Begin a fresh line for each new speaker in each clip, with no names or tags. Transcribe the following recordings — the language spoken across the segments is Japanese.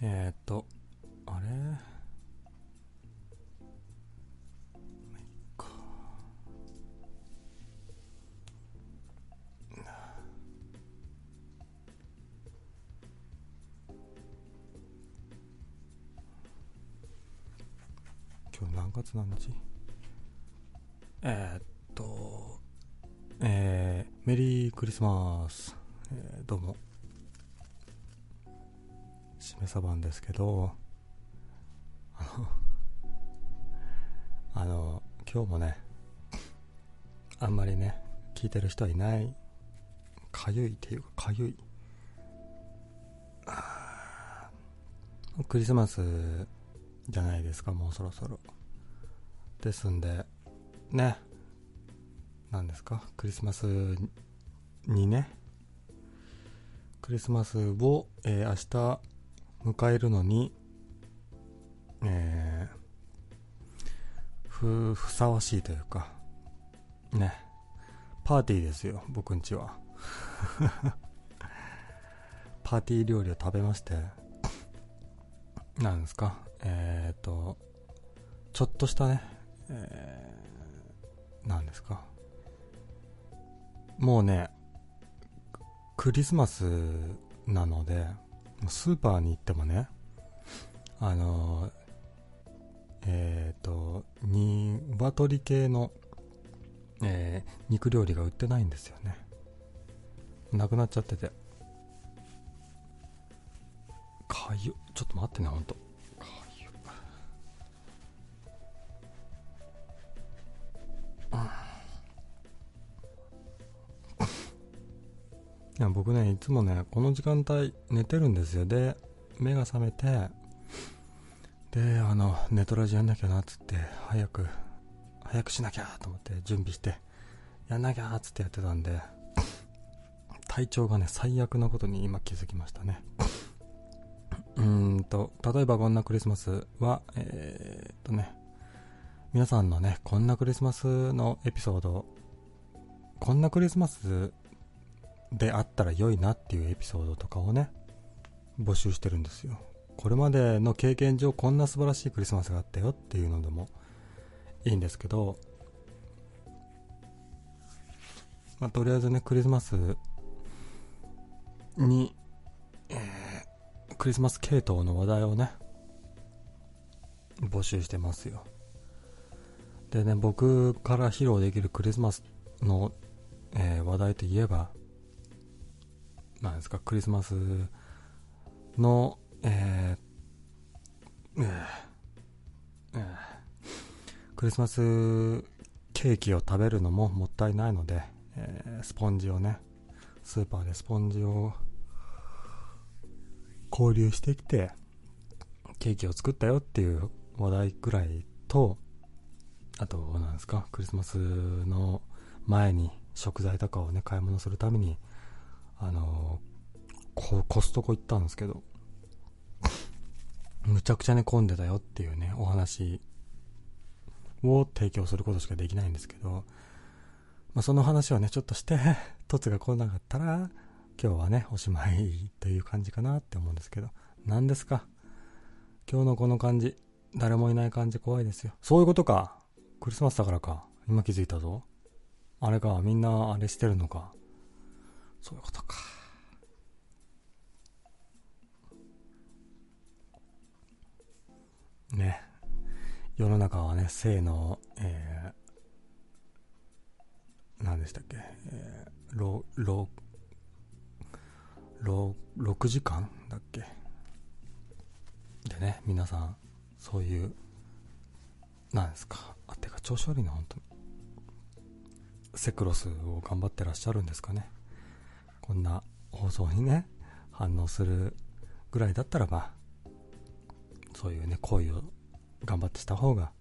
えー、っと、あれまあいっか今日何月何日えー、っと、えー、メリークリスマス。えーどうも。しめさばんですけど、 あの、あの、今日もね、あんまりね、聞いてる人はいない、かゆいっていうか、かゆい。あークリスマスじゃないですか、もうそろそろ。ですんで、ね、なんですか、クリスマスにね、クリスマスを、えー明日迎えるのに、えーふ、ふさわしいというか、ね、パーティーですよ、僕んちは。 パーティー料理を食べまして、なんですか、えっ、と、ちょっとしたね、えーなんですか、もうね、クリスマスなのでスーパーに行ってもねあのえっ、と鶏系の、えー肉料理が売ってないんですよねなくなっちゃっててかゆちょっと待ってねほんとかゆいや僕ねいつもねこの時間帯寝てるんですよで目が覚めてであのネトラジやんなきゃなっつって早く早くしなきゃと思って準備してやんなきゃっつってやってたんで体調がね最悪なことに今気づきましたねうーんと例えばこんなクリスマスはえー、っとね皆さんのねこんなクリスマスのエピソードこんなクリスマスであったら良いなっていうエピソードとかをね募集してるんですよこれまでの経験上こんな素晴らしいクリスマスがあったよっていうのでもいいんですけど、まあ、とりあえずねクリスマスに、えークリスマス系統の話題をね募集してますよでね僕から披露できるクリスマスの、えー話題といえばなんですか、クリスマスの、えーえーえークリスマスケーキを食べるのももったいないので、えースポンジをね、スーパーでスポンジを購入してきて、ケーキを作ったよっていう話題くらいと、あと、なんですか、クリスマスの前に食材とかをね、買い物するために、あのこコストコ行ったんですけど、 むちゃくちゃね、混んでたよっていうね、お話を提供することしかできないんですけど、まあ、その話をね、ちょっとして、 トツが来なかったら、今日はね、おしまいという感じかなって思うんですけど、何ですか今日のこの感じ、誰もいない感じ怖いですよ。そういうことかクリスマスだからか。今気づいたぞ。あれか、みんなあれしてるのか。そういうことか。ね。世の中はね、性の、えー、何でしたっけ、えー、ろ、ろ、ろ、6時間だっけ。でね、皆さん、そういう、なんですか。あ、てか、調子悪いな、本当に。セクロスを頑張ってらっしゃるんですかね。こんな放送にね、反応するぐらいだったらば、そういうね、恋を頑張ってした方が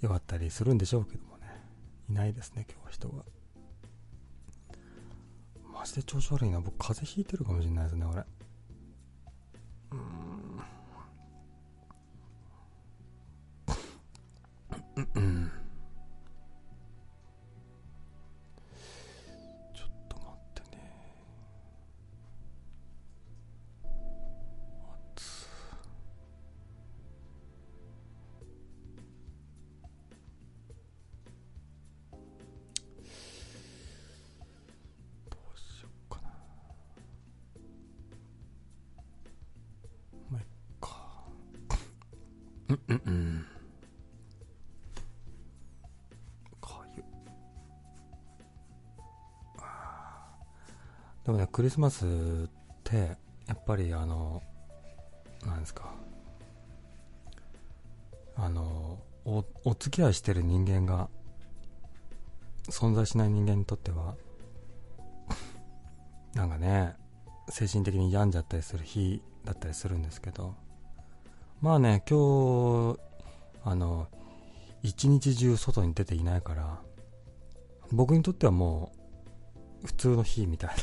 良かったりするんでしょうけどもね、いないですね、今日は人が。マジで調子悪いな、僕風邪ひいてるかもしれないですね、俺。うーん。うんうんちょっと待ってね。暑うんうんかゆあーでもねクリスマスってやっぱりあのなんですかあのおお付き合いしてる人間が存在しない人間にとってはなんかね精神的に病んじゃったりする日だったりするんですけどまあね今日あの一日中外に出ていないから僕にとってはもう普通の日みたいな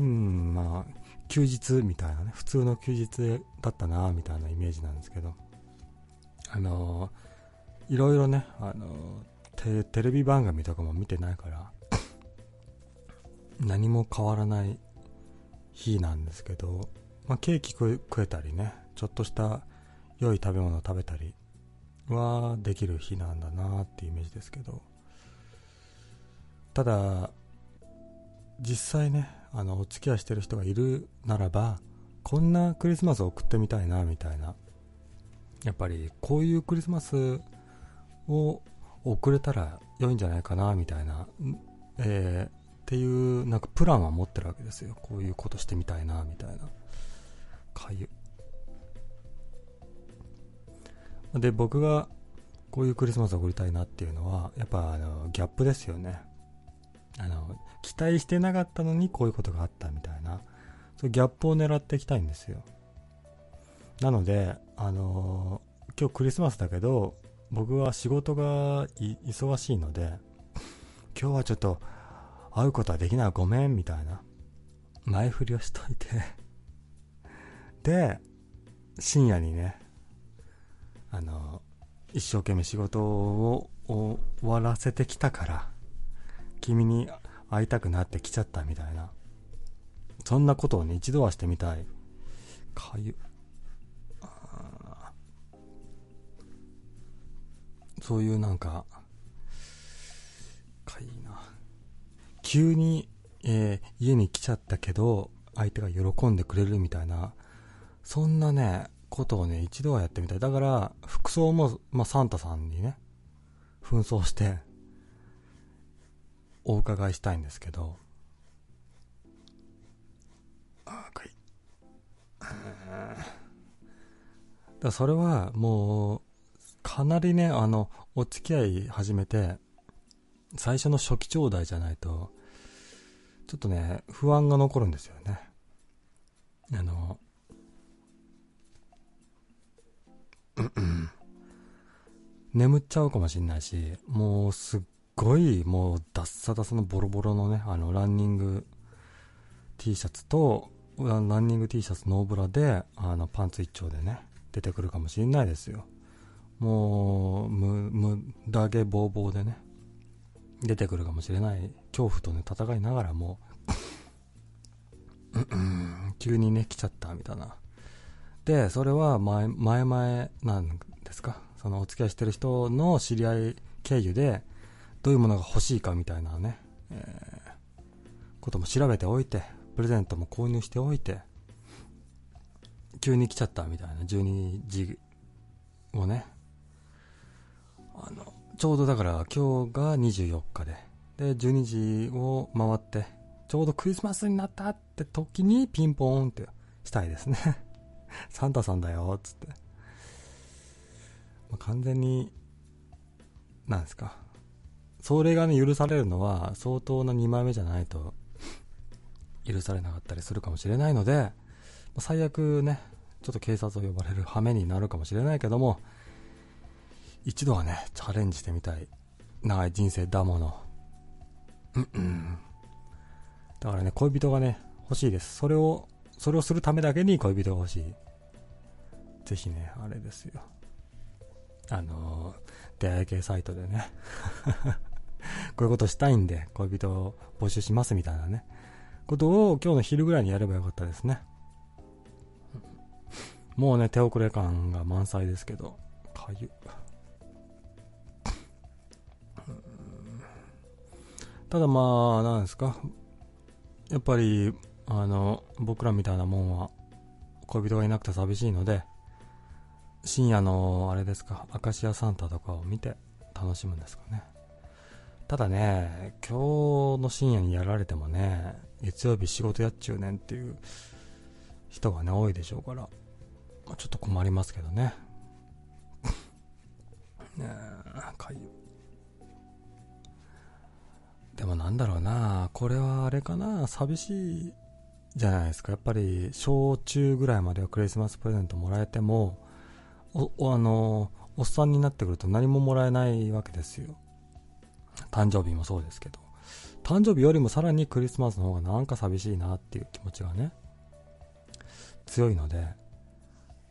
うんまあ休日みたいなね普通の休日だったなみたいなイメージなんですけどあのいろいろねあのテテレビ番組とかも見てないから 何も変わらない日なんですけど、まあ、ケーキ食え食えたりねちょっとした良い食べ物を食べたりはできる日なんだなっていうイメージですけどただ実際ねあのお付き合いしてる人がいるならばこんなクリスマスを送ってみたいなみたいなやっぱりこういうクリスマスを送れたら良いんじゃないかなみたいな、んえーっていうなんかプランは持ってるわけですよこういうことしてみたいなみたいなかゆで僕がこういうクリスマスを送りたいなっていうのはやっぱあのギャップですよねあの期待してなかったのにこういうことがあったみたいなそういうギャップを狙っていきたいんですよなのであのー今日クリスマスだけど僕は仕事がい忙しいので今日はちょっと会うことはできないごめんみたいな前振りをしといてで深夜にねあの一生懸命仕事を終わらせてきたから君に会いたくなってきちゃったみたいなそんなことをね一度はしてみたいかゆあーそういうなんかかいいな急に、えー家に来ちゃったけど相手が喜んでくれるみたいなそんなねことをね一度はやってみたいだから服装も、まあ、サンタさんにね紛争してお伺いしたいんですけどあーかいだからそれはもうかなりねあのお付き合い始めて最初の初期頂戴じゃないと、ちょっとね、不安が残るんですよね。あの、うんうん眠っちゃうかもしんないし、もうすっごい、もうダッサダサのボロボロのね、あの、ランニング T シャツと、ラランニング T シャツノーブラで、あの、パンツ一丁でね、出てくるかもしんないですよ。もう、む、む、だげぼうぼうでね。出てくるかもしれない恐怖とね戦いながらもうんうん急にね来ちゃったみたいなでそれは前前々なんですかそのお付き合いしてる人の知り合い経由でどういうものが欲しいかみたいなね、えーことも調べておいてプレゼントも購入しておいて急に来ちゃったみたいな12時をねあのちょうどだから今日が24日で、で、12時を回って、ちょうどクリスマスになったって時にピンポーンってしたいですね。サンタさんだよ、つって。まあ完全に、なんですか。それがね、許されるのは相当な2枚目じゃないと、許されなかったりするかもしれないので、まあ最悪ね、ちょっと警察を呼ばれる羽目になるかもしれないけども、一度はね、チャレンジしてみたい。長い人生だもの。うんうん。だからね、恋人がね、欲しいです。それを、それをするためだけに恋人が欲しい。ぜひね、あれですよ。あのー出会い系サイトでね。 こういうことしたいんで、恋人を募集しますみたいなね。ことを今日の昼ぐらいにやればよかったですね。もうね、手遅れ感が満載ですけど、かゆ。ただまあ、なんですか。やっぱり、あの、僕らみたいなもんは、恋人がいなくて寂しいので、深夜のあれですかアカシアサンタとかを見て楽しむんですかねただね今日の深夜にやられてもね月曜日仕事やっちゅうねんっていう人がね多いでしょうから、まあちょっと困りますけどね ねえかゆいでもなんだろうなこれはあれかな寂しいじゃないですかやっぱり小中ぐらいまではクリスマスプレゼントもらえてもおおあのおっさんになってくると何ももらえないわけですよ誕生日もそうですけど誕生日よりもさらにクリスマスの方がなんか寂しいなっていう気持ちがね強いので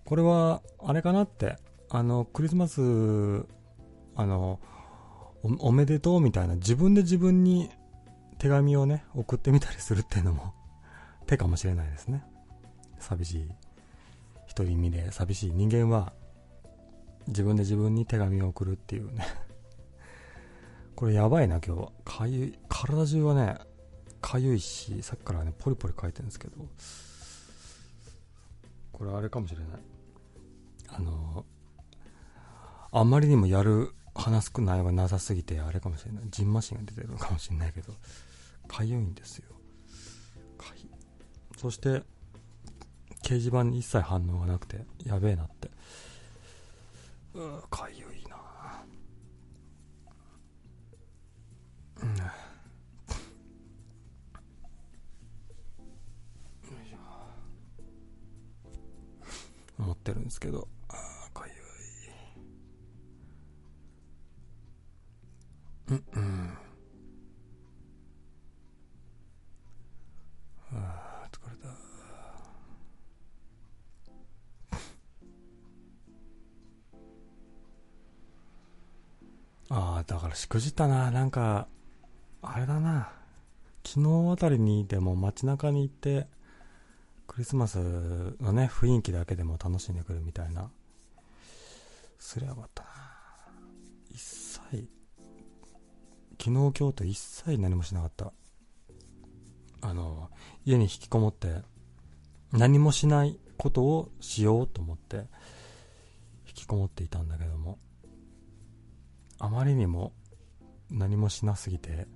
これはあれかなってあのクリスマスあのおおめでとうみたいな自分で自分に手紙をね送ってみたりするっていうのも手かもしれないですね寂しい独り身で寂しい人間は自分で自分に手紙を送るっていうね これやばいな今日はかゆい体中はねかゆいしさっきからねポリポリ書いてるんですけどこれあれかもしれないあのあまりにもやる話す内容がなさすぎてあれかもしれないジンマシンが出てるのかもしれないけどかゆいんですよかゆいそして掲示板に一切反応がなくてやべえなってうーかゆいなうんよいしょ思ってるんですけどあーかゆいあー疲れたああだからしくじったななんかあれだな昨日あたりにでも街中に行ってクリスマスのね雰囲気だけでも楽しんでくるみたいなすりゃよかったな一切昨日今日と一切何もしなかったあの家に引きこもって何もしないことをしようと思って引きこもっていたんだけどもあまりにも何もしなすぎて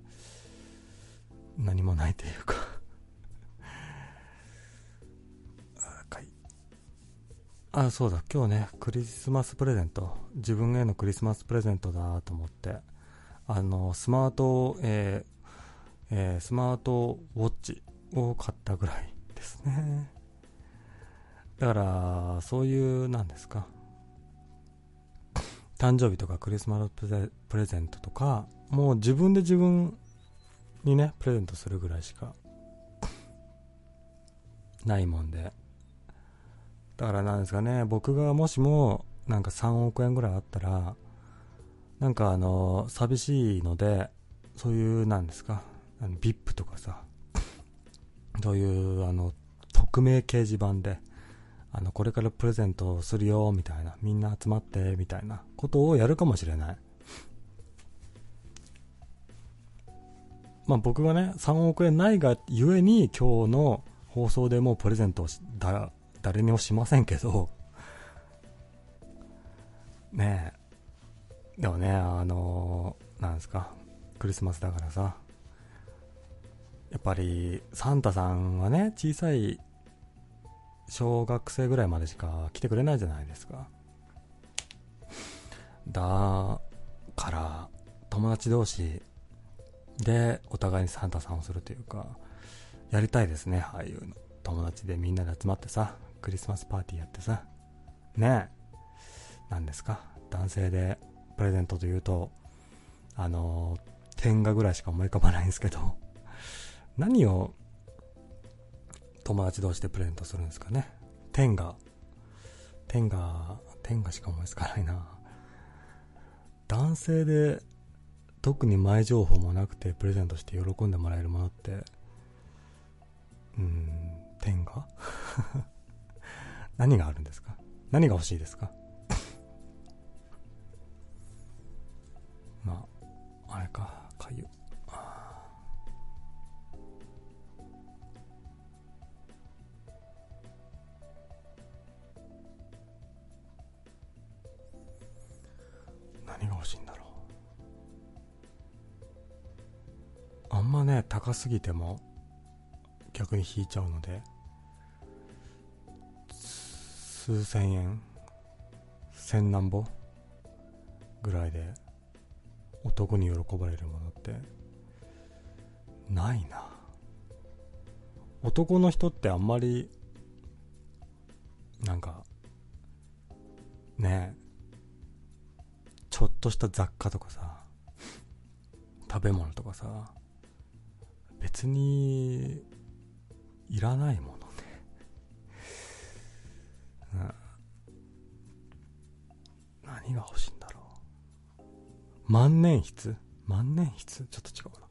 何もないというかあかいあそうだ今日ねクリスマスプレゼント自分へのクリスマスプレゼントだと思ってあのスマート、えーえースマートウォッチを買ったぐらいですねだからそういうなんですか誕生日とかクリスマスプレプレゼントとかもう自分で自分にねプレゼントするぐらいしかないもんでだからなんですかね僕がもしもなんか3億円ぐらいあったらなんかあの寂しいのでそういうなんですかあの VIP とかさそういうあの匿名掲示板であのこれからプレゼントをするよみたいなみんな集まってみたいなことをやるかもしれないまあ僕がね3億円ないがゆえに今日の放送でもうプレゼントをしだ誰にもしませんけど ねえでもねあのなんですかクリスマスだからさやっぱりサンタさんはね小さい小学生ぐらいまでしか来てくれないじゃないですかだから友達同士でお互いにサンタさんをするというかやりたいですねああいうの友達でみんなで集まってさクリスマスパーティーやってさねえ何ですか男性でプレゼントというとあの天下ぐらいしか思い浮かばないんですけど何を友達同士でプレゼントするんですかね天が天が天がしか思いつかないな男性で特に前情報もなくてプレゼントして喜んでもらえるものってうーん天が 何があるんですか何が欲しいですかまああれかかゆんまね高すぎても逆に引いちゃうので数千円千何ぼぐらいで男に喜ばれるものってないな男の人ってあんまりなんかねえちょっとした雑貨とかさ食べ物とかさ別にいらないものね、うん、何が欲しいんだろう万年筆万年筆ちょっと違うな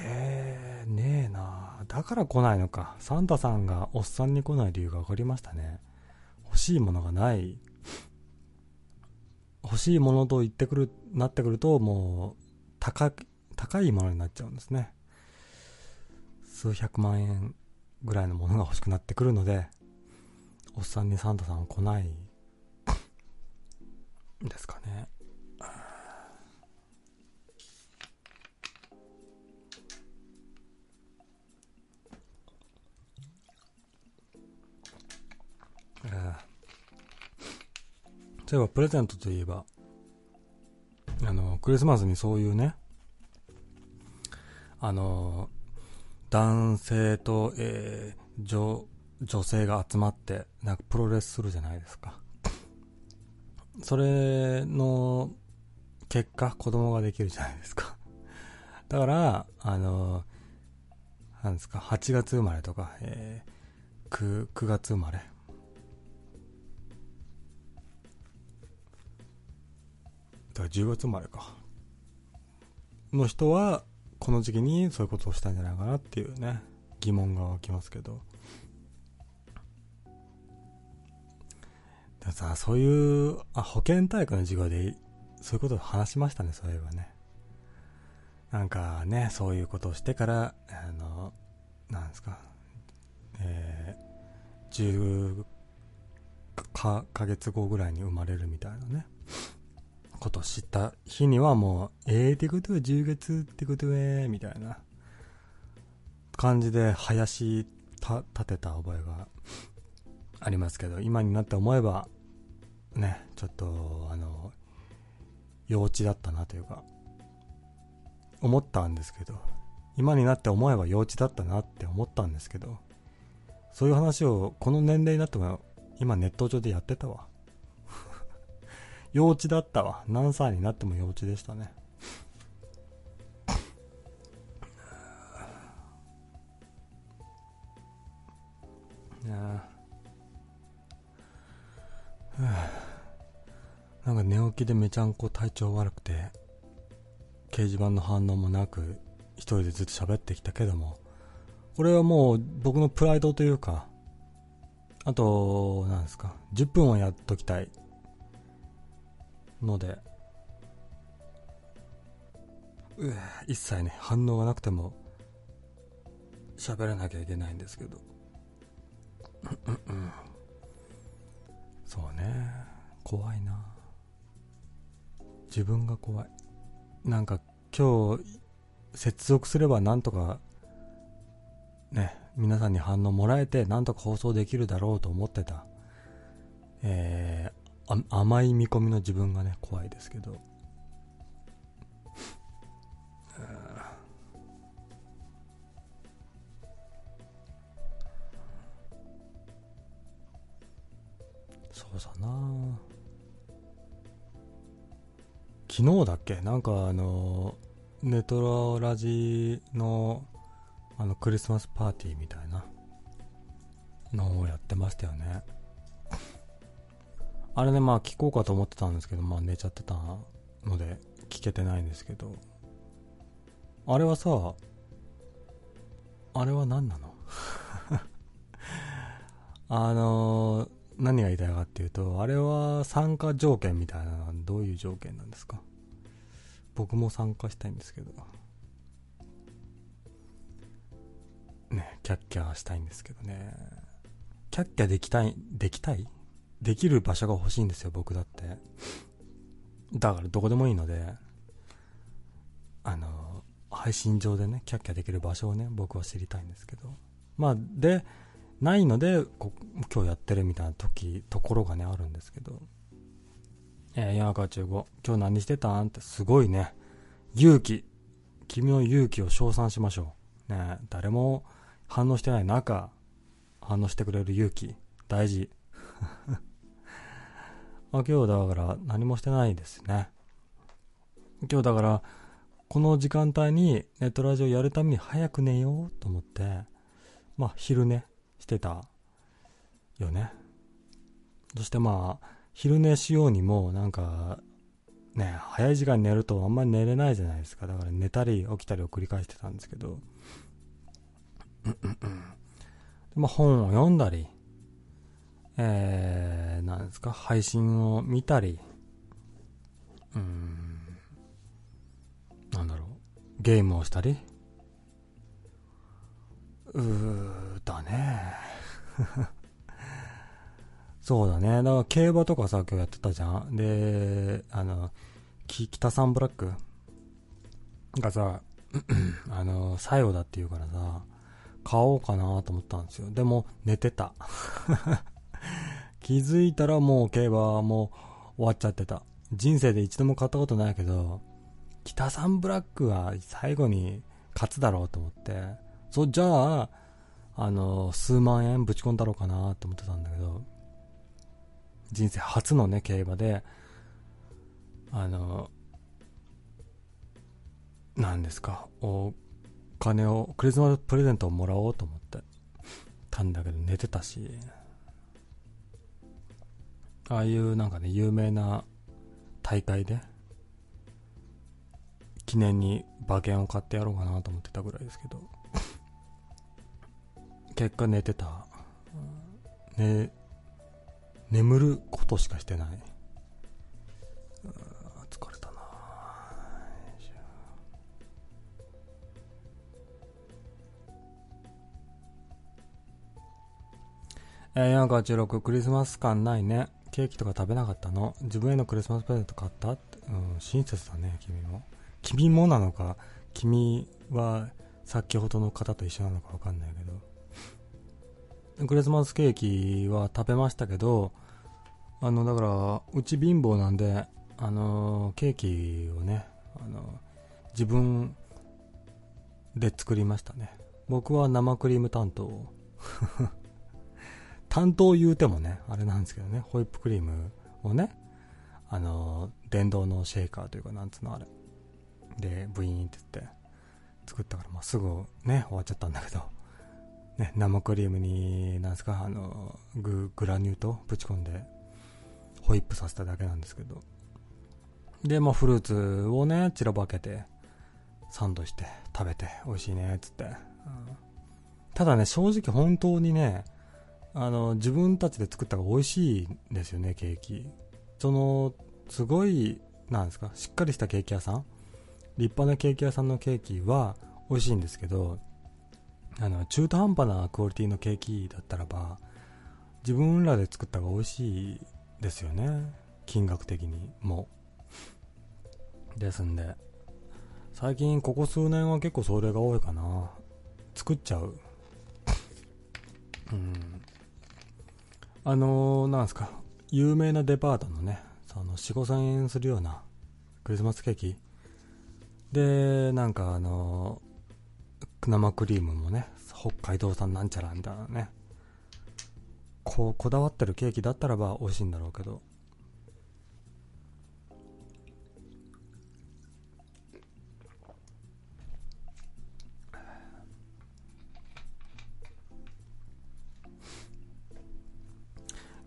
えー、ねえなだから来ないのかサンタさんがおっさんに来ない理由が分かりましたね欲しいものがない欲しいものと言ってくるなってくるともう高高いものになっちゃうんですね数百万円ぐらいのものが欲しくなってくるのでおっさんにサンタさんは来ないですかねえー例えばプレゼントといえばあのクリスマスにそういうねあの男性と、えー女女性が集まってなんかプロレスするじゃないですかそれの結果子供ができるじゃないですかだからあのなんですか8月生まれとか、え 9, 9月生まれだから10月生まれかの人はこの時期にそういうことをしたんじゃないかなっていうね疑問が湧きますけどでもさそういうあ保健体育の授業でそういうことを話しましたねそういえばねなんかねそういうことをしてからあのなんですかえー、10かか月後ぐらいに生まれるみたいなねことを知った日にはもう、えーってことは10月ってことえみたいな感じで林た立てた覚えがありますけど、今になって思えば、ね、ちょっと、あの、幼稚だったなというか、思ったんですけど、今になって思えば幼稚だったなって思ったんですけど、そういう話をこの年齢になっても、今ネット上でやってたわ。幼稚だったわ何歳になっても幼稚でしたねいやーはあなんか寝起きでめちゃんこ体調悪くて掲示板の反応もなく一人でずっと喋ってきたけどもこれはもう僕のプライドというかあと何ですか10分はやっときたいのでうわ一切ね反応がなくても喋らなきゃいけないんですけどうんうんうんそうね怖いな自分が怖いなんか今日接続すればなんとかね皆さんに反応もらえてなんとか放送できるだろうと思ってたえー、あ甘い見込みの自分がね怖いですけどそうさな昨日だっけなんかあのネトロラジのあのクリスマスパーティーみたいなのをやってましたよねあれね、まあ聞こうかと思ってたんですけど、まあ寝ちゃってたので聞けてないんですけど、あれはさ、あれは何なの あのー、何が言いたいかっていうと、あれは参加条件みたいなのはどういう条件なんですか僕も参加したいんですけど。ね、キャッキャしたいんですけどね。キャッキャできたい、できたいできる場所が欲しいんですよ僕だってだからどこでもいいのであの配信上でねキャッキャできる場所をね僕は知りたいんですけどまあでないのでこ今日やってるみたいな時ところがねあるんですけど「えー、山川中5今日何してたん?」ってすごいね勇気君の勇気を称賛しましょうね誰も反応してない中反応してくれる勇気大事あ今日だから何もしてないですね今日だからこの時間帯にネットラジオやるために早く寝ようと思ってまあ昼寝してたよねそしてまあ昼寝しようにもなんかね早い時間寝るとあんまり寝れないじゃないですかだから寝たり起きたりを繰り返してたんですけど まあ本を読んだりえー、なんですか配信を見たりうんなんだろう、ゲームをしたりうー、だね。 そうだね。だから競馬とかさ、今日やってたじゃん。で、あの、き北サンブラックがさ、 あの、最後だって言うからさ、買おうかなと思ったんですよ。でも、寝てた。気づいたらもう競馬もう終わっちゃってた。人生で一度も買ったことないけど、北サンブラックは最後に勝つだろうと思って、そう、じゃあ、あの、数万円ぶち込んだろうかなと思ってたんだけど、人生初のね、競馬で、あの、何ですか、お金を、クリスマスプレゼントをもらおうと思ってたんだけど、寝てたし、ああいうなんかね、有名な大会で、記念に馬券を買ってやろうかなと思ってたぐらいですけど 結果寝てた、ね、眠ることしかしてない疲れたなえー、山川16クリスマス感ないねケーキとか食べなかったの自分へのクリスマスプレゼント買ったうん親切だね君も君もなのか君は先ほどの方と一緒なのか分かんないけどクリスマスケーキは食べましたけどあのだからうち貧乏なんであのケーキをねあの自分で作りましたね僕は生クリーム担当担当言うてもねあれなんですけどねホイップクリームをねあの電動のシェイカーというかなんつうのあれでブイーンって言って作ったから、まあ、すぐね終わっちゃったんだけど、ね、生クリームになんすかあのググラニュー糖ぶち込んでホイップさせただけなんですけどで、まあ、フルーツをね散らばけてサンドして食べて美味しいねっつって、うん、ただね正直本当にねあの自分たちで作った方が美味しいんですよねケーキそのすごいなんですかしっかりしたケーキ屋さん立派なケーキ屋さんのケーキは美味しいんですけどあの中途半端なクオリティのケーキだったらば自分らで作った方が美味しいですよね金額的にもですんで最近ここ数年は結構それが多いかな作っちゃううんあのー、なんですか有名なデパートのねその4 5 0 0円するようなクリスマスケーキでなんかあの生クリームもね北海道産なんちゃらみたいなねこうこだわってるケーキだったらば美味しいんだろうけど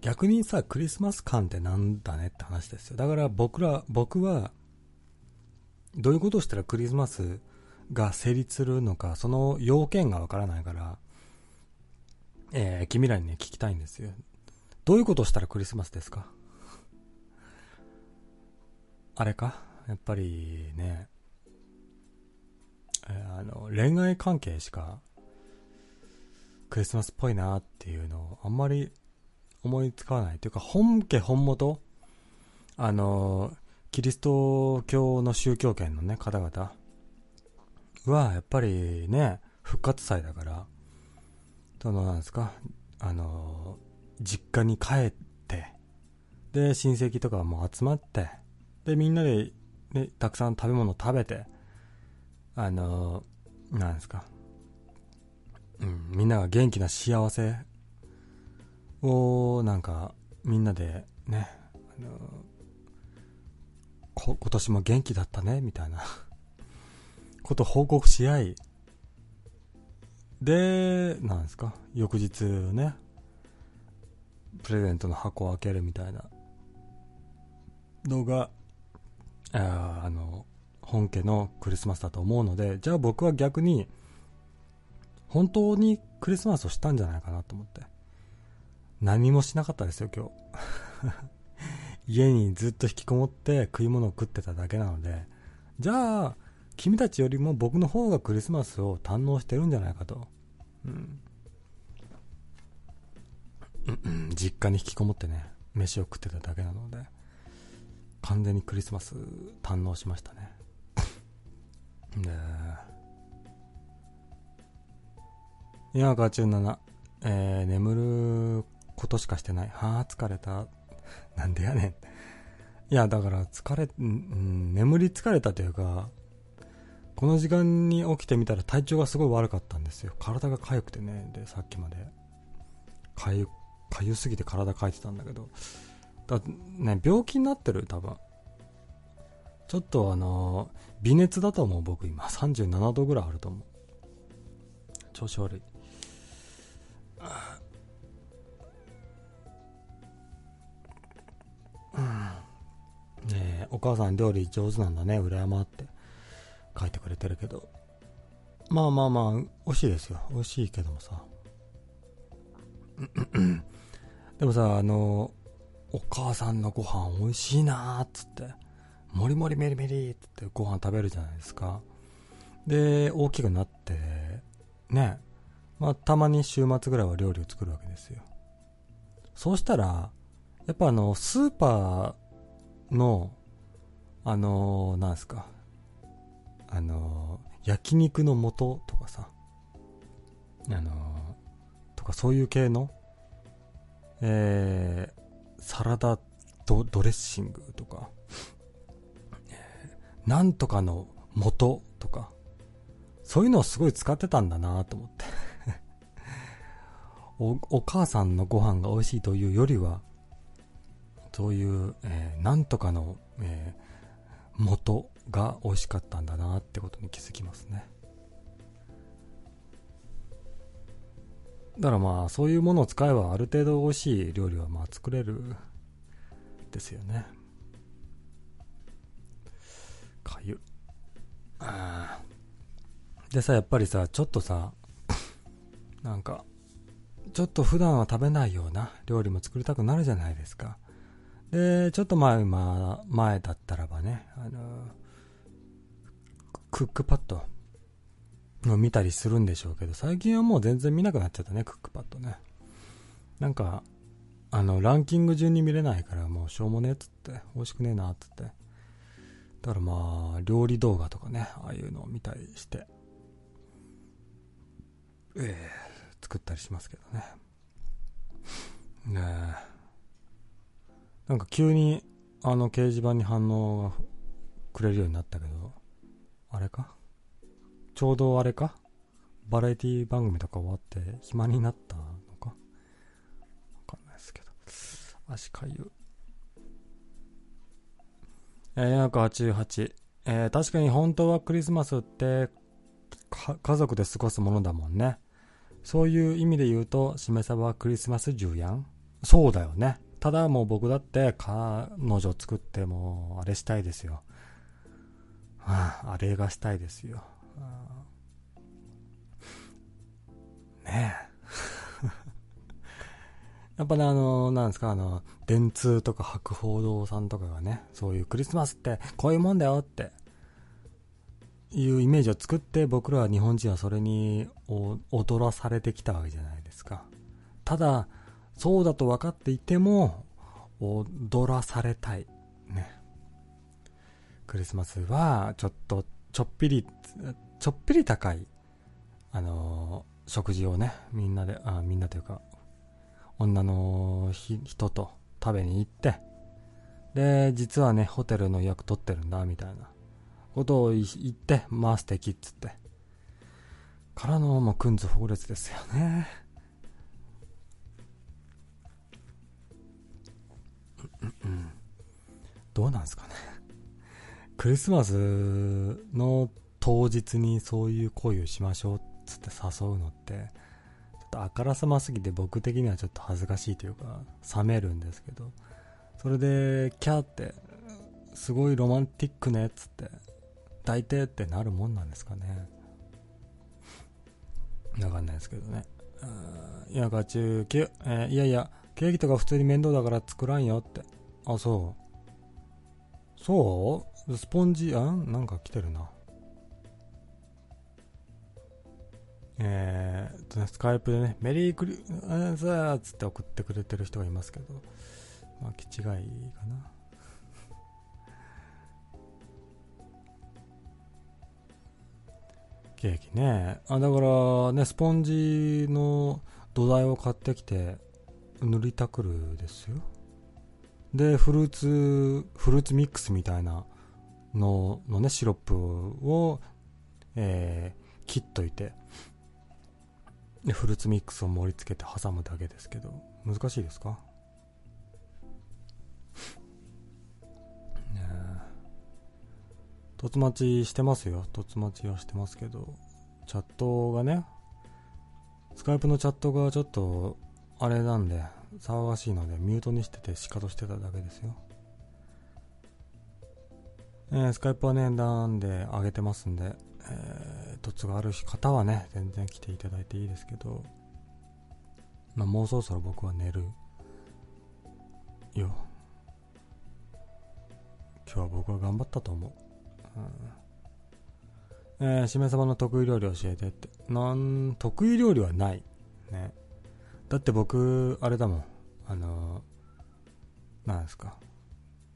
逆にさクリスマス感ってなんだねって話ですよだから僕ら僕はどういうことをしたらクリスマスが成立するのか、その要件がわからないから、えー、君らにね、聞きたいんですよ。どういうことをしたらクリスマスですかあれかやっぱりね、えー、あの、恋愛関係しか、クリスマスっぽいなっていうのをあんまり思いつかない。というか、本家本元あのーキリスト教の宗教圏のね、方々、はやっぱりね復活祭だからそのなんですかあの実家に帰ってで親戚とかも集まってでみんなで、ね、たくさん食べ物食べてあのなんですか、うん、みんなが元気な幸せをなんかみんなでねあのこ今年も元気だったねみたいな こと報告し合いでなんですか翌日ねプレゼントの箱を開けるみたいなのがあーあの本家のクリスマスだと思うのでじゃあ僕は逆に本当にクリスマスをしたんじゃないかなと思って何もしなかったですよ今日 家にずっと引きこもって食い物を食ってただけなのでじゃあ君たちよりも僕の方がクリスマスを堪能してるんじゃないかと、うん、うんうん実家に引きこもってね飯を食ってただけなので完全にクリスマス堪能しましたねで今川中7、えー、眠ることしかしてないはあ疲れたなんでやねんいやだから疲れ、うんうん、眠り疲れたというかこの時間に起きてみたら体調がすごい悪かったんですよ体が痒くてねでさっきまで痒痒すぎて体かいてたんだけどだね病気になってる多分ちょっとあの微熱だと思う僕今37度ぐらいあると思う調子悪いあーうんねえお母さん料理上手なんだね羨まって書いてくれてるけどまあまあまあ美味しいですよ美味しいけどもさ うんうんうんでもさあのお母さんのご飯美味しいなーっつってもりもりメリメリっつってご飯食べるじゃないですかで大きくなってねまあたまに週末ぐらいは料理を作るわけですよそうしたらやっぱあのスーパーのあのなんですかあの焼肉の素とかさあのとかそういう系のえー、サラダドドレッシングとか、えーなんとかの素とか、そういうのをすごい使ってたんだなと思って。お、お母さんのご飯が美味しいというよりは、そういう、えーなんとかの、えー素が美味しかったんだなってことに気づきますね。だからまあそういうものを使えばある程度美味しい料理はまあ作れるですよねかゆあーでさやっぱりさちょっとさなんかちょっと普段は食べないような料理も作りたくなるじゃないですかでちょっと前,、まあ、前だったらばねあのククックパッドを見たりするんでしょうけど、最近はもう全然見なくなっちゃったね、クックパッドね。なんか、あの、ランキング順に見れないから、もうしょうもねえっつって、美味しくねえなっつって。だからまあ、料理動画とかね、ああいうのを見たりして、ええ作ったりしますけどね。ねえ。なんか急に、あの掲示板に反応がくれるようになったけど、あれかちょうどあれかバラエティ番組とか終わって暇になったのかわかんないですけど。足かゆ。えー、488。えー確かに本当はクリスマスってか家族で過ごすものだもんね。そういう意味で言うと、しめさばはクリスマス10やんそうだよね。ただもう僕だって彼女作ってもうあれしたいですよ。はあ、あれがしたいですよ。ねえ。 やっぱね、あの、なんですか、あの、電通とか博報堂さんとかがね、そういうクリスマスってこういうもんだよって、いうイメージを作って僕ら日本人はそれにお踊らされてきたわけじゃないですか。ただ、そうだと分かっていても、踊らされたい。ね。クリスマスは、ちょっと、ちょっぴりちょっぴり高い、あのー食事をね、みんなで、あ、みんなというか、女のひ人と食べに行って、で、実はね、ホテルの予約取ってるんだ、みたいなことをい言って、まあ素敵っつって。からの、もう、くんずほ列ですよね。うんうんうんどうなんですかね。クリスマスの当日にそういう恋をしましょうっつって誘うのって、ちょっとあからさますぎて僕的にはちょっと恥ずかしいというか、冷めるんですけど、それで、キャーって、すごいロマンティックねっつって、大抵ってなるもんなんですかね。わかんないですけどね。うーんいや、ガチューキュ、えーいやいや、ケーキとか普通に面倒だから作らんよって。あ、そう。そうスポンジ、あんなんか来てるな。えーっとね、スカイプでね、メリークリ、あさあつって送ってくれてる人がいますけど、まあ、気違いかな。ケーキね。あ、だからね、スポンジの土台を買ってきて、塗りたくるですよ。で、フルーツ、フルーツミックスみたいなののね、シロップを、えー切っといて、で、フルーツミックスを盛り付けて挟むだけですけど、難しいですかねえ突待ちしてますよ。突待ちはしてますけど、チャットがね、スカイプのチャットがちょっと、あれなんで、騒がしいので、ミュートにしてて、シカトしてただけですよ。えースカイプはね、なんで上げてますんで、えー、突がある方はね、全然来ていただいていいですけど、まあ、もうそろそろ僕は寝る。よ。今日は僕は頑張ったと思う。うん。えー、しめ様の得意料理教えてって。なん、得意料理はない。ね。だって僕、あれだもん。あのー、なんですか。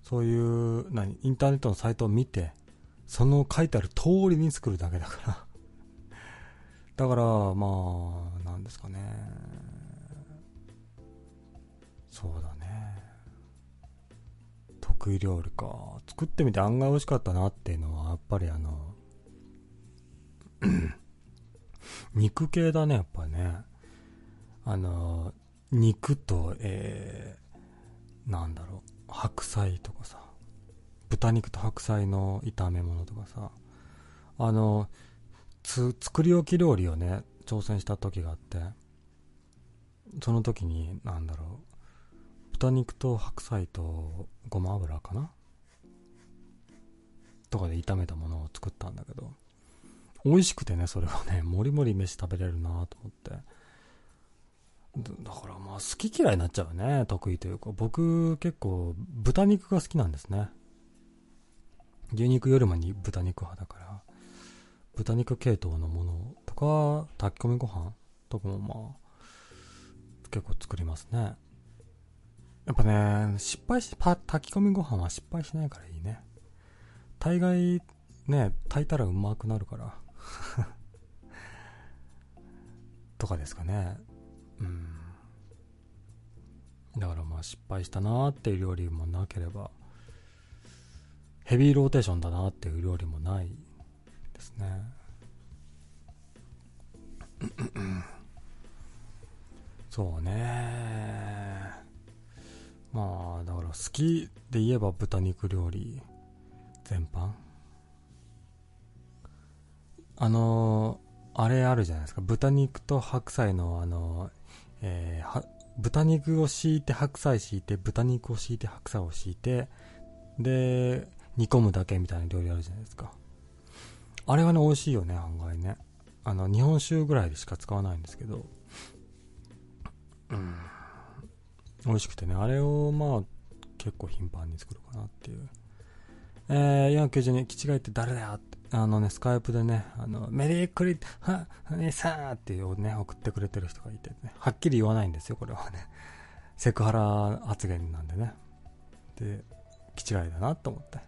そういう、何、インターネットのサイトを見て、その書いてある通りに作るだけだから。 だから、まあ、なんですかね。そうだね。得意料理か作ってみて案外美味しかったなっていうのはやっぱりあの 肉系だねやっぱねあの肉とえー、なんだろう白菜とかさ豚肉と白菜の炒め物とかさあのつ作り置き料理をね挑戦した時があってその時になんだろう豚肉と白菜とごま油かなとかで炒めたものを作ったんだけど美味しくてねそれがねもりもり飯食べれるなと思ってだだからまあ好き嫌いになっちゃうね得意というか僕結構豚肉が好きなんですね牛肉よりもに豚肉派だから豚肉系統のものとか炊き込みご飯とかもまあ結構作りますねやっぱね、失敗し、パ炊き込みご飯は失敗しないからいいね。大概、ね、炊いたらうまくなるから。 とかですかね。うん。だからまあ失敗したなーっていう料理もなければ、ヘビーローテーションだなーっていう料理もないですね。 そうねー。まあだから好きで言えば豚肉料理全般あのーあれあるじゃないですか豚肉と白菜のあのーえーは豚肉を敷いて白菜敷いて豚肉を敷いて白菜を敷いてで煮込むだけみたいな料理あるじゃないですかあれはね美味しいよね案外ねあの日本酒ぐらいでしか使わないんですけどうん美味しくてね、あれをまあ、結構頻繁に作るかなっていう。えー、492、キチガイって誰だよって、あのね、スカイプでね、あの、メリークリ、は、ねさーっていうね、送ってくれてる人がいてね、はっきり言わないんですよ、これはね。セクハラ発言なんでね。で、キチガイだなと思って。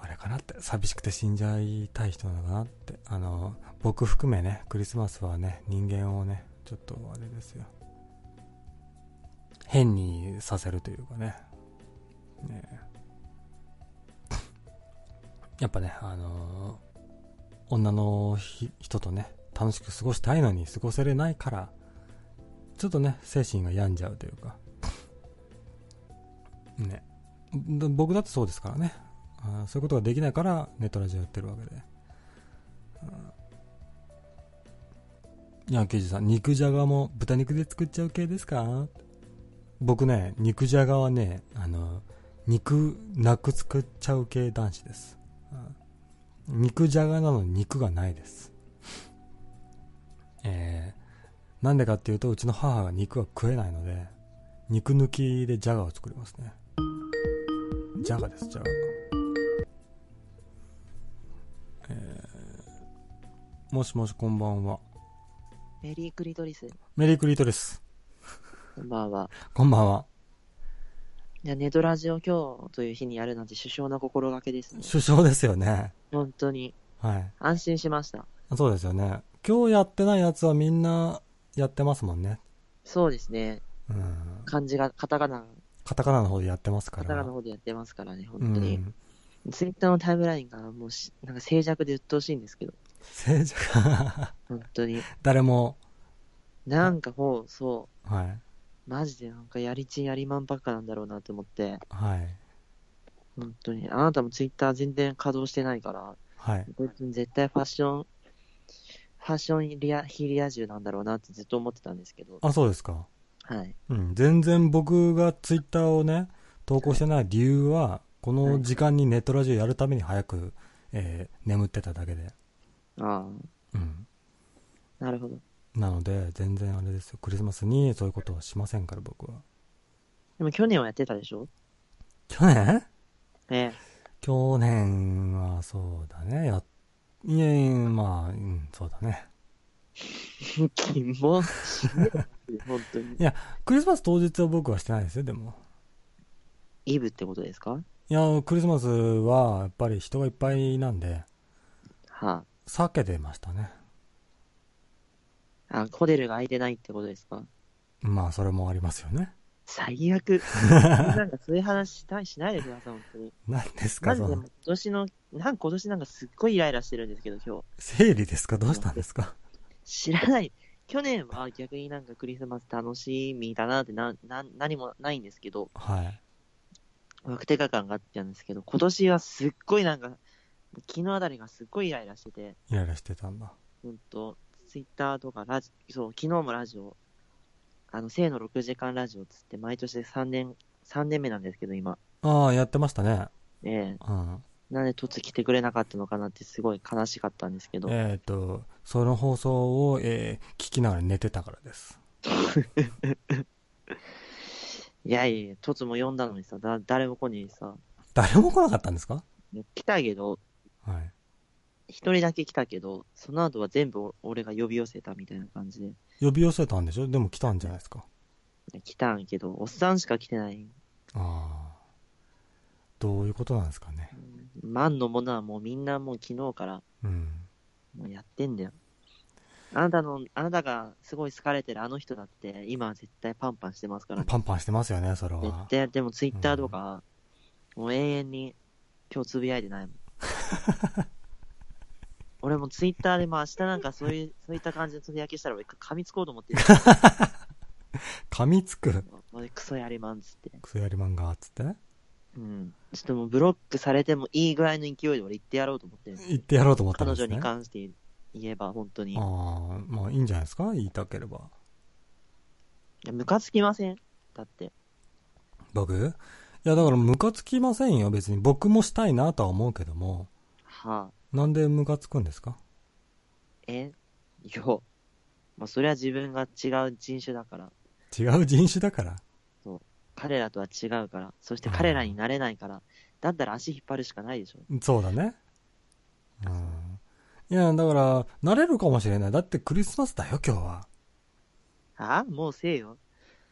あれかなって寂しくて死んじゃいたい人なのかなってあの僕含めねクリスマスはね人間をねちょっとあれですよ変にさせるというかねねえやっぱねあの女のひ人とね楽しく過ごしたいのに過ごせれないからちょっとね精神が病んじゃうというかねだ僕だってそうですからねあーそういうことができないからネットラジオやってるわけでうんヤンキージさん肉じゃがも豚肉で作っちゃう系ですか僕ね肉じゃがはねあの肉なく作っちゃう系男子です、うん肉じゃがなのに肉がないですえー、なんでかっていうとうちの母が肉が食えないので肉抜きでじゃがを作りますねじゃがですじゃがもしもしこんばんは。
メリークリトリス、
メリークリートです。
こんばんは。
こんばんは。
いや、ネトラジオ今日という日にやるなんて首相な心がけですね。
首相ですよね。
本当に。
はい。
安心しました。
そうですよね。今日やってないやつはみんなやってますもんね。
そうですね。
うん。
漢字が、カタカナ、
カタカナの方でやってますか
カ
ら。
タカナの方でやってますからね、
う
本当に。
ん。
ツイッターのタイムラインがもうし、なんか静寂で鬱陶しいんですけど、
政治家、
本当に。
誰も、
なんかもう、そ
はい。
う、マジでなんかやりちんやりまんばっかなんだろうなと思って、
はい。
本当に。あなたもツイッター全然稼働してないから、
はい。
こいつ絶対ファッション、ファッションリア非リア充なんだろうなってずっと思ってたんですけど、
あ、そうですか。
はい。
うん。全然僕がツイッターをね、投稿してない理由は、この時間にネットラジオやるために早く、えー眠ってただけで。
あ
うん。
あ、なるほど。
なので、全然あれですよ。クリスマスにそういうことはしませんから、僕は。
でも去年はやってたでしょ
去年
ええ。
去年はそうだね。や、いえいえ、まあ、うん、そうだね。
キモ死ね本当に。
クリスマス当日は僕はしてないですよ、でも。
イブってことですかはい
や、クリスマスはやっぱり人がいっぱいなんで、
あ。
避けてましたね。
あ、ホテルが空いてないってことですか
まあ、それもありますよね。
最悪。なんかそういう話したいしないでください、本当に。
何です
マ
か、
ジ
そ
でも
の
う、今年の、なんか今年なんかすっごいイライラしてるんですけど、今日。
生理ですかどうしたんですか
知らない。去年は逆になんかクリスマス楽しみだなってな、な、何もないんですけど、
はい。
ワクテカ感があったんですけど、今年はすっごいなんか、昨日あたりがすっごいイライラしてて、
イライラしてたんだ。
ほんと、ツイッターとかラジ、そう、昨日もラジオ、あの、生の6時間ラジオっつって、毎年3年、3年目なんですけど、今。
ああ、やってましたね。
ええ
うん。
なんで突来てくれなかったのかなってすごい悲しかったんですけど、
えっ、と、その放送を、えー聞きながら寝てたからです。
いやいや、突も呼んだのにさ、だ誰も来ねえしさ、
誰も来なかったんですか
来たけど、
はい。
一人だけ来たけど、その後は全部お俺が呼び寄せたみたいな感じで、
呼び寄せたんでしょでも来たんじゃないですか。
来たんけど、おっさんしか来てない。
ああ。どういうことなんですかね。
万のものはもうみんなもう昨日から
うん。
もうやってんだよ。あなたの、あなたがすごい好かれてるあの人だって、今は絶対パンパンしてますから、
パンパンしてますよね、それ
絶
は。
対、でもツイッターとか、もう永遠に今日つぶやいてな いもん。俺もツイッターで、まあ明日なんかそう いう、そういった感じのつぶやきしたら俺噛みつこうと思ってる。
噛みつく。
俺クソやりまんっつって。
クソやり漫画、つって。
うん。ちょっともうブロックされてもいいぐらいの勢いで俺言ってやろうと思ってる。
言ってやろうと思ったん
彼
です
女
ね。
に関して言えば本当に。
ああ、まあいいんじゃないですか言いたければ。
いやムカつきませんだって。
僕いや、だからムカつきませんよ、別に。僕もしたいなとは思うけども。
はあ。
なんでムカつくんですか
え よ。まあそれは自分が違う人種だから。
違う人種だから。
彼らとは違うから。そして彼らになれないから。だったら足引っ張るしかないでしょ。
そうだね。うん。いや、だから、慣れるかもしれない。だってクリスマスだよ、今日は。
ああもうせえよ。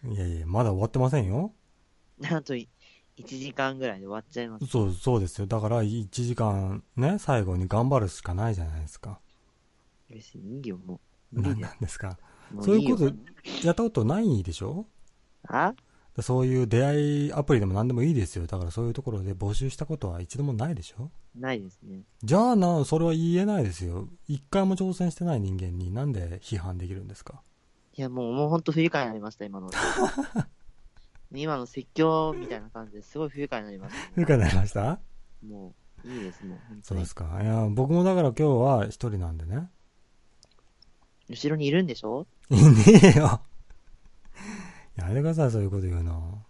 いやいや、まだ終わってませんよ。
なんとい、 1時間ぐらいで終わっちゃいます。
そう、そうですよ。だから、1時間ね、最後に頑張るしかないじゃないですか。
別にいいよ、もう。無
何
理だ
な
よ
んですか。
も
そういうこ
よ
と、やったことないでしょ
あ
そういう出会いアプリでも何でもいいですよ。だからそういうところで募集したことは一度もないでしょ
ないですね。
じゃあな、それは言えないですよ。一回も挑戦してない人間になんで批判できるんですか
いや、もう、もうほんと不愉快になりました、今 の。今の説教みたいな感じですごい不愉快になりました、ね。
不可になりました
もう、いいです、もう。本当
そう
に
ですか。いや、僕もだから今日は一人なんでね。
後ろにいるんでしょ
いねえよ。やめてください、そういうこと言うの。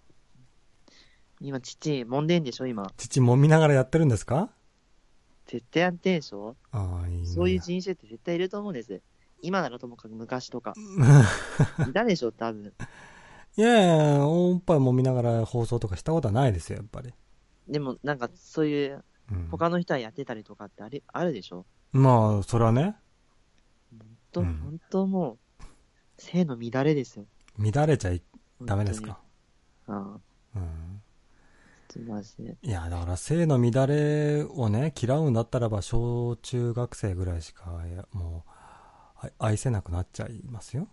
今、父、揉んでんでしょ今。
父揉みながらやってるんですか
絶対やってんでしょ
ああ、いいね。
そういう人種って絶対いると思うんです。今ならともかく昔 とか。いたでしょ多分。
いやいや、おっぱい揉みながら放送とかしたことはないですよ、やっぱり。
でも、なんか、そういう、
うん、
他の人はやってたりとかってあれ、あるでしょ
まあ、それはね、
と、
うん
本当もう、性の乱れですよ。
乱れちゃいダメですか。
本当に。ああ、
うん。
ちょっとマジで。
いや、だから性の乱れをね、嫌うんだったらば、小中学生ぐらいしか、いやもう、あ愛せなくなっちゃいますよ。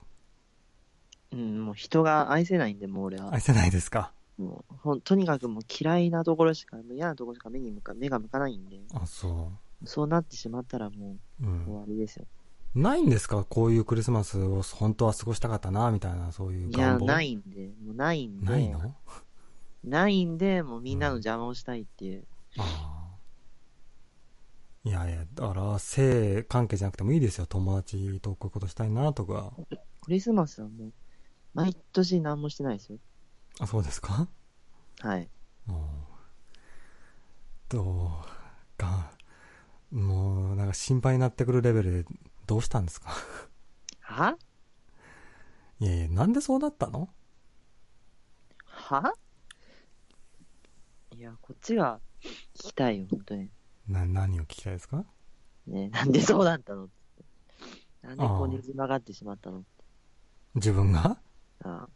うん、もう人が愛せないんで、もう俺は。
愛せないですか。
もうほんとにかくもう嫌いなところしか、もう嫌なところしか目に向か目が向かないんで、
あ、そ
そうなってしまったらも
う。う
う終
ん。
わりですよ。
ないんですかこういうクリスマスを本当は過ごしたかったな、みたいな、そういう
い
願
や、
望。
ないんで、もうないんで、
ないの
ないんで、もうみんなの邪魔をしたいっていう。
ああ。いやいや、だから、性関係じゃなくてもいいですよ。友達とこういうことしたいなとか。
クリスマスはもう、毎年何もしてないですよ。
あ、そうですか
はい。
もう、どうか、もう、なんか心配になってくるレベルで、どうしたんですか
はい
やいや、なんでそうなったの
はいや、こっちが聞きたいよ、本当に。
な、何を聞きたいですか
ねなんでそうだったのなんで
あ
こ
あ
うねじ曲がってしまったの
自分が
ああ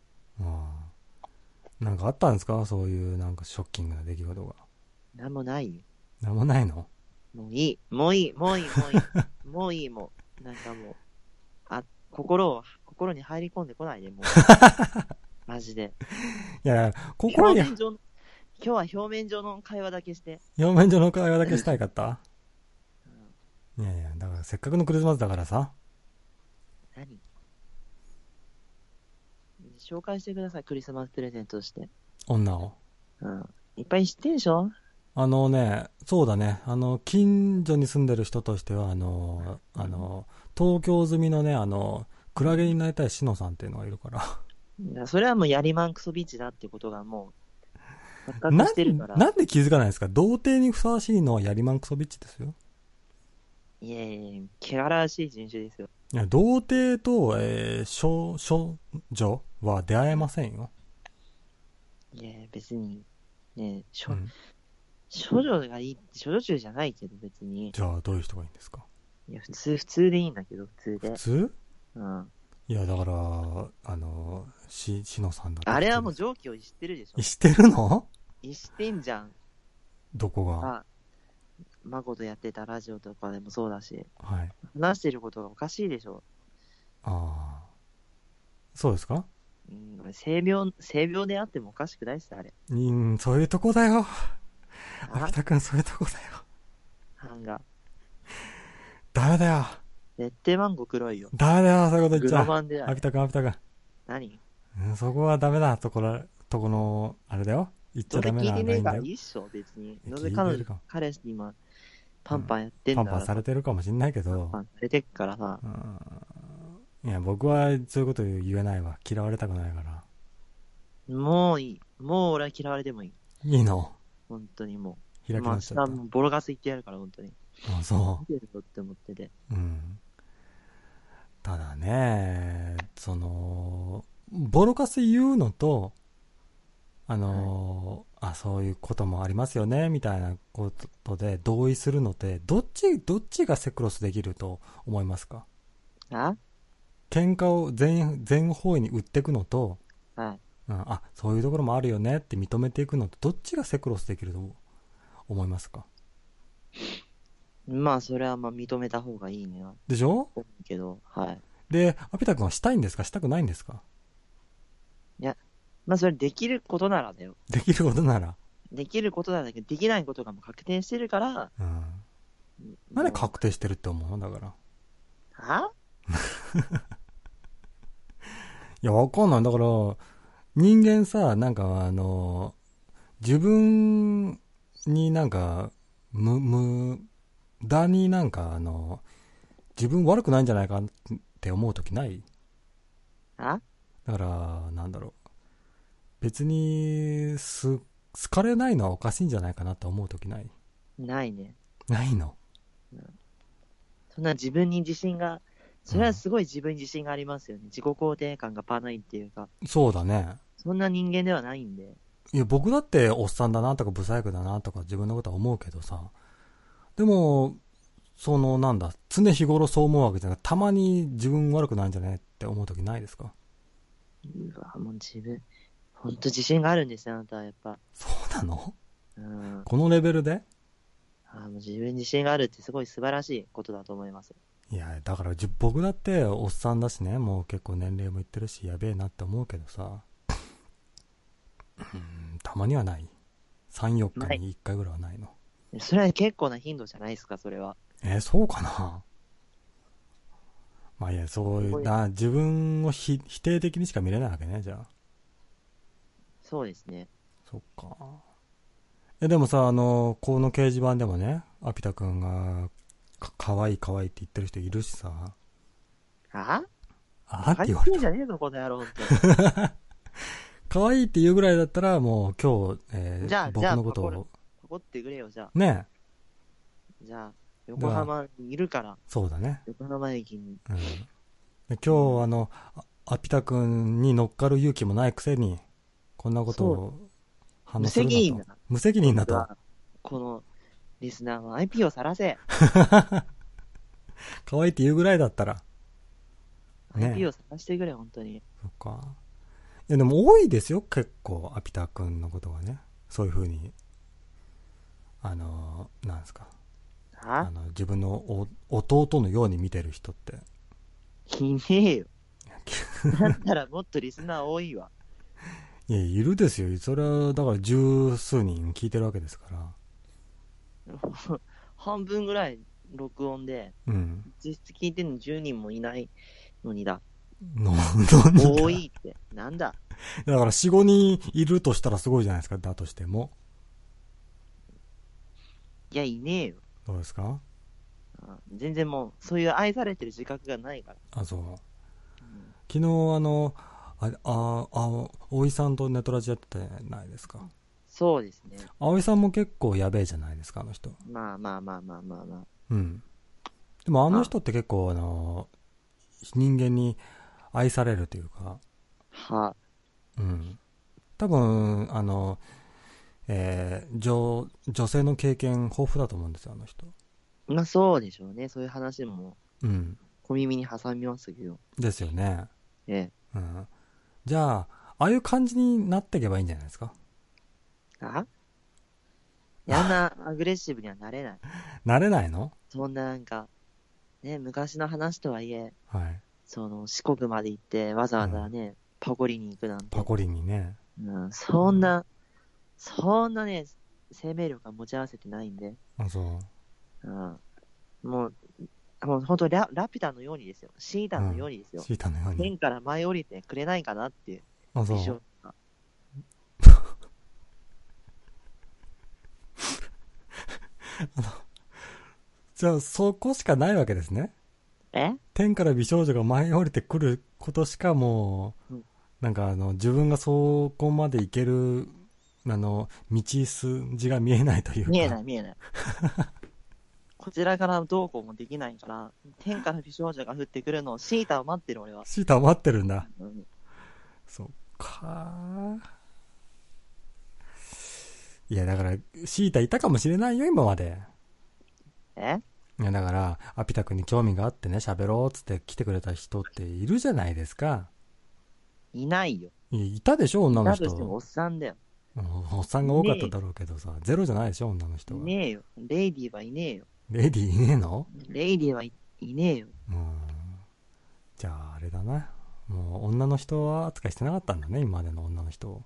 ああ。なんかあったんですかそういう、なんかショッキングな出来事が。
なんもないよ。
なんもないの
もういい、もういい、もういい、もういい、もういい、もう。なんかもう、あ、心を、心に入り込んでこないで、もう。マジで。
いやいや、心
表
に、
面上の、今日は表面上の会話だけして。
表面上の会話だけしたいかったいやいや、だからせっかくのクリスマスだからさ。
何紹介してください、クリスマスプレゼントとして。
女を。
うん。いっぱい知ってんでしょ
あのね、そうだね、あの、近所に住んでる人としては、あの、あの、東京済みのね、あの、クラゲになりたいシノさんっていうのがいるから。
いやそれはもうやりまんクソビッチだってことがもう、発覚
な
してるから。
なんで気づかないですか童貞にふさわしいのはヤリマンクソビッチですよ。
いやいやいや、汚らわしい人種ですよ。
いや、童貞と、えー、少、少女は出会えませんよ。
いやいや、別に、ねえ、しょ、
うん。
処女がいいって、処女中じゃないけど別に。
じゃあ、どういう人がいいんですか
いや、普通、普通でいいんだけど、普通で
普。通
うん。
いや、だから、あの、し、しのさんだって
あれはもう上記を知ってるでしょ。
知ってるの
知ってんじゃん。
どこが。
あ、マコとやってたラジオとかでもそうだし、
はい。
話してることがおかしいでしょ。
ああ。そうですか
うん、性病、性病であってもおかしくないっす、あれ。
うん、そういうとこだよ。
あ
秋田くん、そういうとこだよ。
版が。
ダメだよ。
絶対マンゴー黒いよ。
ダメだよ、そういうこと言
グ
っち
ロ
ゃ。
マンであれ
秋田くん、秋田く
何
ん。うんそこはダメだ、とこら、とこの、あれだよ。言っち
そ
ゃ
れ
ダメ
聞
ないライ
て
ン
ねえか
だ
ら
よ
い。いっしょ、別に。
え
なぜ
聞い
彼
てる
女
かも、
彼氏今、パンパンやってん
パ
だ
ン
から。
パンされてるかもしんないけど
パ。ンされてっからさ。
うんいや、僕はそういうこと言えないわ。嫌われたくないから。
もういい。もう俺は嫌われてもいい。
いいの
本当にもう。
開き
まあ
直
明
っち
日
ゃっ
もうボロガス言ってやるから、本当に。
た。あ、そう
見。てるぞって思ってて。
うんただね、その、ボロカス言うのと、あのーあ、そういうこともありますよね、みたいなことで同意するのって、どっち、どっちがセクロスできると思いますか
あ
喧嘩を全、全方位に売っていくのと、
はい。
うん、あそういうところもあるよねって認めていくのってどっちがセクロスできると思いますか
まあ、それはまあ認めた方がいいね。
でしょ
思うけど、はい。
でアピタ君はしたいんですかしたくないんですか
まあ、それできることならだよ。
できることなら、
できることなんだけど、できないことがもう確定してるから。
うん、なんで
もう
確定してるって思うのだから
はい
や、わかんない。だから、人間さ、なんかあの、自分になんか、む、無駄になんかあの、自分悪くないんじゃないかって思うときない
あ
だから、なんだろう。別に、す、好かれないのはおかしいんじゃないかなって思うときない
ないね。
ないの
そんな自分に自信が、それはすごい自分に自信がありますよね。自己肯定感がパないっていうか、
そうだね。
そんな人間ではないんで。
いや、僕だっておっさんだなとか、ブサイクだなとか、自分のことは思うけどさ。でも、その、なんだ、常日頃そう思うわけじゃなくたまに自分悪くないんじゃねって思う時ないですか
うわ、もう自分、ほんと自信があるんですよ、あなたはやっぱ。
そうなの
うん。
このレベルで
あーもう自分に自信があるってすごい素晴らしいことだと思います。
いや、だからじ僕だっておっさんだしね、もう結構年齢もいってるし、やべえなって思うけどさ。うん、たまにはない。3、4日に1回ぐらいはないの。
それは結構な頻度じゃないですか、それは。
えーそうかなまあいや、そういうな、自分をひ否定的にしか見れないわけね、じゃあ。
そうですね。
そっか。え、でもさ、あの、この掲示板でもね、アピタ君が、か、かわいいかわいいって言ってる人いるしさ、
あ
あって
関
言われ
係
た。
じゃねえぞ、この野郎って。
かわいいって言うぐらいだったら、もう今日、えー
じゃあ
僕のこと
じゃあ
を、
怒ってくれよ、じゃあ。
ね、
じゃあ、横浜にいるから、
そうだね。
横浜駅に。
うん。で今日、あの、あアピタ君に乗っかる勇気もないくせに、こんなことを、
無
話するな
責
と
任だな。
無責任だと。
この、リスナーは IP を晒せ。
可愛いって言うぐらいだったら。ね
IP を晒してくれ、本当に。
そっか。いやでも多いですよ、結構、アピタ君のことはね。そういう風に。あの、なんですか。あ
あ
の、自分のお弟のように見てる人って。
いねえよ。だったらもっとリスナー多いわ。
いや、いるですよ。それは、だから十数人聞いてるわけですから。
半分ぐらい録音で、
うん。
実質聞いてるの10人もいないのにだ。
の、のの
多いって。 なんだ
だから4、5人いるとしたらすごいじゃないですか。だとしても。
いや、いねえよ。
どうですか
うん全然もう、そういう愛されてる自覚がないから。
あ、そう。
うん
昨日あのあああ葵さんとネトラジやってたじゃないですか
そうですね。
葵さんも結構やべえじゃないですかあの人
まあまあまあまあまあま
うんでもあの人って結構あの人間に愛されるというか
あ。は、
うん多分あのえー女女性の経験豊富だと思うんですよあの人
まあそうでしょうね。そういう話も
うん
小耳に挟みますけど。
ですよね
ええ。
うんじゃあああいう感じになっていけばいいんじゃないですか
あいやあんなアグレッシブにはなれない。
なれないの
そんななんか、ね、昔の話とはいえ、
はい
その四国まで行ってわざわざね、パコリに行くなんて。
パコリにね
うん、そんな、そんなね、生命力は持ち合わせてないんで、
あそう
うん、もう、もう本当ラ、ラピュタのようにですよ。シータのようにですよ。
シータのように
天から舞い降りてくれないかなっていう
あそう
ビジョンが。
じゃあそこしかないわけですね
え
天から美少女が舞い降りてくることしかもう、
うん
なんかあの自分がそこまで行けるあの道筋が見えないというか
見えない見えない。 こちらからどうこうもできないから、天から美少女が降ってくるのをシータを待ってる俺は。
シータ待ってるんだ
うん
そっかいやだからシータいたかもしれないよ今まで
え
いやだからアピタ君に興味があってね喋ろうっつって来てくれた人っているじゃないですか
いないよ。
いやいたでしょ、女の
だ
人
としてもおっさんだよ。
うんおっさんが多かっただろうけどさ、ゼロじゃないでしょ、女の
い
人は。
ねえよ。レイディーはいねえよ。
レディーいねえの
レイディーはい、いねえよ。
うん。じゃあ、あれだな。もう、女の人は扱いしてなかったんだね、今までの女の人を。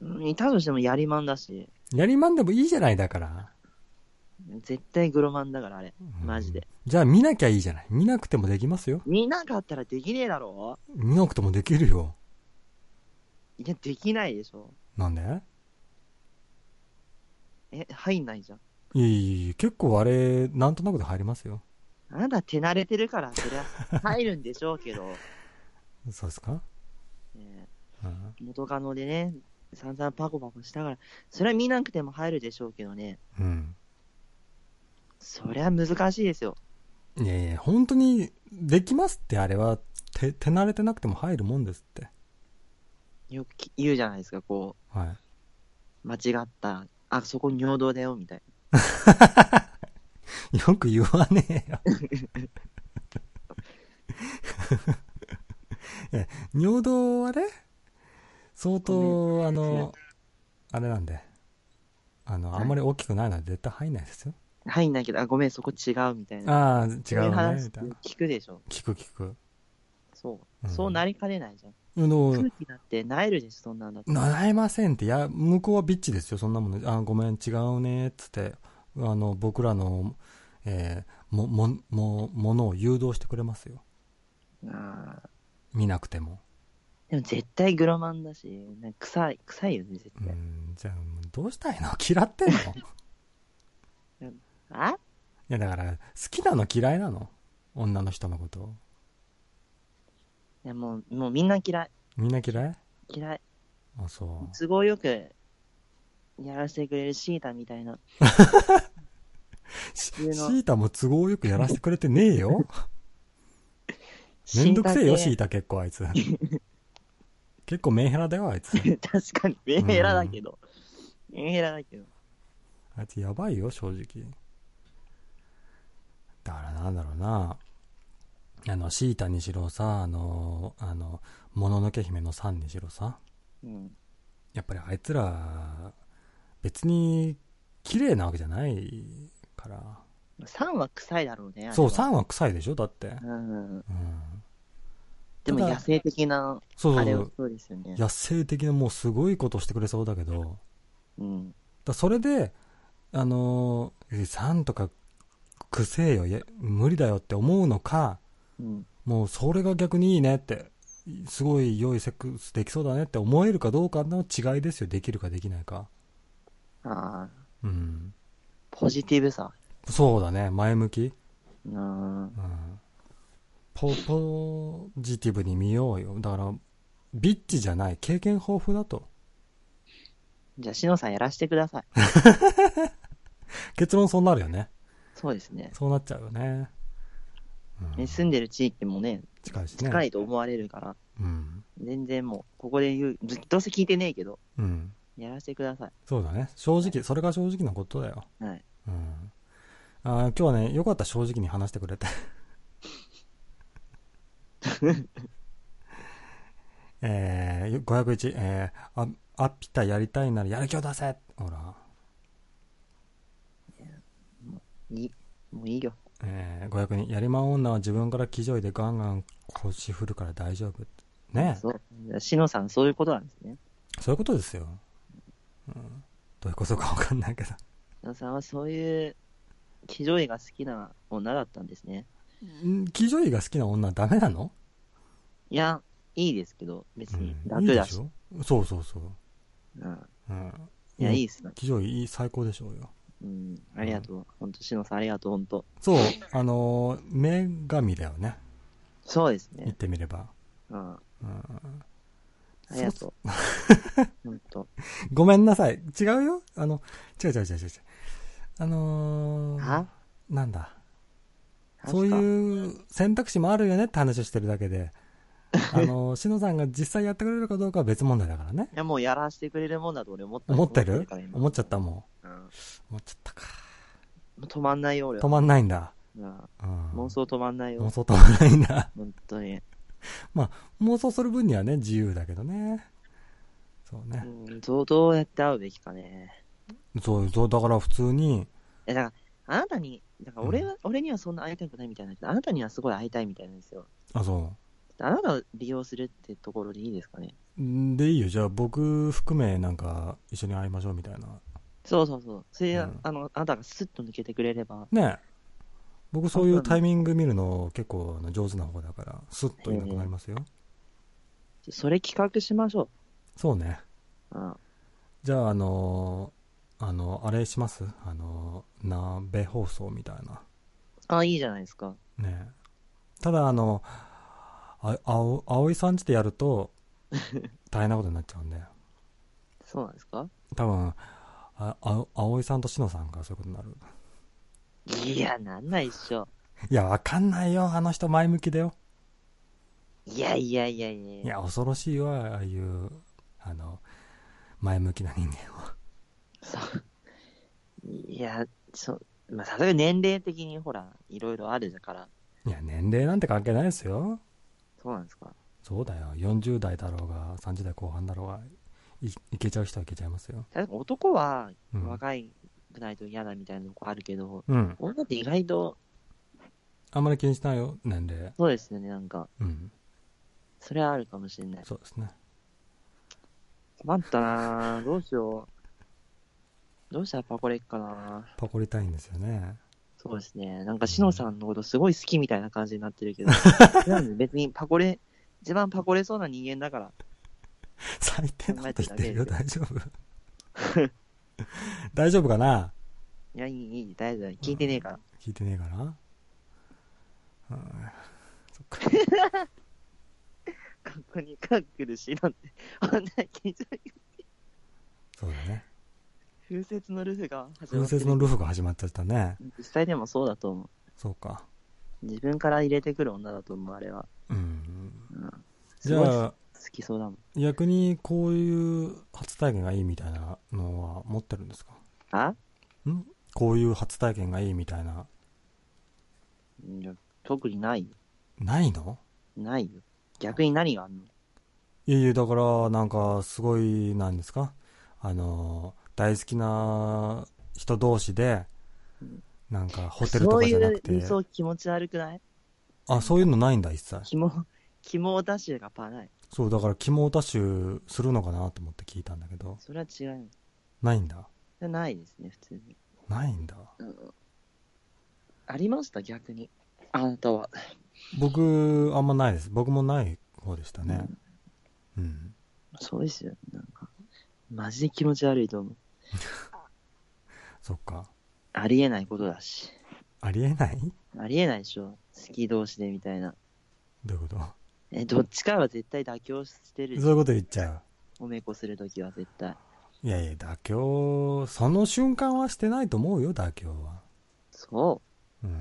うんいたとしてもやりまんだし、
やりまんでもいいじゃない、だから。
絶対グロマンだからあれ。
うん
マジで。
じゃあ、見なきゃいいじゃない。見なくてもできますよ。
見なかったらできねえだろ
見なくてもできるよ。
いや、できないでしょ。
なんで
え、入んないじゃん。
いやいやいや結構あれ、なんとなくで入りますよ。
あなた手慣れてるから、そり ゃ、入るんでしょうけど、
そうですか
ね
うん。
元カノでね、散々パコパコしたから、そりゃ見なくても入るでしょうけどね、
うん。
そりゃ難しいですよ。
いやいや、本当に、できますって、あれは、手、手慣れてなくても入るもんですって。
よくき言うじゃないですか、こ
はい。
う、間違った、あ、そこ尿道だよ、みたい
よく言わねえ よ。え尿道はね、相当、あの、あれなんで、あの、
はい
あんまり大きくないのは絶対入んないですよ。
な。入んないけど、あ、ごめん、そこ違う、みたいな。
ああ、違
そういう
うね、
話
みたいな。
聞くでしょ。
聞く聞く。
そう。
うん
そうなりかねないじゃん。
あの
空、気だって、なえるでしょ、そんなんだって。
習えませんって、いや、向こうはビッチですよ、そんなもんね。あーごめん、違うね、つって、あの、僕らの、えーも、も、も、ものを誘導してくれますよ。
あー
見なくても。
でも絶対グロマンだし、なんか臭い、臭いよね、絶
う
対。
ん、じゃあ、どうしたいの 嫌ってんのい
あ
や、だから、好きなの嫌いなの女の人のこと。
いやもう、もうみんな嫌い。
みんな嫌い
嫌い。
あ、そ
都合よく、やらせてくれるシータみたいな。
う。しシ
普通の
ータも都合よくやらせてくれてねえ よ。めんどくせえよ、シー
ー
タ結構 あいつ。結構メンヘラだよ、あいつ。
タ。確かに、メンヘラだけど。メンヘラだけど。
あいつやばいよ、正直。だからなんだろうな。あの、シータにしろさ、あの、あの、もののけ姫のサンにしろさ。
うん。
やっぱりあいつら、別に綺麗なわけじゃないから。
サンは臭いだろうね。
そう、サ
ン
ンは臭いでしょだって。
うん。
うん。
でも
ただ
野生的な、
そうそ
あ
う
れ
そ
を
う。
そうですよね。
野生的なもうすごいことしてくれそうだけど。
うん。
だそれで、あのー、サンとか、くせえよ、いや、無理だよって思うのか、
うん。
もうそれが逆にいいねって、すごい良いセックスできそうだねって思えるかどうかの違いですよ。できるかできないか。
ああ、
うん。
ポジティブさ。
そうだね、前向き。
うん。
うんポポジティブに見ようよだからビッチじゃない経験豊富だと
じゃあ、しのさんやらしてください。
結論そうなるよね
そうですね。
そうなっちゃうよね、うん
ね住んでる地域もね、
近いしね
近いと思われるから、
うん
全然もう、ここで言う、ずどうせ聞いてねえけど、
うん
やらせてくださ
そうだね正直それが正直なことだよ
い。はい。
うんあー今日はねよかった正直に話してく れてえー、501、えー、あアピタやりたいならやる気を出せほら
いいもういいよ。
えー、500人、やりまん女は自分から気丈いでガンガン腰振るから大丈夫。ね
そう。しのさん、そういうことなんですね。
そういうことですよ。うん、どういうことかわかんないけど。
しのさんはそういう、気乗位が好きな女だったんですね。
ん気丈いが好きな女はダメなの
いや、いいですけど、別
う
に
ん、いい
楽
で
だ
し
し。
ょそうそうそう。
うん。
うん、
いや、いい
い。
ですよ。
気丈いいい、最高でしょうよ。
うん。ありがとう。ほんと、しのさん、ありがとう、ほんと。
そう、あのー女神だよね。
そうです
言っ
ね。
てみれば。
うん。あ
うん、
りがとう。 ほんと。
ごめんなさい。違うよ。あの、違う違う違う違う違う。あのー、
あ
なんだ。そう
う。
いう選択肢もあるよねって話をしてるだけ で、あの、しのさんが実際やってくれるかどうかは別問題だからね。
いや、もうやらせてくれるもんだと俺思った。
思ってる
から今
思っちゃったもん。
うん。も
思っちゃったか。
う止まんないよ、俺
止
は。
まんないんだ。
うん
うん。
妄想止まんない
妄
よ。
想止まんないんだ。
本当に。
まあ、妄想する分にはね、自由だけどね。そうね。
うん、どう、どうやって会うべきかね。
そうそう、だから普通に、
え、だから、あなたに、だから俺は、俺にはそんな会いたくないみたいなんだけど、あなたにはすごい会いたいみたいなんですよ。
あ、そ
あなたを利用するってところでいいですかね。
う。んで、いいよ。じゃあ僕含め、なんか、一緒に会いましょうみたいな。
そうそうそう。それで、
うん
あの、あなたがスッと抜けてくれれば、
ねえ。僕そういうタイミング見るの結構あの上手な方だから、スッといなくなりますよ。
それ企画しましょ
そうね。
う。うん。
じゃあ、あのーあの、あれしますあのー、鍋放送みたいな。
あ、いいじゃないですか。
ねえただ、あの、あ、あお、葵さんちでやると、大変なことになっちゃうんで。
そうなんですか
多分、あ、あお、葵さんとしのさんがそういうことになる。
いや、なんないっしょ。
いや、わかんないよ。あの人前向きだよ。
いやいやいやいや。
いや、恐ろしいわ、ああいう、あの、前向きな人間は。
そう。いや、そう、まあ、さすがに年齢的にほら、いろいろあるから、
いや、年齢なんて関係ないですよ。
そうなんですか。
そうだよ。40代だろうが、30代後半だろうが、い、いけちゃう人はいけちゃいますよ。
確かに男は
うん
若いくないと嫌だみたいなとこあるけど、
うん。
女って意外と、
あんまり気にしないよ、年齢。
そうですよね、なんか、
うん。
それはあるかもしれない。
そうですね。
困ったなぁどうしよう。どうしたらパコレッかな
パコりたいんですよね。
そうですね。なんか、しのさんのことすごい好きみたいな感じになってるけ ど、なんで別にパコレ、一番パコレそうな人間だから、
最低なこと言ってるよ、
考
大丈夫。 大丈夫かない
や、いい、いい、大丈夫。聞いてねえから。
聞いてねえかなうん。そっか。
ここにカックルしなんて、あんな緊張
そうだね。
風雪のルフが始ま
風
ってる
説のルフが始まっちゃったね。
実際でもそうだと思う。
そうか。
自分から入れてくる女だと思う、あれは。
うん。
うん、
じ
すごい
ゃ
好
あ、
きそうだもん。
逆にこういう初体験がいいみたいなのは持ってるんですか
あ
んこういう初体験がいいみたいな。
いや特にないよ。
ないの
ないよ。逆に何があんの
いやいや、だから、なんか、すごい、なんですかあの、大好きな人同士で、なんか、ホテルとかじゃなく
そういう
て
理。想気持ち悪くない
あ、そういうのないんだ、一切。
肝、肝を出しがパーない。
そう、だから、肝ダッシュするのかなと思って聞いたんだけど、
それは違う
ないんだ。
よ。ないですね、普通に。
ないんだ。
ありました、逆に。あなたは。
僕、あんまないです。僕もない方でしたね。うん。
そうですよ。なんか、マジで気持ち悪いと思う。
そっか。
ありえないことだし。
ありえない
ありえないでしょ。好き同士でみたいな。
どういうこと
え、どっちかは絶対妥協してる
そういうこと言っちゃう。
おめこするときは絶対。
いやいや、妥協、その瞬間はしてないと思うよ、妥協は。
そ
うん。
う。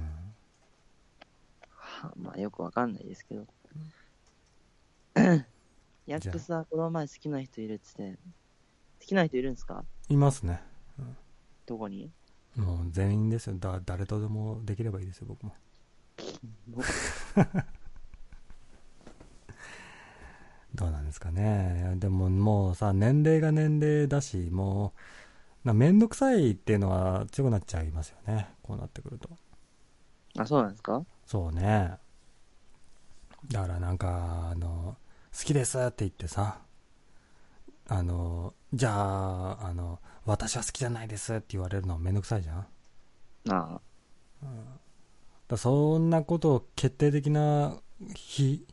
はまあよくわかんないですけど。ヤックスはこの前好きな人いるっつって。好きな人いるんですか
いますね。
どこに
もう全員ですよ。だ、誰とでもできればいいですよ、僕も。
も
どうなんですかね。でももうさ、年齢が年齢だし、もう、なめんどくさいっていうのは強くなっちゃいますよね。こうなってくると。
あ、そうなんですか
そうね。だからなんか、あの、好きですって言ってさ、あの、じゃあ、あの、私は好きじゃないですって言われるのはめんどくさいじゃん。
ああ。
だそんなことを決定的な日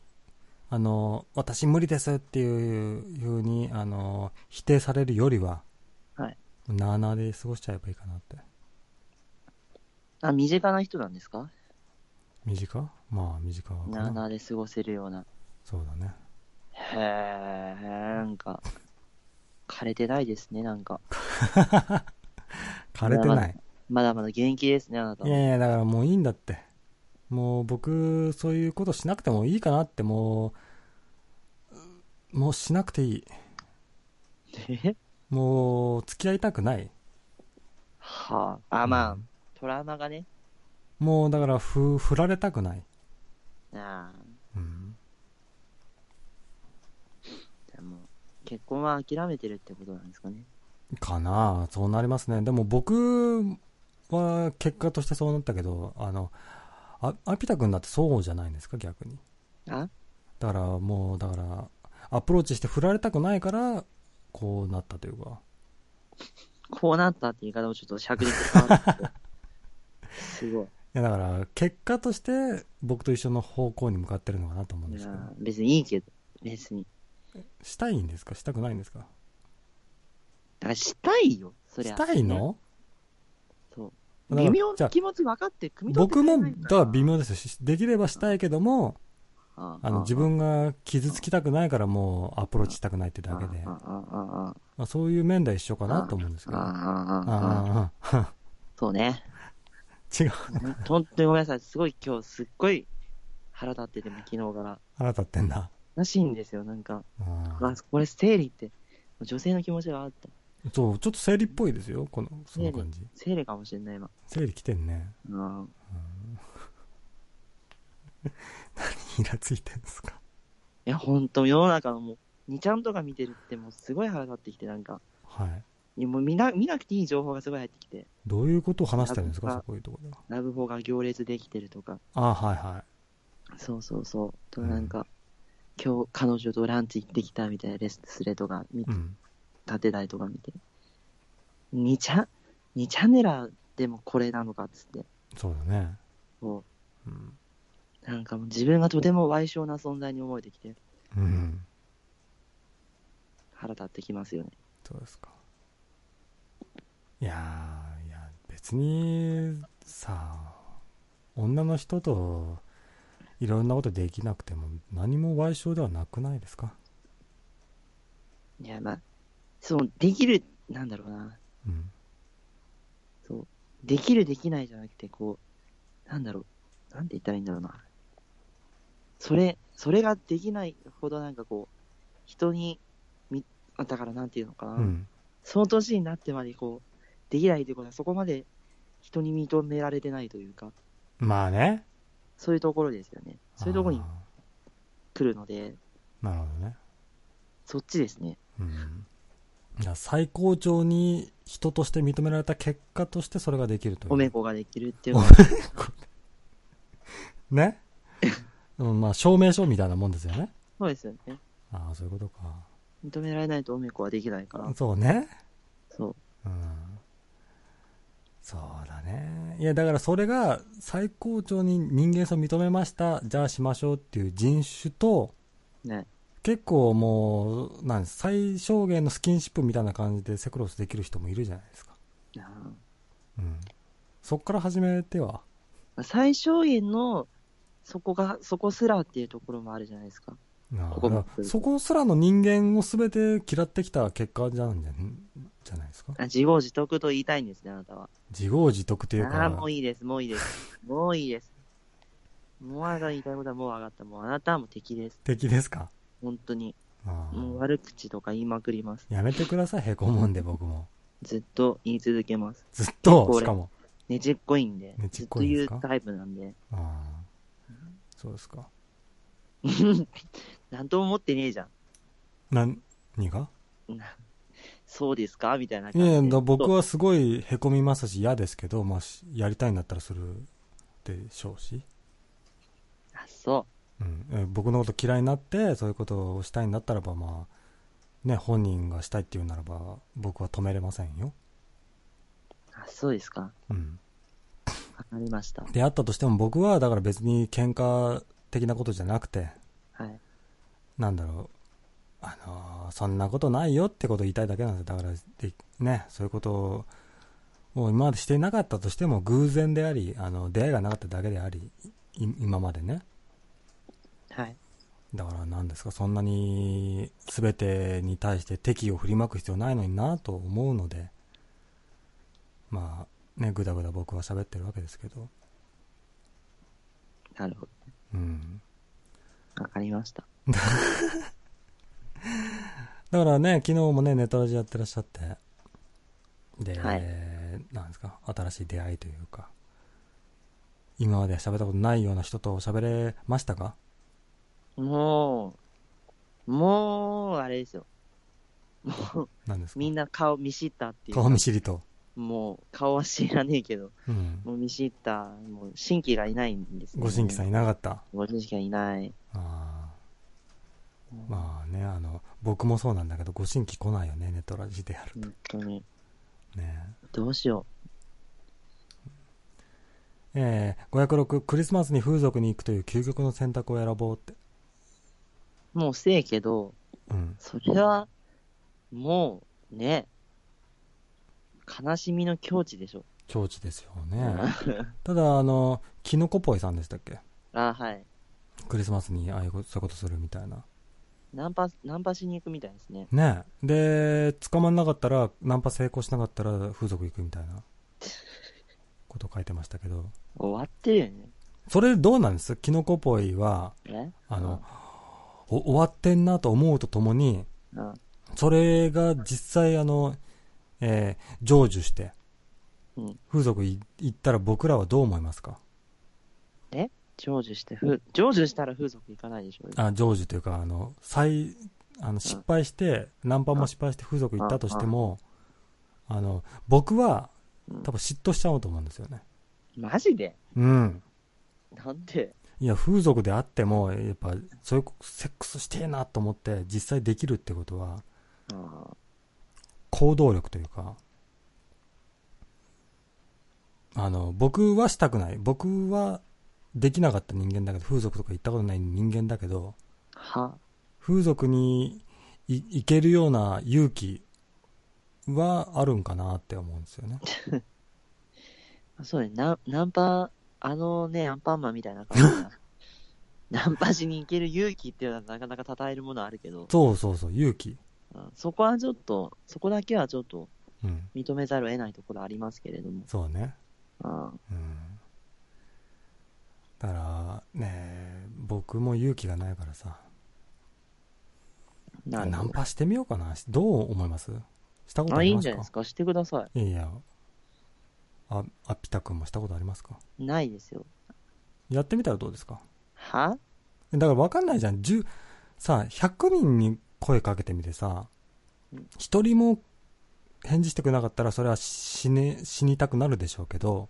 あの私無理ですっていうふうにあの否定されるよりは、
はい、
なあなあで過ごしちゃえばいいかなって
あ、身近な人なんですか
短まあ短はかな
なあなあで過ごせるような。
そうだね
へえ、なんか、枯れてないですね、なんか。
枯れてない
まだまだ元気ですね、あなた
い
は。
やいやだからもういいんだってもう僕そういうことしなくてもいいかなってもうもうしなくていい
え
もう付き合いたくない
はあ。あ、まあ、トラウマがね。
もうだからふ振られたくない
ああ。
うん
結婚は諦めてるってことなんですかね。
かなそうなりますね。でも僕は結果としてそうなったけど、あの、あ、アピタ君だってそうじゃないですか、逆に。
あ
だからもう、だから、アプローチして振られたくないから、こうなったというか。
こうなったって言い方もちょっと尺で変わっててすご い。
いや、だから、結果として僕と一緒の方向に向かってるのかなと思うん
い
です
や
けど。
別にいいけど、別に。
したいんですかしたくないんですか
だからしたいよ、そりゃ。
したいの
そう。
だから
微妙
じゃ
な
あ
気持ち分かって、組み取って
僕
くれ
も
ない、
だから微妙ですよ。しできればしたいけども、
あ
あの、自分が傷つきたくないからもうアプローチしたくないってだけで
あ、あ、あ
まあ、そういう面では一緒かなと思うんです
あ、ああ、
けど。あ
ああ、ああ、
あ、
そうね。
違う。
本当にごめんなさい。すごい今日、すっごい腹立ってても、昨日から。
腹立ってんだ。
らしいんですよ、なんか。
うん
あ、これ、生理って、女性の気持ちがあった。
そう、ちょっと生理っぽいですよ、この、その感じ。
生理かもしれない、今。
生理来てんね。
うん。
イラついてんすか。
いや、ほんと、世の中のもう、2ちゃんとか見てるって、もうすごい腹立ってきて、なんか。
はい。
いやもう見な見なくていい情報がすごい入ってきて、
どういうことを話してるんですか、
なん
そ
か
こういうところでは。
ラブホが行列できてるとか、
ああ、はいはい。
そうそうそう、と
うん
なんか、今日彼女とランチ行ってきたみたいなレススレとか見て
う、ん。
立て台とか見て、2ちゃん、2チャンネラでもこれなのかっつって、
そうだね。
こ
うん。
う、なんかもう自分がとても矮小な存在に思えてきて、
うん。
腹立ってきますよね。
そうですか。いやー、いや、別に、さ、女の人と、いろんなことできなくても、何も賠償ではなくないですか
いや、まあ、そう、できる、なんだろうな、
うん。
そう、できるできないじゃなくて、こう、なんだろう、なんて言ったらいいんだろうな。それ、それができないほどなんかこう、人に、み、あだからなんていうのかな。
うん。
その年になってまでこう、できないということはそこまで人に認められてないというか、
まあね。
そういうところですよね。そういうところに
あ
来るので、
ーなるほどね。
そっちですね。
うんいや最高潮に人として認められた結果としてそれができるという。
褒め子ができるっていうのは、
ね うん、まあ、証明書みたいなもんですよね。
そうですよね。
ああ、そういうことか。
認められないと褒め子はできないから、
そうね。
そう。
うん。そうだね。いや、だからそれが最高潮に人間性を認めました、じゃあしましょうっていう人種と、
ね。
結構もう、なんです最小限のスキンシップみたいな感じでセクロスできる人もいるじゃないですか。
あー
うん。そっから始めては、
最小限のそこが、そこすらっていうところもあるじゃないですか。
なあ
ここ
だからそこすらの人間を全て嫌ってきた結果じゃんじゃじゃないですか
あ自業自得と言いたいんですね、あなたは。
自業自得という
ああ、
か
もういいです、もういいです。もういいです。もうあなたの言いたいことはもう分かった。もうあなたはもう敵です。
敵ですか
本当に。
ああ
もう悪口とか言いまくります。
やめてくださいへこむんで僕も
ずっと言い続けます。
ずっと
こ
し
れ
かも
ねちっこいんで。
ねち
ず
っ
っ
こといんです
言う
か
タイプなんで。
ああそうですか
なんとも思ってねえじゃ
何が
ん。なそうですかみたいない感じで。
やだ僕
そう。
はすごいへこみますし嫌ですけど、まあ、しやりたいんだったらするでしょうし、
あ、そ
うん、え僕のこと嫌いになってそういうことをしたいんだったらばまあね本人がしたいっていうならば僕は止めれませんよ
う。あ、そうですか。
うん
わかりました。
であったとしても僕はだから別に喧嘩的なことじゃなくて
はい。
なんだろうあのーそんなことないよってことを言いたいだけなんですよだからでねそういうことをもう今までしていなかったとしても偶然でありあの出会いがなかっただけでありい今までね
はい。
だから何ですかそんなに全てに対して敵意を振りまく必要ないのになと思うのでまあねぐだぐだ僕は喋ってるわけですけど
なるほ
うん
ど。わかりました。
だからね、昨日もね、ネトラジやってらっしゃって、で、
はい
なんですか、新しい出会いというか、今まで喋ったことないような人と喋れましたか
もう、もう、あれですよ。もう、
なんですか
みんな顔見知ったっていう。
顔見知りと。
もう、顔は知らねえけど、
うん。
もう見知った、もう、新規がいないんですよね
ご新規さんいなかった。
ご新規がいない。
あーまあね、あの、僕もそうなんだけど、ご新規来ないよね、ネットラジでやる
本当に。
と。ね
どうしよ
えー、506、クリスマスに風俗に行くという究極の選択を選ぼうって。
う。もうせえけど、
うん。
それは、もう、ね、悲しみの境地でしょ。
境地ですよね。ただ、あの、キノコポイさんでしたっけ
あはい。
クリスマスにああいうことそういうことするみたいな。
ナンパ、ナンパしに行くみたいですね。
ねえ。で、捕まんなかったら、ナンパ成功しなかったら風俗行くみたいなこと書いてましたけど。
終わってるよね。
それどうなんですキノコポイは、
え
あの、お終わってんなと思うとともに、
うん。
それが実際あの、えー成就して、
うん
風俗い行ったら僕らはどう思いますか
成就して、ふ、成就したら風俗行かないでしょ。
あ、成就というか、あの、再、あの、失敗して、ナンパも失敗して風俗行ったとしても、あの、僕は
うん
多分嫉妬しちゃうと思うんですよね。
マジで
うん。
なんで
いや、風俗であっても、やっぱ、そういう、セックスしてえなと思って、実際できるってことは、
あ
行動力というか、あの、僕はしたくない。僕はできなかった人間だけど、風俗とか行ったことない人間だけど、
あ。は
風俗にい行けるような勇気はあるんかなって思うんですよね。
そうね、ナンナンパ、あのね、アンパンマンみたいな感 じだナンパしに行ける勇気っていうのはなかなか称えるものあるけど、
そうそうそう、勇気。
うんそこはちょっと、そこだけはちょっと
うん。
認めざるを得ないところありますけれども、
そうね。
う
う
ん
ん。だから、ね僕も勇気がないからさ、
なる
ナ
ほ
ンパしてみようかな。どう思いますしたこと
ど。
あ
あ、い
り
いん
ますか
じゃないですか、してくださ
いやいや。あ、あピタ君もしたことありますか
い。ないですよ。
やってみたらどうですか
は
だから分かんないじゃん。10、さ、100人に声かけてみてさ
うん、
一人も返事してくれなかったらそれは死ね、死にたくなるでしょうけど、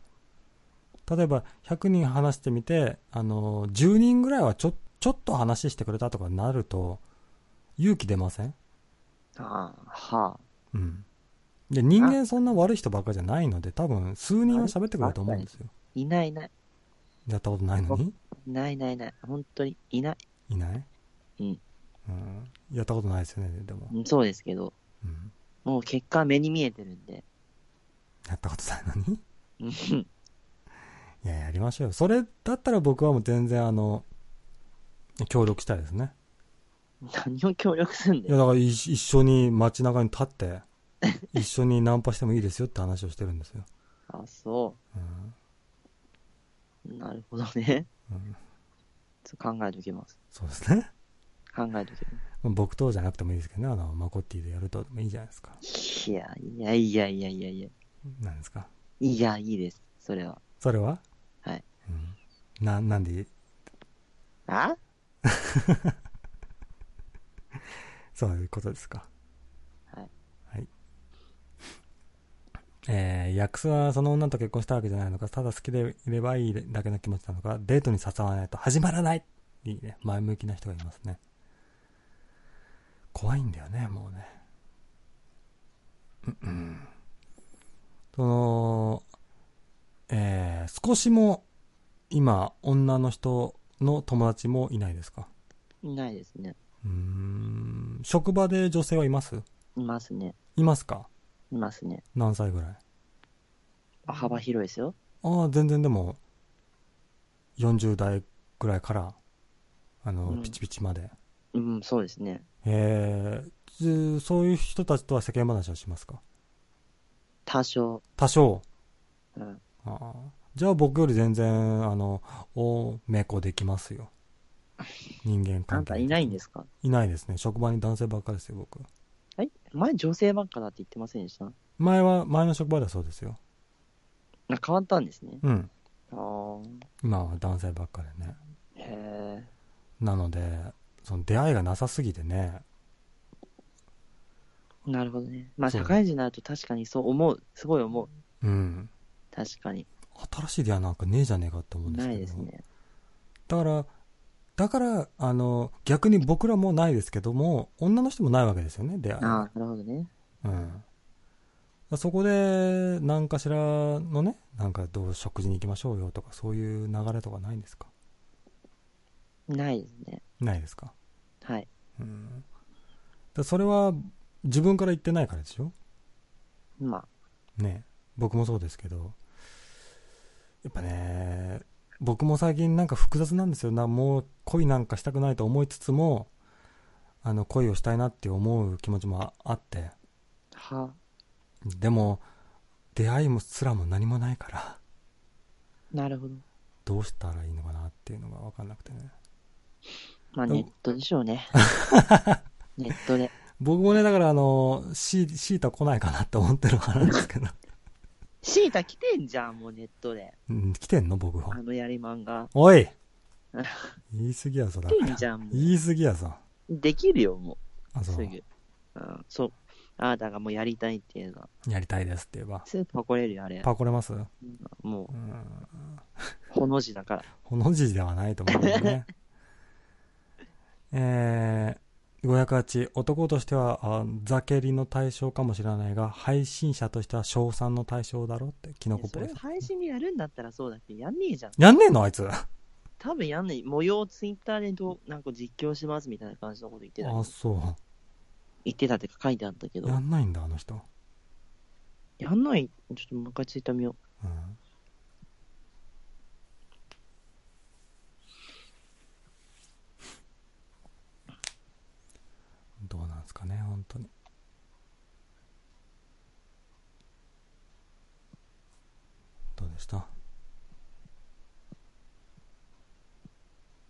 例えば100人話してみて、あの、10人ぐらいはちょ、ちょっと話してくれたとかなると、勇気出ません
あは
うん。で、人間そんな悪い人ばっかじゃないので、多分数人は喋ってくれると思うんですよ。
いないいない。
やったことないのに
ないないない。本当にいない。
いない
うん。
うん。やったことないですよね、でも。
うんそうですけど、
うん。
もう結果は目に見えてるんで。
やったことないのに
うん
いや、やりましょうよ。それだったら僕はもう全然あの、協力したいですね。
何を協力すん
い
だ
や、
よ。
だから一一緒に街中に立って、一緒にナンパしてもいいですよって話をしてるんですよ。
あ、そ
うん。
う。なるほどね。
うん、
ちょっと考えておきます。
そうですね。
考えておきま
僕とじゃなくてもいいですけどね、あの、マコッティでやるとでもいいじゃないですか。
す。いや、いやいやいやいやいや。
なんですか。
いや、いいです。それは。
それは
はい。
うん。な、なんでいい
あ
そういうことですか。
はい。
はい。えー、ヤックスはその女と結婚したわけじゃないのか、ただ好きでいればいいだけの気持ちなのか、デートに誘わないと始まらないいいね。前向きな人がいますね。怖いんだよね、もうね。うんうんその、えー、少しも今、女の人の友達もいないですか
いないですね。
うーん職場で女性はいます
いますね。
いますか
いますね。
何歳ぐらい
あ幅広いですよ。
ああ、全然でも、40代ぐらいから、あの、
うん
ピチピチまで。
うん、そうですね。
えー、ずそういう人たちとは世間話をしますか
多少。
多少。
うん。
ああじゃあ僕より全然、あの、おめこできますよ。人間
あ
関係。
んたいないん
で
ですか
いないですね。職場に男性ばっかりですよ、僕。
え前女性ばっかだって言ってませんでした
前は、前の職場ではそうですよ。
あ、変わったんですね。
うん。
あー
今は男性ばっかりね。
へえ。
なので、その出会いがなさすぎてね、
なるほどね。まあ、
そう
社
だね
会人になると確かにそう思う。すごい思う。
うん。
確かに。
新しい出会いなんかねえじゃねえかって思うんですけ
な
ど。
いですね。
だから、だから、あの、逆に僕らもないですけども、女の人もないわけですよね、出会い。
ああ、なるほどね。
うん。そこで、何かしらのね、なんかどう食事に行きましょうよとか、そういう流れとかないんですか
ないですね。
ないですか
はい。
うん。だそれは、自分から言ってないからでしょ
まあ、
ね僕もそうですけどやっぱね僕も最近なんか複雑なんですよなもう恋なんかしたくないと思いつつもあの恋をしたいなって思う気持ちもああって
は、
でも出会いもすらも何もないから
なるほど。
どうしたらいいのかなっていうのが分かんなくてね
まあ、
でも
ネットでしょ うね。ネットで。
僕もねだからあのシーシータ来ないかなって思ってるからなんですけど、
シータ来てんじゃん、もうネットで。
うん、来てんの僕は
あのやりまんが。
お い言い過ぎやぞだか
来てん
ら
じゃん、もう。
言い過ぎやぞ
できるよ、も
あ
う。
そ
す
う
ぐ。うん、そう。あなたがもうやりたいって言えば。
やりたいですって言えば
スープは来れるよ、あれ。
パコれますうん。
もう、ほの字だから。
ほの字ではないと思うんだよね。 えー、508、男としてはあザケリの対象かもしれないが、配信者としては賞賛の対象だろって、キノコ
そ
ポ
れ
イ
を
さ
配信でやるんだったらそうだけど、やんねえじゃん。
ん。やんねえのあいつ。あ、
多分やんない。模様をツイッターでどう、なんか実況しますみたいな感じのこと言ってたけど。
そ
言ってたってか書いてあったけ
う。
ど
や。んないんだ、あの人。
やんない。ちょっともう一回ツイッター見よ
うん。どうなんですかね、本当に。どうでした
う。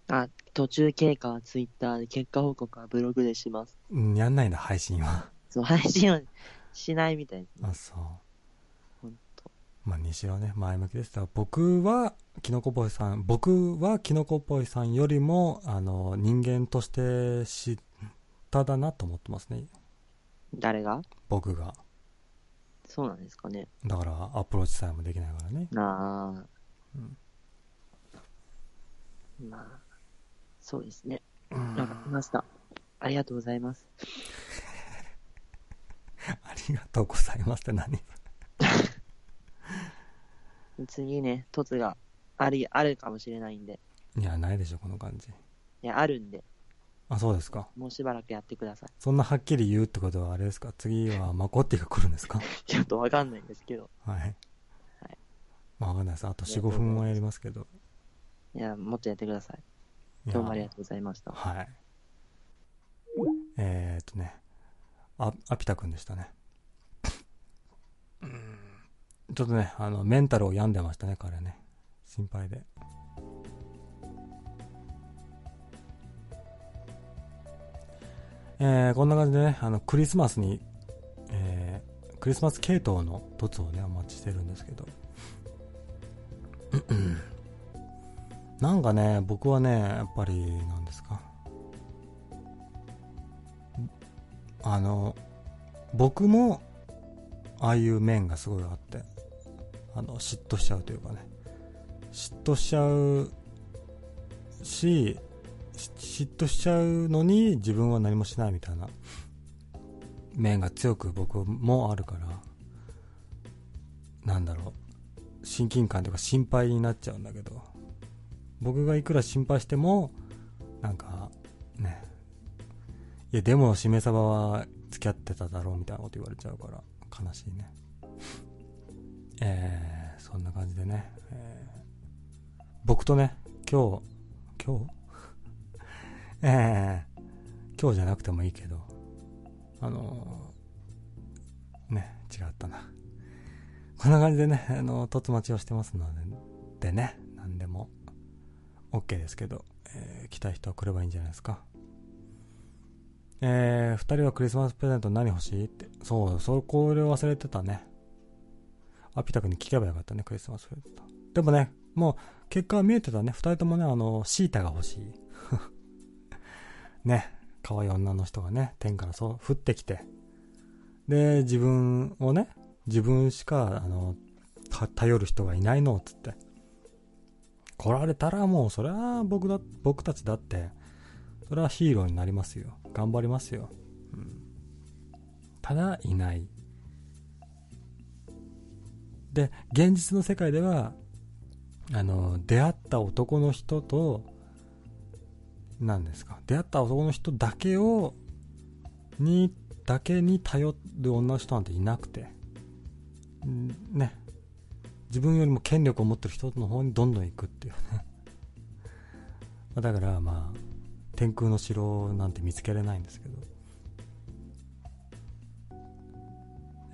あ、途中経過はツイッターで、結果報告はブログでします。
うん、やんないんだ、配信は。
そう、配信はしないみたいですね
あ、。そう。
ほんと。
まあ、西はね、前向きでした。僕は、キノコボーイさん、僕はキノコボーイさんよりも、あの、人間として知っただなと思ってますね、
誰が
僕が。
そうなんですかね。
だからアプローチさえもできないからね
なあ、
うん
まあ、そうですね。わかりました。ありがとうございます。
ありがとうございますって何
次ね、凸があり、あるかもしれないんで。
いやないでしょこの感じ
いや、あるんで、
あそうですか
もうしばらくやってください。
そんなはっきり言うってことはあれですか次はマコッティが来るんですか
ちょっとわかんないんですけど。
はいまあわかんないですあと45分はやりますけど
いや、もっとやってください。
いや
どうもありがとうございました。
はいえー、っとねあアピタ君でしたねうんちょっとねあのメンタルを病んでましたね彼ね心配でえーこんな感じでねあのクリスマスに、えークリスマス系統の凸をねお待ちしてるんですけどうんうんなんかね僕はねやっぱりなんですかんあの僕もああいう面がすごいあってあの嫉妬しちゃうというかね嫉妬しちゃうしし嫉妬しちゃうのに自分は何もしないみたいな面が強く僕もあるからなんだろう親近感というか心配になっちゃうんだけど僕がいくら心配してもなんかねいやでもしめ鯖は付き合ってただろうみたいなこと言われちゃうから悲しいねえー、そんな感じでね、えー僕とね今日今日 えー、今日じゃなくてもいいけどあのーね違ったなこんな感じでね、あの、突待ちをしてますので、でね、何でも OK ですけど、えー来たい人は来ればいいんじゃないですか。えー、二人はクリスマスプレゼント何欲しいって。そう、そこれ忘れてたね。アピタ君に聞けばよかったね、クリスマスプレゼント。でもね、もう、結果は見えてたね。二人ともね、あの、シータが欲しい。 ね、可愛い女の人がね、天からそう、降ってきて、で、自分をね、自分しか、あの、た頼る人がいないの、つって。来られたらもう、それは僕だ、僕たちだって、それはヒーローになりますよ。頑張りますよ。うん、ただ、いない。で、現実の世界では、あの、出会った男の人と、何ですか、出会った男の人だけを、にだけに頼る女の人なんていなくて、んね、自分よりも権力を持ってる人の方にどんどん行くっていうね。まあだからまあ、天空の城なんて見つけれないんですけど。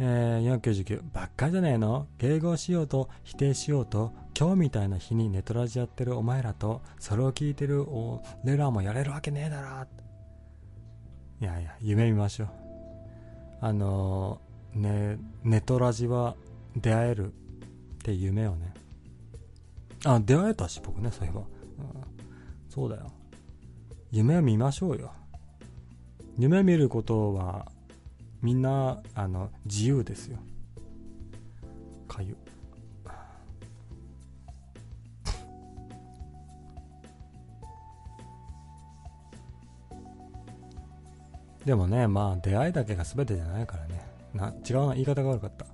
えー、499、ばっかじゃねえの迎合しようと否定しようと、今日みたいな日にネトラジやってるお前らと、それを聞いてる俺らもやれるわけねえだろいやいや、夢見ましょう。あのーね、ネトラジは出会えるって夢をね。あ、出会えたし、僕ね、そういえば。うん、そうだよ。夢を見ましょうよ。夢見ることは、みんな、あの、自由ですよ。かゆ。でもね、まあ、出会いだけが全てじゃないからね。な、違うな、言い方が悪かった。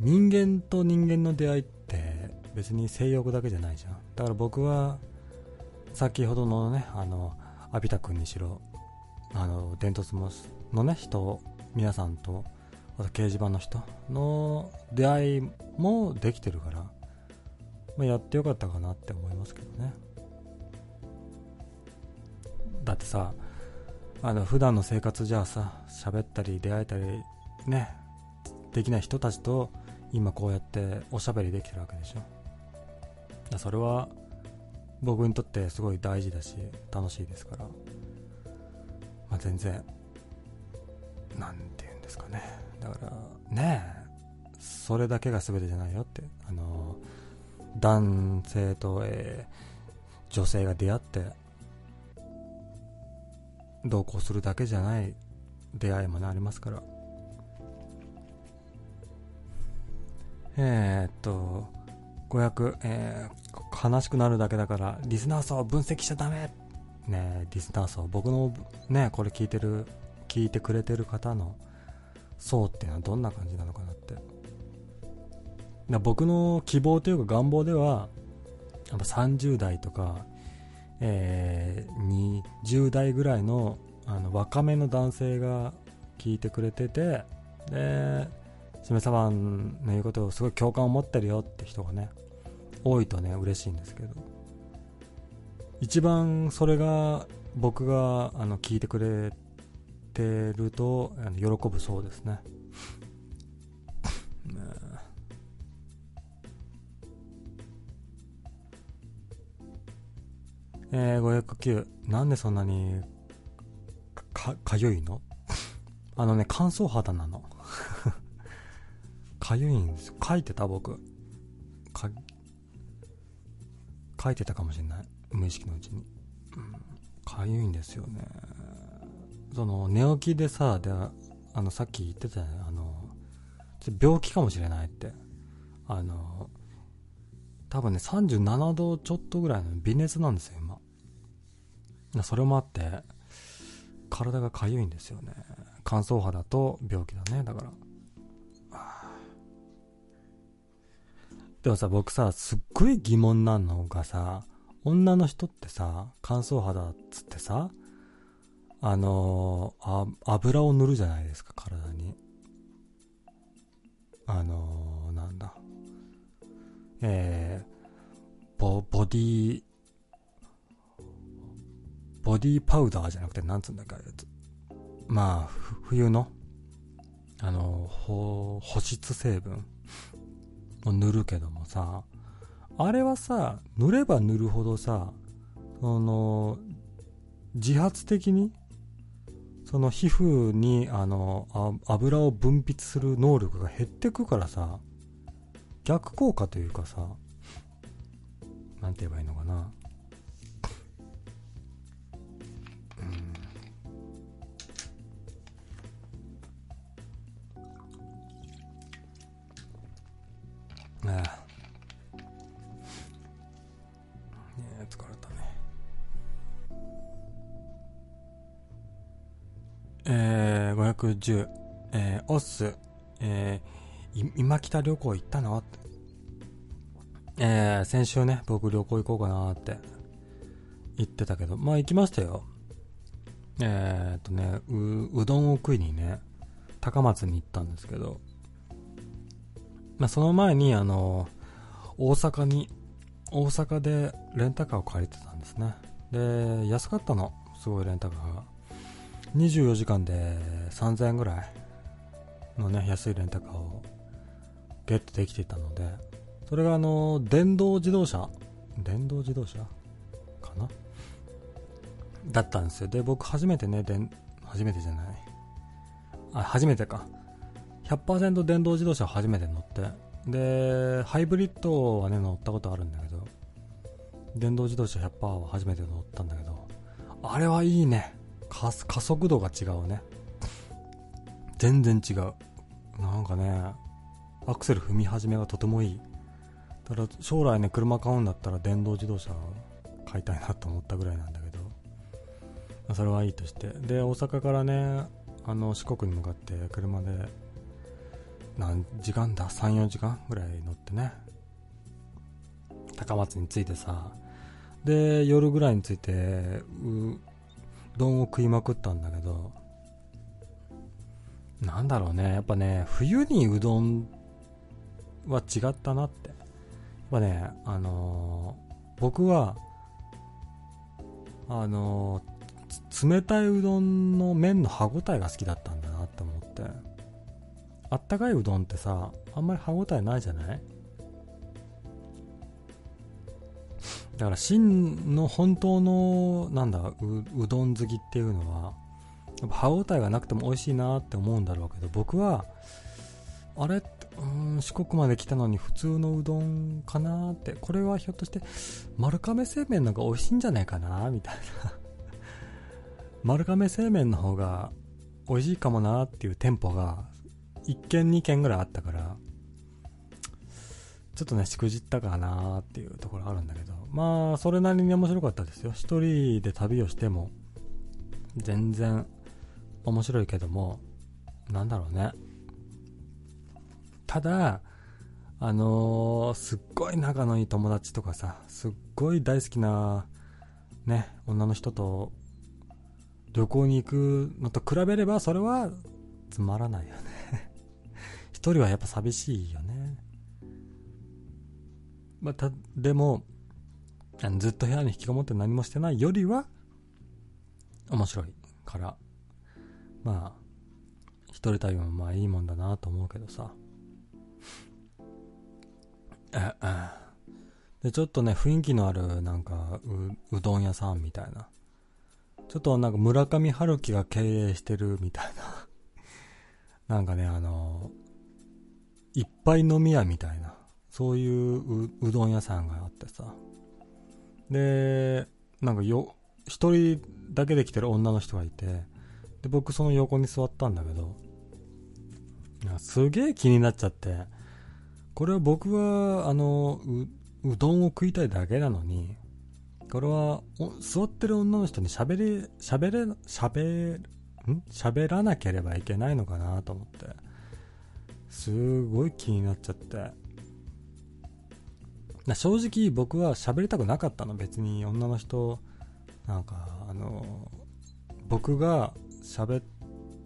人間と人間の出会いって、別に性欲だけじゃないじゃん。だから僕は、先ほどのね、あの、アビタ君にしろ、あの、デントスモスのね、人、皆さんと、あと掲示板の人の出会いもできてるから、まあ、やってよかったかなって思いますけどね。だってさ、あの普段の生活じゃあさ喋ったり出会えたりねできない人たちと今こうやっておしゃべりできてるわけでしょだそれは僕にとってすごい大事だし楽しいですから、まあ、全然なんて言うんですかねだからねえそれだけが全てじゃないよってあの男性と、えー女性が出会って同行するだけじゃない出会いもねありますからえー、っと500、えー悲しくなるだけだからリスナー層を分析しちゃダメねえリスナー層僕のねこれ聞いてる聞いてくれてる方の層っていうのはどんな感じなのかなってな僕の希望というか願望ではやっぱ30代とかえー、20代ぐらいのあの若めの男性が聞いてくれててでしめさばんの言うことをすごい共感を持ってるよって人がね多いとね嬉しいんですけど一番それが僕があの聞いてくれてるとあの喜ぶそうですね ねええー、509なんでそんなにかかかゆいの あのね乾燥肌なのかゆいんですよ書いてた僕か書いてたかもしれない無意識のうちに、うんかゆいんですよねその寝起きでさであのさっき言ってたよねあのちょ病気かもしれないってあの多分ね37度ちょっとぐらいの微熱なんですよ今なそれもあって体が痒いんですよね乾燥肌と病気だねだからあーでもさ僕さすっごい疑問なのがさ女の人ってさ乾燥肌っつってさあのーあ油を塗るじゃないですか体にあのーなんだえーボボディボディパウダーじゃなくてなんつうんだっけあれまあふ冬のあのほ保湿成分を塗るけどもさあれはさ塗れば塗るほどさその自発的にその皮膚にあのあ油を分泌する能力が減ってくからさ逆効果というかさなんて言えばいいのかなうんええねえ疲れたねえー、510えー、オッスえー、い今北旅行行ったのってえー、先週ね僕旅行行こうかなって言ってたけどまあ行きましたよえー、っとねううどんを食いにね高松に行ったんですけどまあ、その前にあの大阪に大阪でレンタカーを借りてたんですねで安かったのすごいレンタカーが24時間で3000円ぐらいのね安いレンタカーをゲットできていたのでそれがあの電動自動車電動自動車かなだったんですよで僕初めてね電初めてじゃないあ初めてか100%電動自動車初めて乗ってでハイブリッドはね乗ったことあるんだけど電動自動車100%は初めて乗ったんだけどあれはいいね加加速度が違うね全然違うなんかねアクセル踏み始めがとてもいいただ将来ね車買うんだったら電動自動車買いたいなと思ったぐらいなんだけどまあそれはいいとしてで大阪からねあの四国に向かって車で何時間だ34時間ぐらい乗ってね高松に着いてさで夜ぐらいに着いてううどんを食いまくったんだけどなんだろうねやっぱね冬にうどんは違ったなってやっぱねあのー僕はあのーつ冷たいうどんの麺の歯ごたえが好きだったんだなって思ってあったかいうどんってさあんまり歯ごたえないじゃないだから真の本当のなんだううどん好きっていうのはやっぱ歯ごたえがなくても美味しいなって思うんだろうけど僕はあれうーん四国まで来たのに普通のうどんかなってこれはひょっとして丸亀製麺の方が美味しいんじゃないかなみたいな 丸亀製麺の方が美味しいかもなっていう店舗が1軒2軒ぐらいあったからちょっとねしくじったかなっていうところあるんだけどまあそれなりに面白かったですよ一人で旅をしても全然面白いけどもなんだろうねただあのーすっごい仲のいい友達とかさすっごい大好きなね女の人と旅行に行くのと比べればそれはつまらないよね一人はやっぱ寂しいよねまあたでもあのずっと部屋に引きこもって何もしてないよりは面白いからまあ一人旅もまあいいもんだなと思うけどさええでちょっとね雰囲気のあるなんかううどん屋さんみたいなちょっとなんか村上春樹が経営してるみたいな。なんかね、あの、いっぱい飲み屋みたいな。そういうううどん屋さんがあってさ。で、なんかよ、一人だけで来てる女の人がいて、で、僕その横に座ったんだけど、なんかすげえ気になっちゃって、これは僕は、あの、う、うどんを食いたいだけなのに、これはお座ってる女の人に喋り喋れ喋るん喋らなければいけないのかなと思ってすごい気になっちゃってな正直僕は喋りたくなかったの別に女の人なんかあの僕が喋っ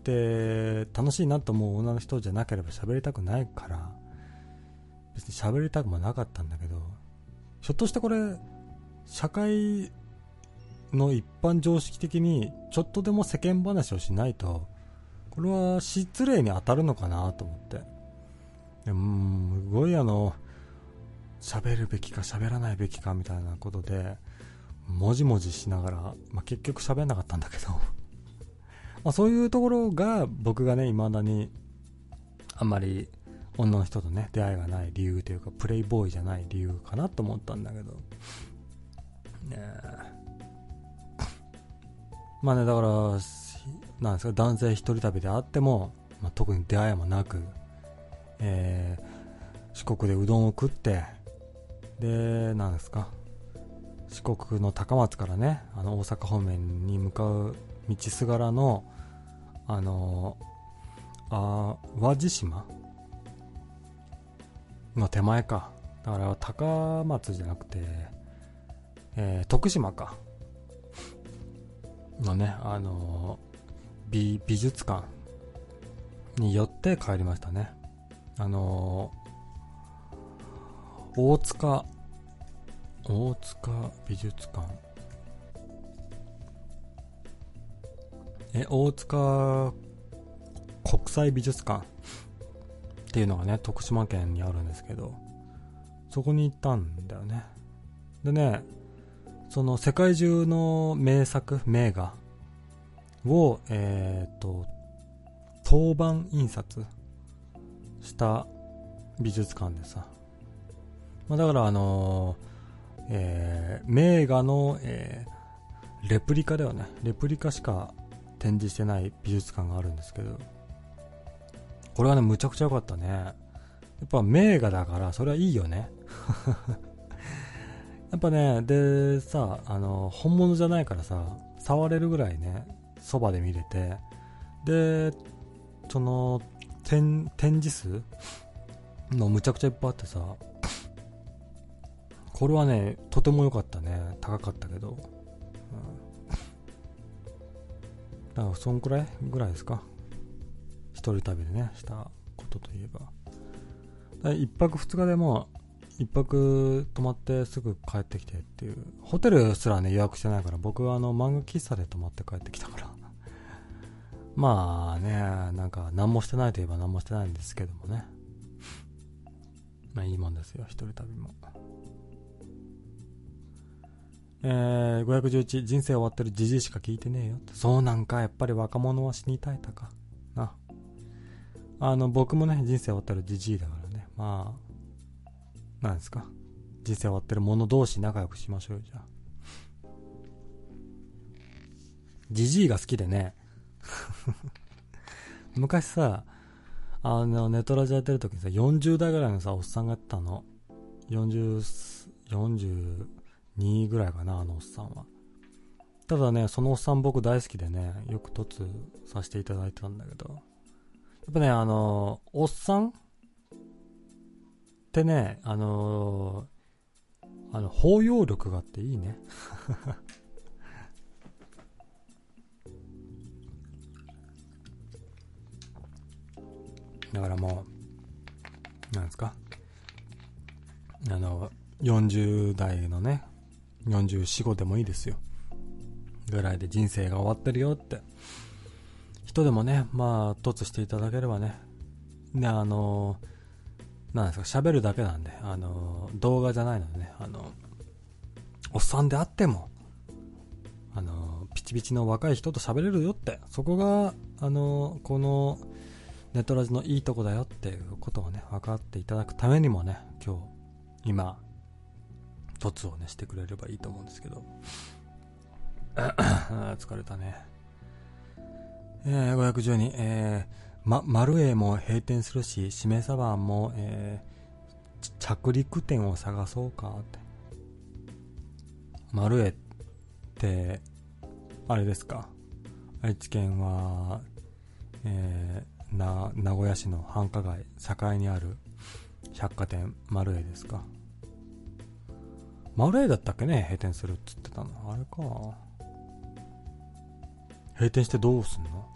て楽しいなと思う女の人じゃなければ喋りたくないから別に喋りたくもなかったんだけどひょっとしてこれ社会の一般常識的にちょっとでも世間話をしないとこれは失礼に当たるのかなと思ってでうーんすごいあの喋るべきか喋らないべきかみたいなことでもじもじしながら、まあ、結局喋んなかったんだけど まあそういうところが僕がね未だにあんまり女の人とね出会いがない理由というかプレイボーイじゃない理由かなと思ったんだけどねえ まあねだからしなんですか男性一人旅であっても、まあ、特に出会いもなく、えー四国でうどんを食ってでなんですか四国の高松からねあの大阪方面に向かう道すがらのあのあ淡路島の手前かだから高松じゃなくて、えー徳島かのねあの美美術館に寄って帰りましたねあの大塚大塚美術館え大塚国際美術館っていうのがね徳島県にあるんですけどそこに行ったんだよねでねその世界中の名作名画をえっ、と当番印刷した美術館でさ、まあ、だからあのーえー名画の、えーレプリカだよねレプリカしか展示してない美術館があるんですけどこれはねむちゃくちゃ良かったねやっぱ名画だからそれはいいよね やっぱねでさあの本物じゃないからさ触れるぐらいねそばで見れてでその展展示数のむちゃくちゃいっぱいあってさこれはねとても良かったね高かったけど、うん、だからそんくらいぐらいですか一人旅でねしたことといえばだから一泊二日でもう一泊泊まってすぐ帰ってきてっていうホテルすらね予約してないから僕はあの漫画喫茶で泊まって帰ってきたからまあね、なんか何もしてないといえば何もしてないんですけどもね。 まあいいもんですよ、一人旅も。えー、511、人生終わってるじじいしか聞いてねえよって。そうなんか、やっぱり若者は死に絶えたか。な。あの、僕もね、人生終わってるじじいだからね。まあ、なんですか。人生終わってる者同士仲良くしましょうよ、じゃあ。じじいが好きでね、昔さあのネトラジやってる時にさ40代ぐらいのさおっさんがやってたの40す42ぐらいかなあのおっさんはただねそのおっさん僕大好きでねよく凸させていただいてたんだけどやっぱねあのおっさんってねあのあの包容力があっていいねだからもう、なんですか。あの、40代のね、44、5でもいいですよ。ぐらいで人生が終わってるよって。人でもね、まあ、突していただければね。で、あの、なんですか、喋るだけなんで、あの、動画じゃないのでね、あの、おっさんであっても、あの、ピチピチの若い人と喋れるよって、そこが、あの、この、ネトラジのいいとこだよっていうことをね、分かっていただくためにもね、今日、今、凸をね、してくれればいいと思うんですけど。 あー疲れたね。えー、512、えー、ま、マルエイも閉店するし、しめ鯖も、えーち着陸店を探そうかって。マルエイって、あれですか愛知県は、えーな名古屋市の繁華街栄にある百貨店マルエイですかマルエイだったっけね閉店するっつってたのあれか閉店してどうすんの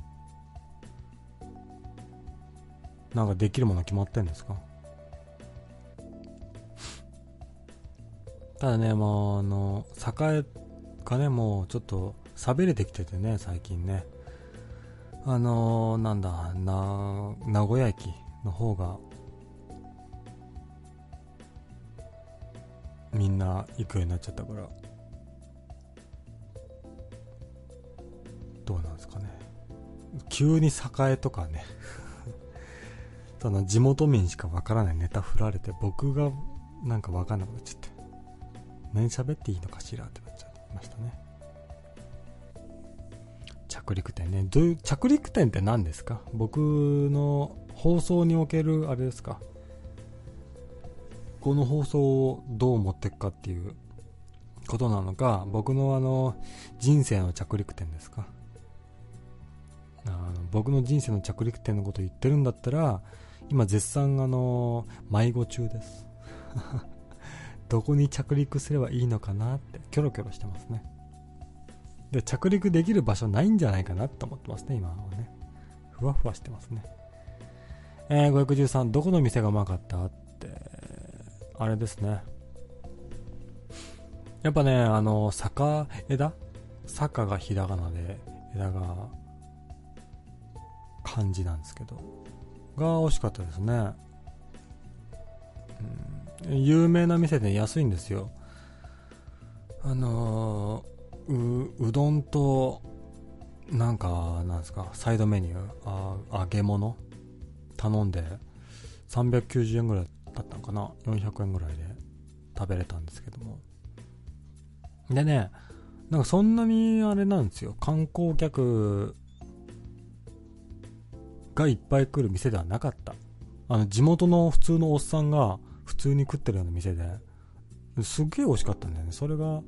なんかできるもの決まってんですかただねもうあの栄がねもうちょっと寂れてきててね最近ねあのー、なんだ、な、名古屋駅の方が、みんな行くようになっちゃったから、どうなんですかね。急に栄とかね、 その地元民しかわからないネタ振られて、僕がなんかわかんなくなっちゃって、何喋っていいのかしらってなっちゃいましたね。着陸店ねどういう着陸店って何ですか僕の放送におけるあれですかこの放送をどう持っていくかっていうことなのか、僕のあの、人生の着陸点ですか。あの僕の人生の着陸点のこと言ってるんだったら、今絶賛あの、迷子中です。 どこに着陸すればいいのかなって、キョロキョロしてますね。で、着陸できる場所ないんじゃないかなと思ってますね、今はね。ふわふわしてますね。えー、513、どこの店がうまかったって、あれですね。やっぱね、あの、坂枝坂がひらがなで、枝が漢字なんですけど、が美味しかったですね。うん、有名な店で安いんですよ。あのーう、うどんと、なんか、なんですか、サイドメニュー、あ揚げ物頼んで、390円ぐらいだったのかな ?400 円ぐらいで食べれたんですけども。でね、なんかそんなにあれなんですよ。観光客がいっぱい来る店ではなかった。あの、地元の普通のおっさんが普通に食ってるような店で、すっげえ美味しかったんだよね。それが、や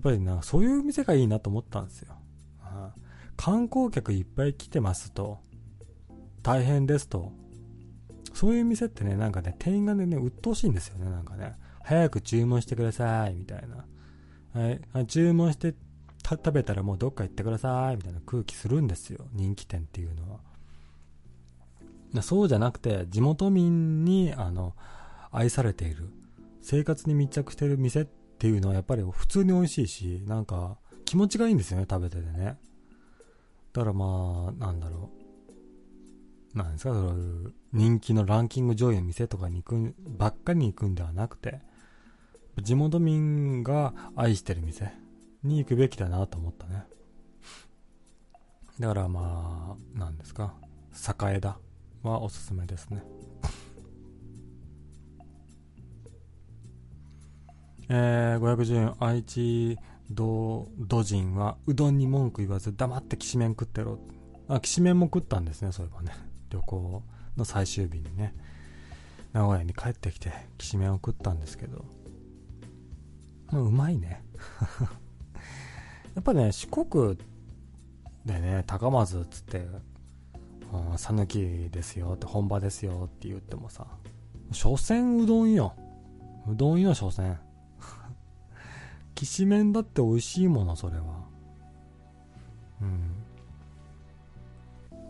っぱりな、そういう店がいいなと思ったんですよ。ああ観光客いっぱい来てますと、大変ですと、そういう店ってね、なんかね、店員がね、鬱陶しいんですよね、なんかね。早く注文してください、みたいな。はい、あ注文してた食べたらもうどっか行ってくださいみたいな空気するんですよ人気店っていうのはなそうじゃなくて地元民にあの愛されている生活に密着してる店っていうのはやっぱり普通に美味しいしなんか気持ちがいいんですよね食べててねだからまあなんだろうなんですかそういう人気のランキング上位の店とかに行くばっかりに行くんではなくて地元民が愛してる店に行くべきだなと思ったねだからまあ何ですか栄田はおすすめですねえー、510愛知道土人はうどんに文句言わず黙ってきしめん食ってろあきしめんも食ったんですねそういえばね 旅行の最終日にね名古屋に帰ってきてきしめんを食ったんですけどまあうまいね。 やっぱね、四国でね、高松っつって、うん讃岐ですよって、本場ですよって言ってもさ、所詮うどんよ。うどんよ、所詮。きしめんだって美味しいもの、それは。うん。だか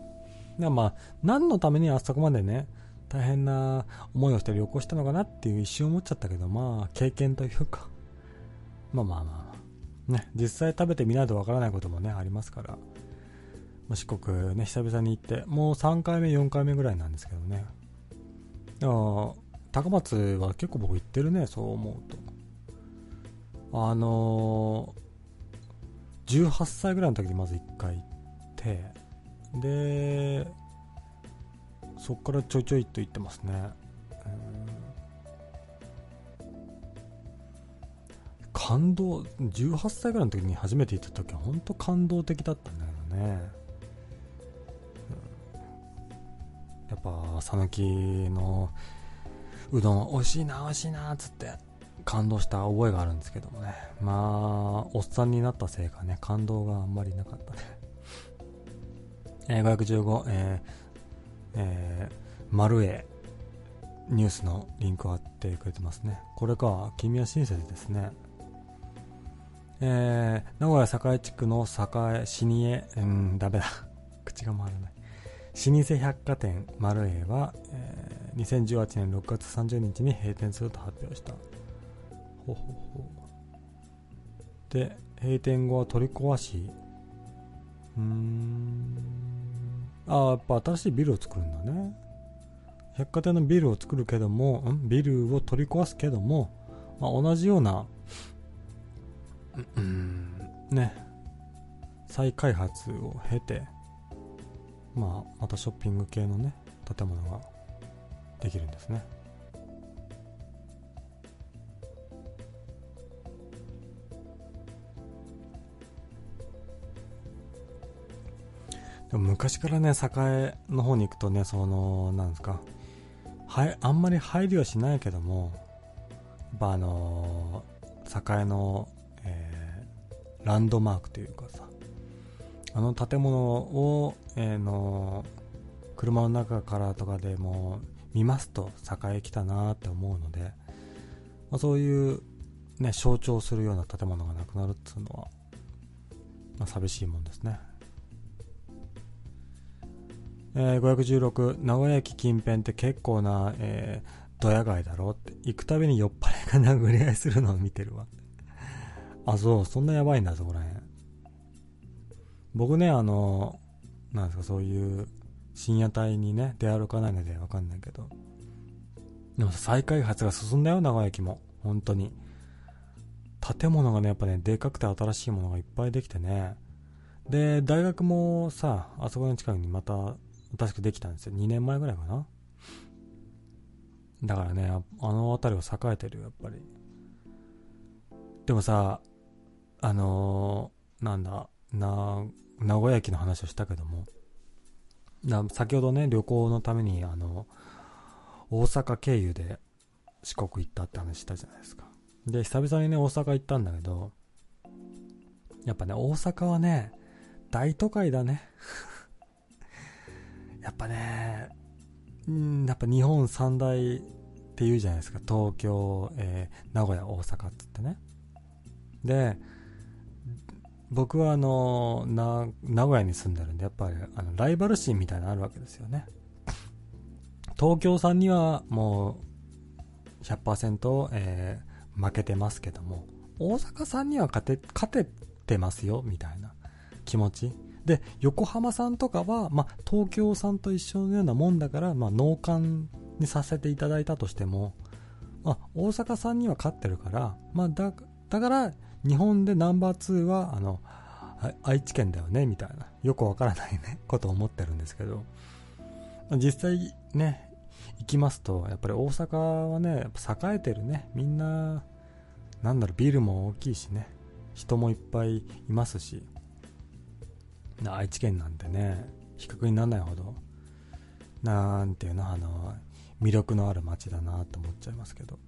らまあ、何のためにあそこまでね、大変な思いをして旅行したのかなっていう一瞬思っちゃったけど、まあ、経験というか、まあまあまあまあ。ね、実際食べてみないとわからないこともね、ありますから。まあ四国ね、久々に行って、もう3回目、4回目ぐらいなんですけどね。あー高松は結構僕行ってるね、そう思うと。あのー、18歳ぐらいの時にまず1回行って、で、そっからちょいちょいと行ってますね。うん感動18歳ぐらいの時に初めて行った時は本当感動的だったんだけどね、うんやっぱ讃岐のうどん美味しいな美味しいなっつって感動した覚えがあるんですけどもねまあおっさんになったせいかね感動があんまりなかったね、 えー515えーえー、マルエニュースのリンクを貼ってくれてますねこれか君は親切ですねえー、名古屋栄地区の栄、老舗、うん、ダメだ。 口が回らない。老舗百貨店丸栄は、えー2018年6月30日に閉店すると発表した。ほうほうほう。で、閉店後は取り壊し、うーん。あーやっぱ新しいビルを作るんだね。百貨店のビルを作るけども、んビルを取り壊すけども、まあ、同じようなうんね再開発を経て、まあ、またショッピング系のね建物ができるんですねでも昔からね栄の方に行くとねそのなんですかはいあんまり入りはしないけどもばあのー栄の、えーランドマークというかさあの建物を、えーの車の中からとかでも見ますと栄来たなって思うので、まあ、そういう、ね、象徴するような建物がなくなるっていうのは、まあ、寂しいもんですね。えー516名古屋駅近辺って結構な、えードヤ街だろって行くたびに酔っ払いが殴り合いするのを見てるわあそうそんなやばいんだそこらへん僕ねあのなんですかそういう深夜帯にね出歩かないのでわかんないけどでも再開発が進んだよ名古屋駅も本当に建物がねやっぱねでかくて新しいものがいっぱいできてねで大学もさあそこの近くにまた新しくできたんですよ2年前ぐらいかなだからねああの辺りは栄えてるよやっぱりでもさあのーなんだな名古屋駅の話をしたけどもな先ほどね旅行のためにあの大阪経由で四国行ったって話したじゃないですかで久々にね大阪行ったんだけどやっぱね大阪はね大都会だねやっぱねうんやっぱ日本三大っていうじゃないですか東京、えー名古屋大阪っつってねで僕はあのな名古屋に住んでるんでやっぱりあのライバル心みたいなのあるわけですよね東京さんにはもう100%、えー負けてますけども大阪さんには勝て勝ててますよみたいな気持ちで横浜さんとかは、まあ、東京さんと一緒のようなもんだから、まあ、農館にさせていただいたとしても、あ、大阪さんには勝ってるから、まあ、だだから日本でナンバー2はあのあ愛知県だよねみたいなよくわからないね ことを思ってるんですけどまあ実際ね行きますとやっぱり大阪はねやっぱ栄えてるねみんななんだろうビルも大きいしね人もいっぱいいますしな愛知県なんてね比較にならないほどなんていうのあの魅力のある街だなと思っちゃいますけど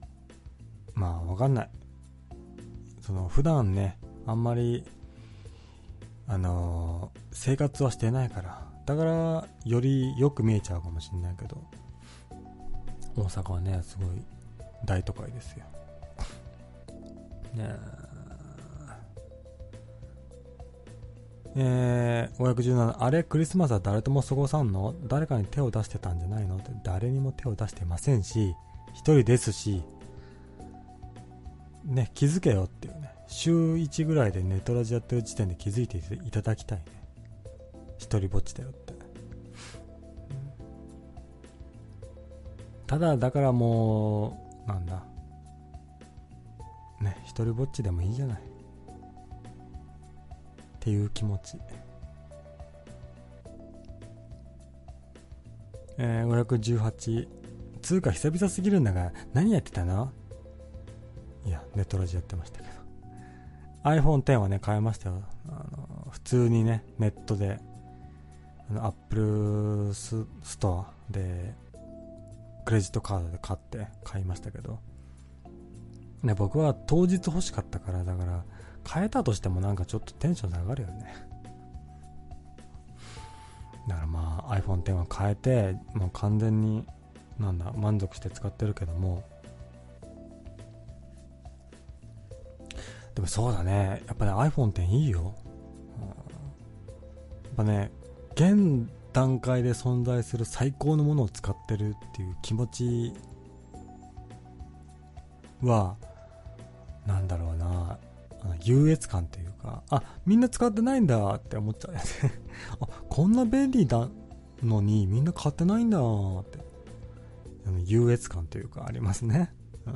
まあわかんないその普段ねあんまりあの生活はしてないからだからよりよく見えちゃうかもしれないけど大阪はねすごい大都会ですよねええー、517あれクリスマスは誰とも過ごさんの誰かに手を出してたんじゃないのって誰にも手を出してませんし一人ですしね気づけよっていうね週1ぐらいでネトラジやってる時点で気づいていただきたいね一人ぼっちだよってただだからもうなんだね一人ぼっちでもいいじゃないっていう気持ちえー、518つうか久々すぎるんだが何やってたのいやネットラジやってましたけど iPhone X はね買いましたよあの普通にねネットであの Apple スストアでクレジットカードで買って買いましたけどね僕は当日欲しかったからだから変えたとしてもなんかちょっとテンション下がるよねだからまあ iPhone X は変えてもう完全になんだ満足して使ってるけどもでもそうだねやっぱね iPhone X いいよ、うんやっぱね現段階で存在する最高のものを使ってるっていう気持ちはなんだろうなあの優越感というかあみんな使ってないんだって思っちゃうよね あこんな便利だのにみんな買ってないんだってあの優越感というかありますね、う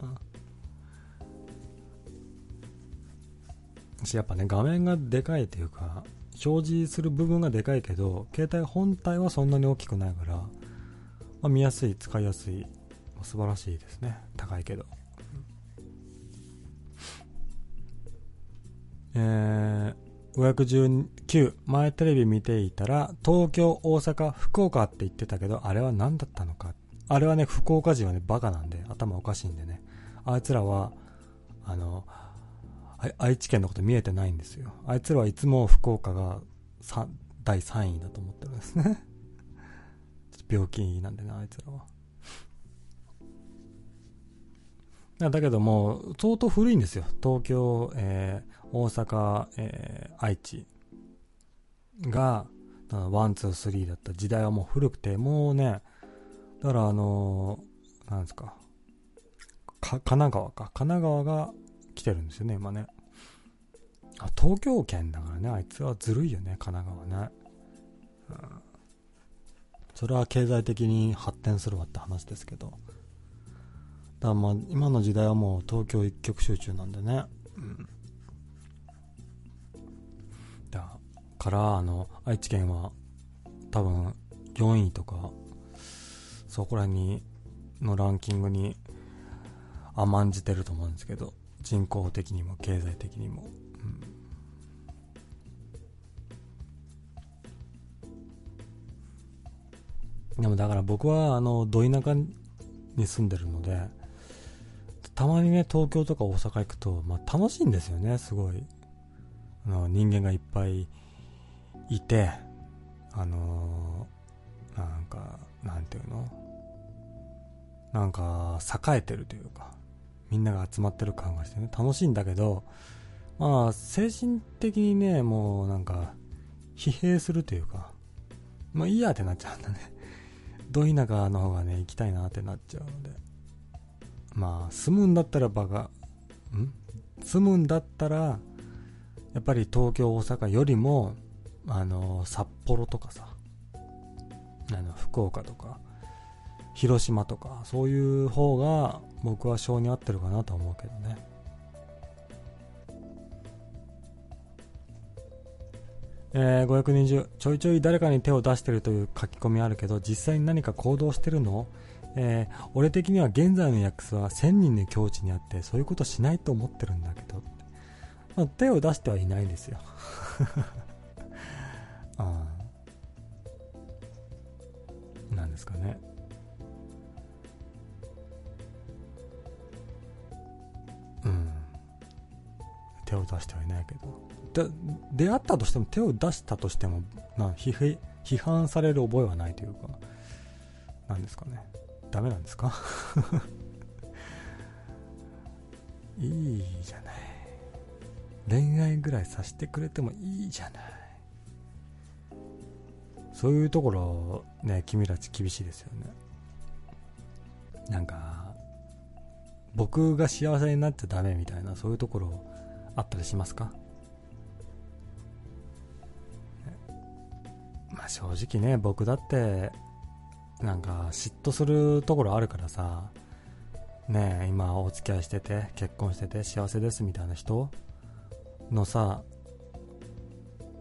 ん、しやっぱね画面がでかいというか表示する部分がでかいけど携帯本体はそんなに大きくないから、まあ、見やすい使いやすい素晴らしいですね高いけどえー、519前テレビ見ていたら東京大阪福岡って言ってたけどあれは何だったのかあれはね福岡人はねバカなんで頭おかしいんでねあいつらはあのあ愛知県のこと見えてないんですよあいつらはいつも福岡がさ第3位だと思ってるんですね ちょっと病気なんでねあいつらはなだけどもう相当古いんですよ東京、えー大阪、えー愛知があのワンツースリーだった時代はもう古くてもうねだからあのーなんですかか神奈川か神奈川が来てるんですよね今ねあ東京圏だからねあいつはずるいよね神奈川ね、うんそれは経済的に発展するわって話ですけどだからまあ今の時代はもう東京一極集中なんでねうんだからあの愛知県は多分4位とかそこらにのランキングに甘んじてると思うんですけど人口的にも経済的にも、うんでもだから僕はあのど田舎に住んでるのでたまにね東京とか大阪行くと、まあ、楽しいんですよねすごいあの人間がいっぱいいてあのーなんかなんていうのなんか栄えてるというかみんなが集まってる感がしてね楽しいんだけどまあ精神的にねもうなんか疲弊するというかもういいやってなっちゃうんだね ど田舎の方がね行きたいなってなっちゃうのでまあ住むんだったらバカん住むんだったらやっぱり東京大阪よりもあの札幌とかさあの福岡とか広島とかそういう方が僕は性に合ってるかなと思うけどねえー、520ちょいちょい誰かに手を出してるという書き込みあるけど実際に何か行動してるの、えー俺的には現在のヤックスは1000人の境地にあってそういうことしないと思ってるんだけど、まあ、手を出してはいないんですよ ああなんですかねうん手を出してはいないけどだ出会ったとしても手を出したとしてもな批評批判される覚えはないというかなんですかねダメなんですか いいじゃない恋愛ぐらいさせてくれてもいいじゃないそういうところね君たち厳しいですよねなんか僕が幸せになっちゃダメみたいなそういうところあったりしますかまあ正直ね僕だってなんか嫉妬するところあるからさねえ今お付き合いしてて結婚してて幸せですみたいな人のさ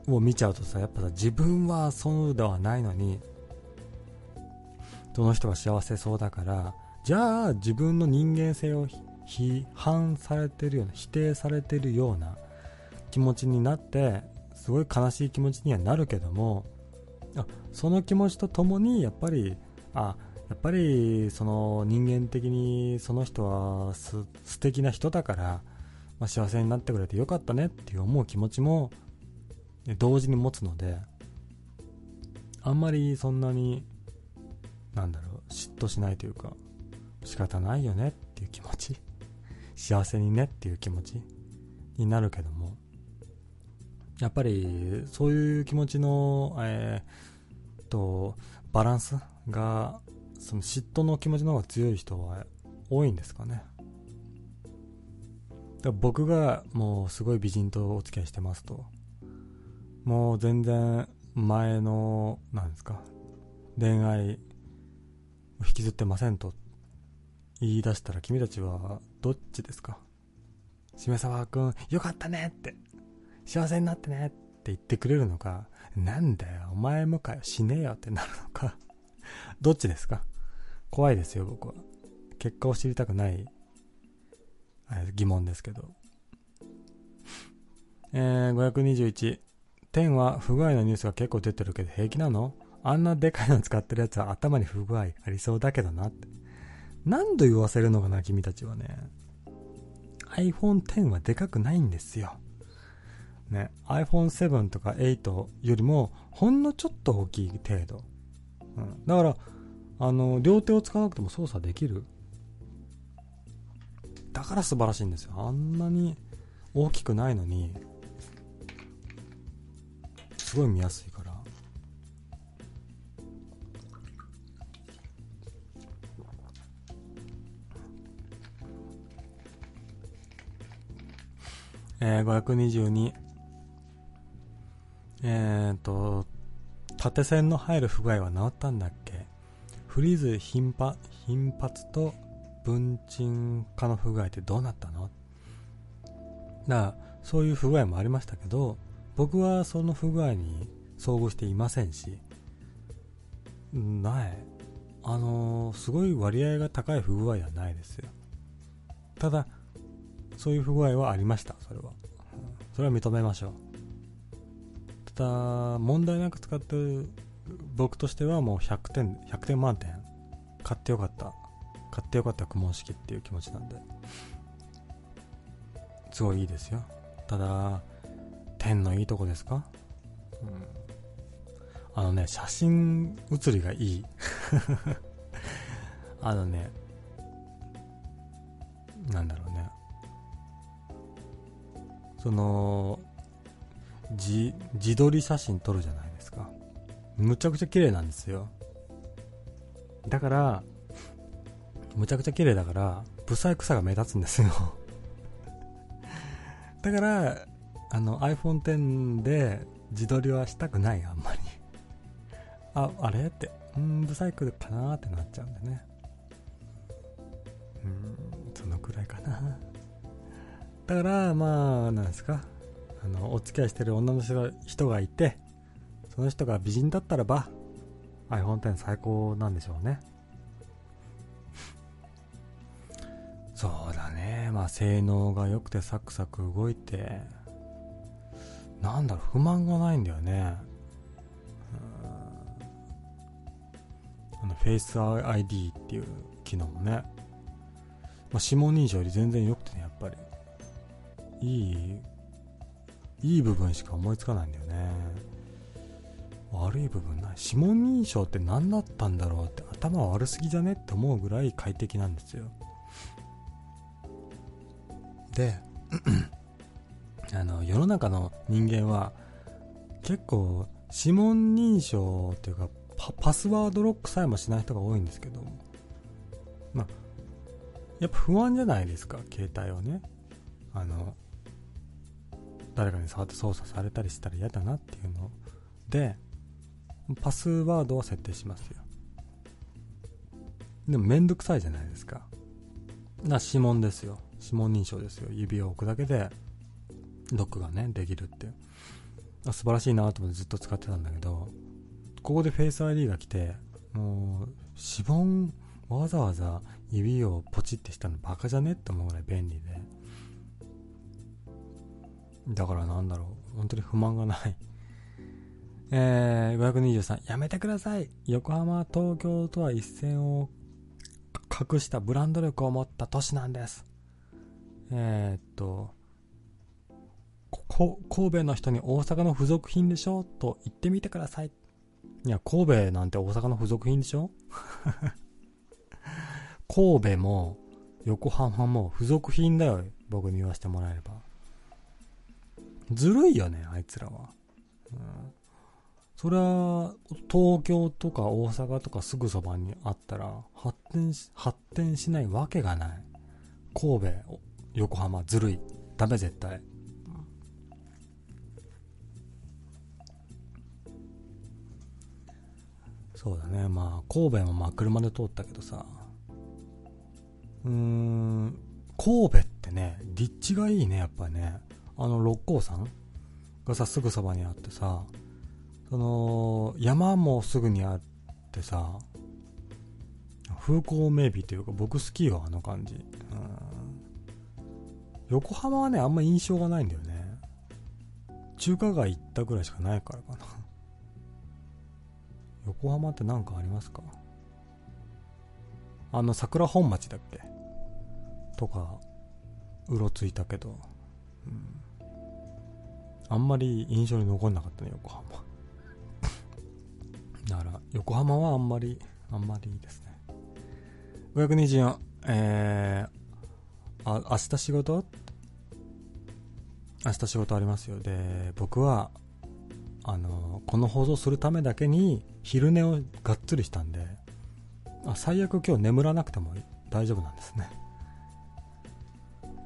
を見ちゃうとさやっぱさ自分はそうではないのにその人が幸せそうだからじゃあ自分の人間性を批判されてるような否定されてるような気持ちになってすごい悲しい気持ちにはなるけどもあその気持ちとともにやっぱりあやっぱりその人間的にその人はす素敵な人だから、まあ、幸せになってくれてよかったねっていう思う気持ちもえ同時に持つのであんまりそんなになんだろう嫉妬しないというか仕方ないよねっていう気持ち幸せにねっていう気持ちになるけどもやっぱりそういう気持ちの、えーとバランスがその嫉妬の気持ちの方が強い人は多いんですかねだから僕がもうすごい美人とお付き合いしてますともう全然前のなんですか恋愛を引きずってませんと言い出したら君たちはどっちですかしめさわくんよかったねって幸せになってねって言ってくれるのかなんだよお前もかよ死ねよってなるのか どっちですか怖いですよ僕は結果を知りたくないえ疑問ですけどえー、521天は不具合のニュースが結構出てるけど平気なのあんなでかいの使ってるやつは頭に不具合ありそうだけどなって何度言わせるのかな君たちはね iPhone X はでかくないんですよ。ね、iPhone7 とか8よりもほんのちょっと大きい程度。うん、だから、あの、両手を使わなくても操作できる。だから素晴らしいんですよ。あんなに大きくないのに、すごい見やすいから。えー、522。えー、っと、縦線の入る不具合は治ったんだっけフリーズ頻発、頻発と文鎮化の不具合ってどうなったのだから、そういう不具合もありましたけど、僕はその不具合に遭遇していませんし、ない。あのーすごい割合が高い不具合はないですよ。ただ、そういう不具合はありました、それは。うんそれは認めましょう。ただ、問題なく使ってる僕としてはもう100点、100点満点。買ってよかった。買ってよかった苦問式っていう気持ちなんで。すごいいいですよ。ただ、天のいいとこですかうん。あのね、写真写りがいい。 あのね、なんだろうね。その、自、自撮り写真撮るじゃないですか。むちゃくちゃ綺麗なんですよ。だから、むちゃくちゃ綺麗だから、ブサイクさが目立つんですよ。だから、あの iPhone X で自撮りはしたくない、あんまり。あ、あれって、うん、ブサイクかなーってなっちゃうんでね。うん、そのくらいかな。だから、まあ、なんですか。あの、お付き合いしてる女の人が人がいて、その人が美人だったらば、iPhone X 最高なんでしょうね。そうだね。まあ、性能が良くてサクサク動いて、なんだろう、不満がないんだよね。うんあの、Face ID っていう機能もね。まあ、指紋認証より全然良くてね、やっぱり。いい、いい部分しか思いつかないんだよね。悪い部分ない。指紋認証って何だったんだろうって頭悪すぎじゃねって思うぐらい快適なんですよ。で あの世の中の人間は結構指紋認証っていうかパパスワードロックさえもしない人が多いんですけどもまあやっぱ不安じゃないですか携帯をねあの誰かに触って操作されたりしたら嫌だなっていうのでパスワードを設定しますよでもめんどくさいじゃないですかな指紋ですよ指紋認証ですよ指を置くだけでロックがねできるっていうあ素晴らしいなと思ってずっと使ってたんだけどここでフェイス ID が来てもう指紋わざわざ指をポチってしたのバカじゃねって思うぐらい便利でだからなんだろう本当に不満がないえー、523やめてください横浜東京とは一線を隠したブランド力を持った都市なんですえーっと、こ、神戸の人に大阪の付属品でしょと言ってみてください。いや、神戸なんて大阪の付属品でしょ 神戸も横浜も付属品だよ。僕に言わせてもらえれば。ずるいよね、あいつらは。うん、そりゃ、東京とか大阪とかすぐそばにあったら、発展し、発展しないわけがない。神戸お横浜ずるいダメ絶対そうだねまあ神戸もまあ車で通ったけどさうーん神戸ってね立地がいいねやっぱねあの六甲山がさすぐそばにあってさその山もすぐにあってさ風光明媚というか僕好きよあの感じうん横浜はねあんま印象がないんだよね中華街行ったぐらいしかないからかな 横浜って何かありますかあの桜本町だっけとかうろついたけど、うん、あんまり印象に残んなかったね横浜だから横浜はあんまりあんまりいいですね524えー、あ明日仕事明日仕事ありますよで僕はあのこの放送するためだけに昼寝をがっつりしたんであ最悪今日眠らなくても大丈夫なんですね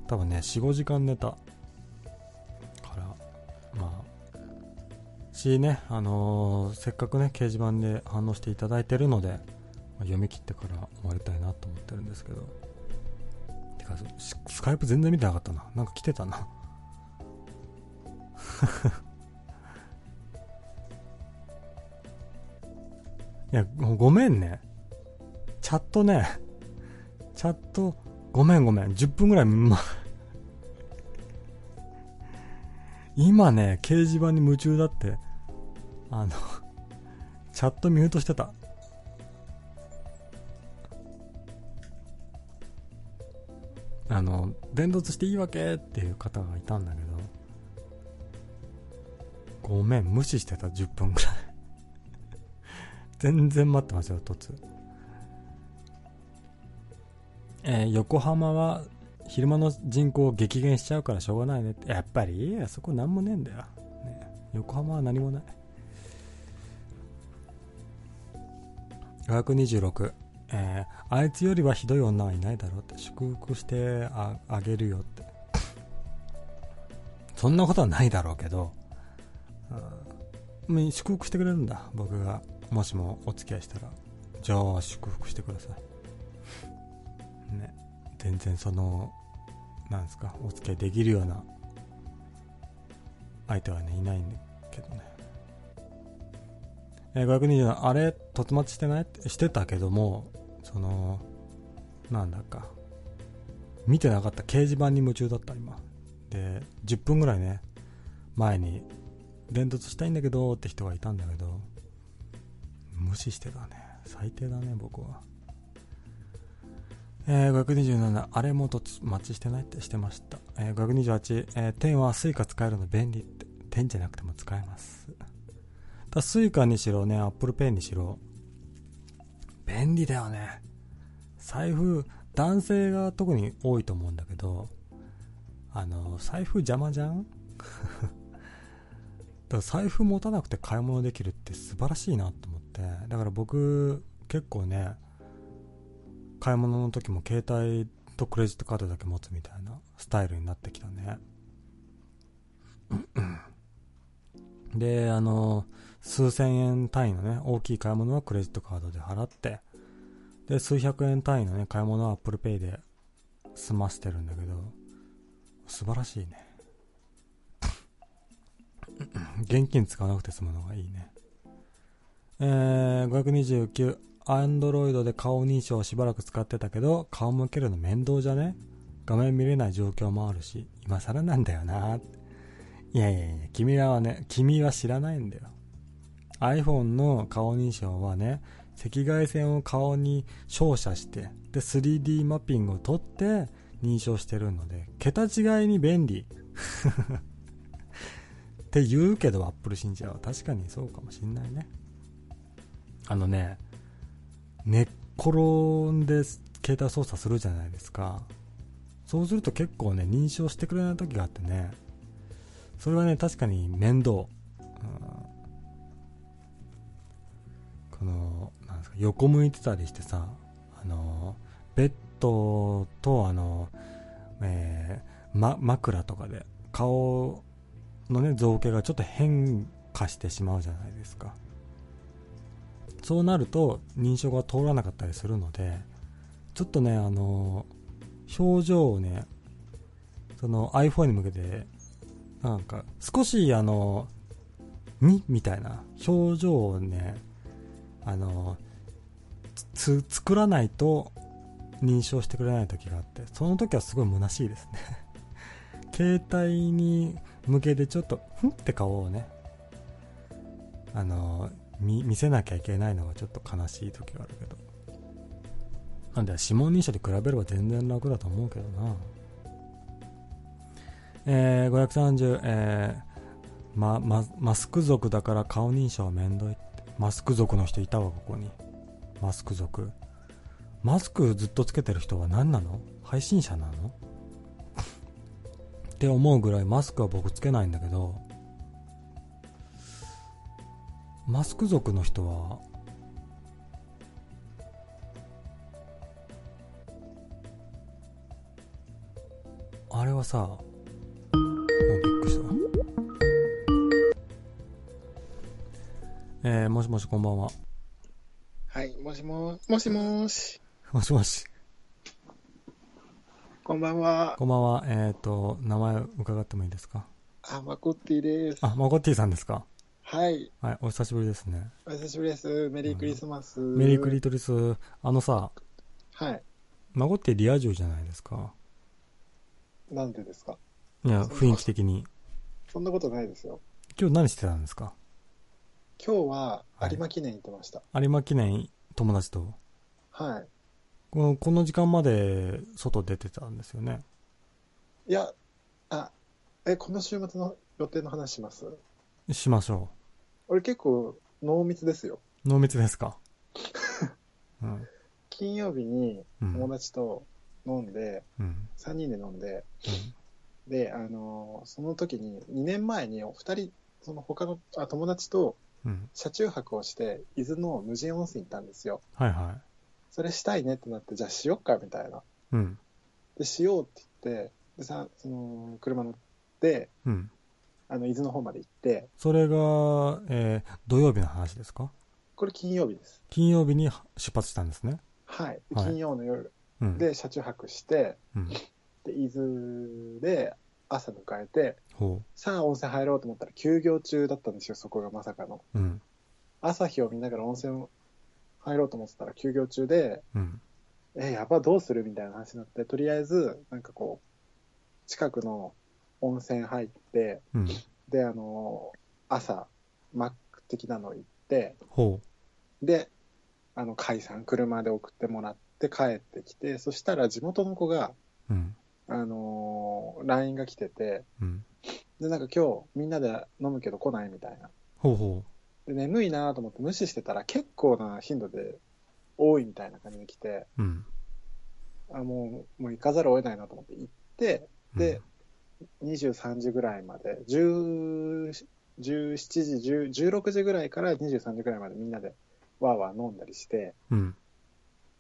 多分ね45時間寝たからまあしねあのーせっかくね掲示板で反応していただいてるので、まあ読み切ってから終わりたいなと思ってるんですけどてかススカイプ全然見てなかったななんか来てたな いやもうごめんねチャットねチャットごめんごめん10分ぐらい、ま、今ね掲示板に夢中だってあのチャットミュートしてたあの伝達していいわけっていう方がいたんだけどごめん無視してた10分ぐらい 全然待ってますよ突えー横浜は昼間の人口激減しちゃうからしょうがないねってやっぱりあそこなんもねえんだよ、ね、横浜は何もない526、えーあいつよりはひどい女はいないだろうって祝福してああげるよってそんなことはないだろうけど、うん、祝福してくれるんだ僕がもしもお付き合いしたらじゃあ祝福してくださいね、全然そのなんですかお付き合いできるような相手はねいないんだけどね、えー、527あれ突末してないってしてたけどもそのなんだか見てなかった掲示板に夢中だった今で10分ぐらいね前に伝達したいんだけどって人がいたんだけど無視してたね最低だね僕はえー、527あれもとつ待ちしてないってしてました、えー、528、えー、天はスイカ使えるの便利って天じゃなくても使えますただスイカにしろねアップルペイにしろ便利だよね財布男性が特に多いと思うんだけどあの財布邪魔じゃん だから財布持たなくて買い物できるって素晴らしいなと思ってだから僕結構ね買い物の時も携帯とクレジットカードだけ持つみたいなスタイルになってきたね であの数千円単位のね大きい買い物はクレジットカードで払ってで数百円単位のね買い物は ApplePay で済ませてるんだけど素晴らしいね 現金使わなくて済むのがいいねえー、529アンドロイドで顔認証をしばらく使ってたけど顔向けるの面倒じゃね画面見れない状況もあるし今更なんだよないやいやいや君らはね君は知らないんだよ iPhone の顔認証はね赤外線を顔に照射してで 3D マッピングを取って認証してるので桁違いに便利 って言うけど Apple 信者は確かにそうかもしんないねあのね寝っ転んで携帯操作するじゃないですかそうすると結構ね認証してくれない時があってねそれはね確かに面倒、うんこのなんですか横向いてたりしてさあのベッドとあの、えーま、枕とかで顔のね造形がちょっと変化してしまうじゃないですかそうなると認証が通らなかったりするのでちょっとねあの表情をねその iPhone に向けてなんか少しあのにみたいな表情をねあのつつ作らないと認証してくれない時があってその時はすごい虚しいですね 携帯に向けてちょっとふんって顔をねあの見見せなきゃいけないのがちょっと悲しい時があるけどなんで指紋認証で比べれば全然楽だと思うけどなえー、530、えーまま、マスク族だから顔認証はめんどいってマスク族の人いたわここにマスク族マスクずっとつけてる人は何なの配信者なのって思うぐらいマスクは僕つけないんだけどマスク族の人はあれはさもうびっくりしたえー、もしもしこんばんは
はい、もしもし、もしもし、
もしもし
こんばんは。
こんばんはえっ、ー、と名前伺ってもいいですか
あ、マコッティです。
あマコッティさんですか
はい、
はいお久しぶりですね
お久しぶりです。メリークリスマス。
メリークリトリスあのさ
はい、
マコッティリア充じゃないですか
なんでですか
いや雰囲気的に
そんなことないですよ。
今日何してたんですか
今日は
はい
有馬記念行ってました。
有馬記念友達と
はい。
このこの時間まで外出てたんですよね
いや、あ、え、この週末の予定の話します
しましょ
俺結構濃密ですよ。
う濃密ですかうん
金曜日に
うん
友達と飲んで、
うん
3人で飲んで、
うん
で、あのーその時に2年前にお二人、その他のあ友達と
うん
車中泊をして、伊豆の無人温泉行ったんですよ。
はいは
それしたいねってなって、じゃあしよっかみたいな。
いうん
で、しようって言って、でさその車乗って、
うん
あの伊豆の方まで行って、
それが、えー土曜日の話ですか
これ金曜日です。
金曜日に出発したんですね。
はい。
はい
金曜の夜
うん。、
で車中泊して、
うん、
で、伊豆で朝迎えて、
ほ
さあ温泉入ろうと思ったら休業中だったんですよ、そこがまさかの。
う。うん。
朝日を見ながら温泉入ろうと思ってたら休業中で、
うん。
え、やば、どうするみたいな話になって、とりあえず、なんかこう、近くの温泉入って、
うん。
で、あの、朝、マック的なの行って、
ほ
で、あの、解散、車で送ってもらって帰ってきて、そしたら地元の子が、
う。うん。
あのー LINE が来てて、
うん。
で、なんか今日みんなで飲むけど来ないみたいな。
ほうほ
で、眠いなと思って無視してたら結構な頻度で多いみたいな感じで来て、
う。うん。
あ、もう、もう行かざるを得ないなと思って行って、
うん
で、23時ぐらいまで、10 17時、10 16時ぐらいから23時ぐらいまでみんなでわーわー飲んだりして、
うん。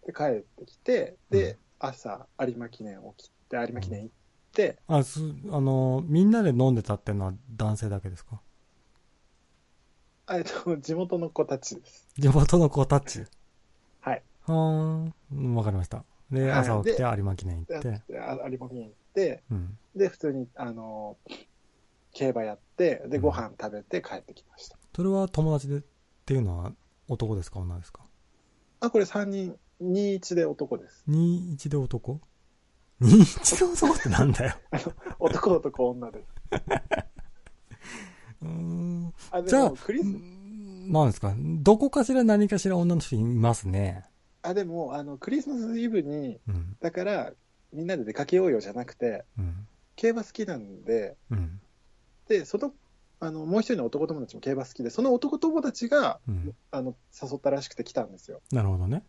で、帰ってきて、
うん
で、朝、有馬記念を切って、有馬記念行って、
あ、す、あのー、みんなで飲んでたってのは男性だけですか
あえっと、 地元の子たちです。
地元の子たち。
はい。
はーん。わかりました。で、
い
朝起きて有馬記念行っ
で、
て。
であ有馬記念行って、
うん。
で、普通に、あの、競馬やって、で、ご飯食べて帰ってきました。
それは友達でっていうのは男ですか女ですか
あ、これ3人、21で男です。
?21 で男 ?21 で男ってなんだよ。
男男女です。
うーん。
あ、で
じゃあ
も、クリス、
なんですかどこかしら何かしら女の人いますね。
あ、でも、あの、クリスマスイブに、
うん。
だから、みんなで出かけようよじゃなくて、
うん。
競馬好きなんで、
うん。
で、その、あの、もう一人の男友達も競馬好きで、その男友達が、
うん
あの、誘ったらしくて来たんですよ。
なるほどね。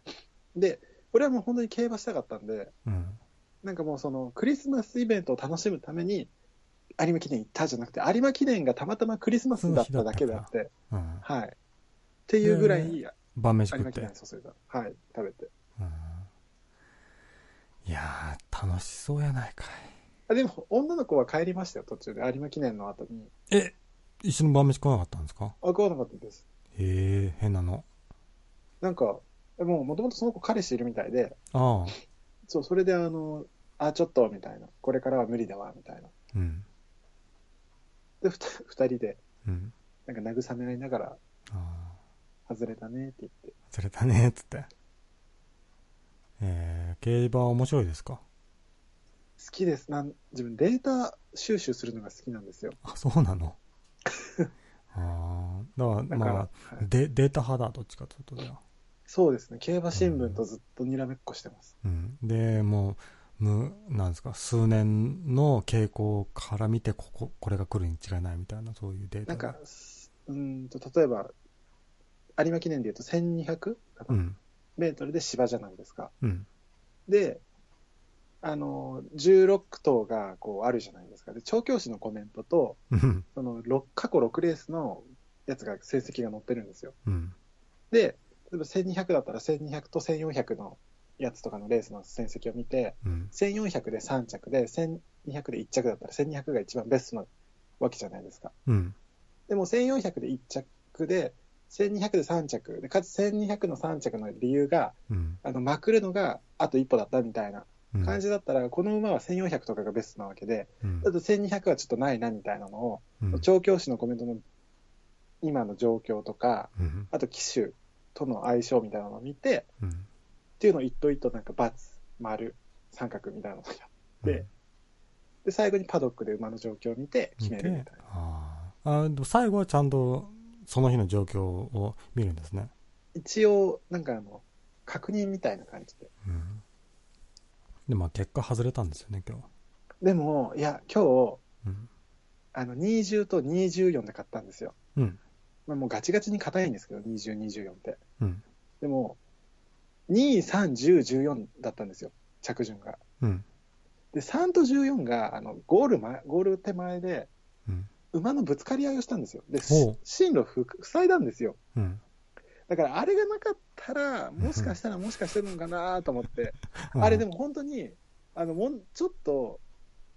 で、俺はもう本当に競馬したかったんで、
うん。
なんかもうその、クリスマスイベントを楽しむために、有馬記念行ったじゃなくて、有馬記念がたまたまクリスマスだっただけであって、
うん。
はい。っていうぐらい、有
晩飯食
馬
っ
記
て。
念注いだ。はい、食べて。
うん。いやー、楽しそうやないか
あでも、女の子は帰りましたよ、途中で。有馬記念の後に。
い。え、一緒に晩飯来なかったんですか
あ、食わなかったです。
へえ、変なの。
なんか、えもう、もともとその子彼氏いるみたいで、
ああ。
そう、それであの、あ、ちょっと、みたいな。これからは無理だわ、みたいな。
うん。
で、ふた二人で、
うん。
なんか慰め合いながら、
ああ。
外れたね、って言って。
釣れたね、つって。えー、競馬は面白いですか
好きです。なん自分、データ収集するのが好きなんですよ。
あ、そうな のああ。だから、
だか
ま
ら、
あ
は、い
でデータ派だ、どっちかというとじゃあ。
そうですね、競馬新聞とずっとにらめっこしてます。
うん。で、もう、むなんですか数年の傾向から見てこここれが来るに違いないみたいなそういうデータ
なんか、すうーんと、例えば、有馬記念で言うと1200か
う
な、
ん
メートルで芝じゃないですか。
うん
で、あの、16頭がこうあるじゃないですか。で、調教師のコメントと、
うん
そのろ過去6レースのやつが成績が載ってるんですよ。
うん
で、例えば1200だったら1200と1400のやつとかのレースの成績を見て、
うん
1400で3着で、1200で1着だったら1200が一番ベストなわけじゃないですか。
うん
でも1400で1着で、1200で3着で、かつ1200の3着の理由が、
うん
あの、まくるのがあと一歩だったみたいな
うん
感じだったら、この馬は1400とかがベストなわけで、
うん
ちょっと1200はちょっとないなみたいなのを、
うん
調教師のコメントの今の状況とか、
うん
あと騎手との相性みたいなのを見て、
うん
っていうのを一頭一頭なんか×、丸、三角みたいなのをやってでで、最後にパドックで馬の状況を見て
見
決めるみ
て
たいな。
あーあーでも最後はちゃんとその日の状況を見るんですね、
一応、なんかあの、確認みたいな感じで。
うん、でまあ結果外れたんですよね今日
でも、いや、今日、
うん
あの、20と24で買ったんですよ。
うん
まあ、もうガチガチに硬いんですけど、20、24って。
うん
でも、2、3、10、14だったんですよ。着順が。
うん
で、3と14が、あの、ゴール前、ゴール手前で、
うん
馬のぶつかり合いをしたんですよ。で、
ほう
し進路ふ塞いだんですよ。
うん
だから、あれがなかったら、もしかしたらもしかしてるのかなと思って、
うん
あれでも本当に、あの、もんちょっと、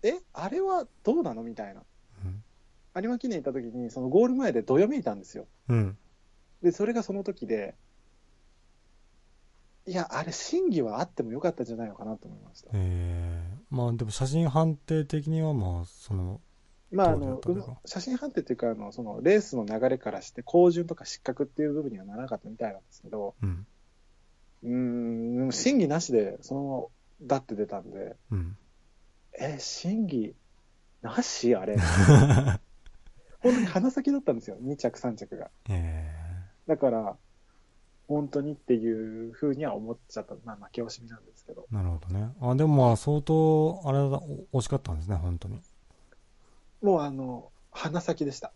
え、あれはどうなのみたいな。
うん
有馬記念行った時に、そのゴール前でどよめいたんですよ。
うん
で、それがその時で、いや、あれ、審議はあってもよかったんじゃないのかなと思いました。
えー、まあでも写真判定的にはまあその
まあ、あ
どうだ
の
ったんだろう
馬写真判定というかあのその、レースの流れからして、後順とか失格っていう部分にはならなかったみたいなんですけど、
うん
うーん、でも審議なしで、そのだって出たんで、
うん
え、審議な しあれ。本当に鼻先だったんですよ、2着、3着が。
え
だから、本当にっていうふうには思っちゃった、まあ、負け惜しみなんですけど。
ー、なるほどねあでもまあ相当あれだお惜しかったんですね本当に
もう、あの、鼻先でした。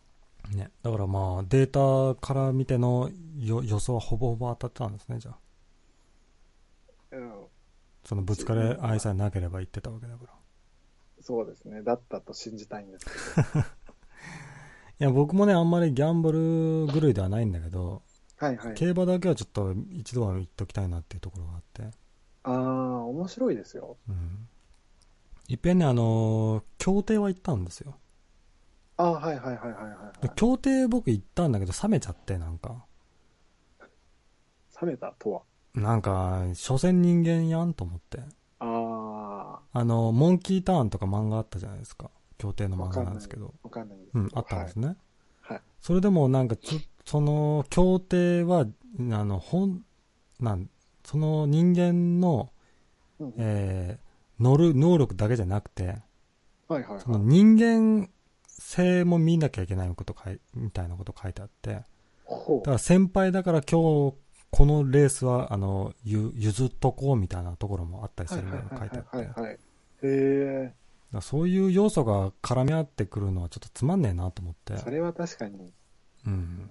ねだからまあデータから見てのよ予想はほぼほぼ当たってたんですねじゃあ
うん、
そのぶつかり合いさえなければ言ってたわけだから
そうですね、だったと信じたいんですけど。
いや僕もねあんまりギャンブル狂いではないんだけど、
はいはい。
競馬だけはちょっと一度は言っときたいなっていうところがあって、
ああ、面白いですよ。
うん、いっぺんねあのー競艇は行ったんですよ
ああ、はいはいはいはいはい、
で
はい。
競艇僕行ったんだけど冷めちゃってなんか
冷めたとは。
なんか所詮人間やんと思って
あ
あのモンキーターンとか漫画あったじゃないですか競艇の漫画なんですけど
あ、わかんないですけ
う
ど。
んあったんですね、
はい。はい、
それでもなんかつその協定はあの本なんその人間の、
うんうん
えー乗る能力だけじゃなくて
はいはいはい。
その人間性も見なきゃいけないことかいみたいなこと書いてあってだ
ほう
から先輩だから今日このレースはあのゆ譲っとこうみたいなところもあったりす
はい
る
は
みたい
い
なの書いてあって
はい
だか
はいはい。へえ、
らそういう要素が絡み合ってくるのはちょっとつまんねえなと思って
それは確かに。
うん、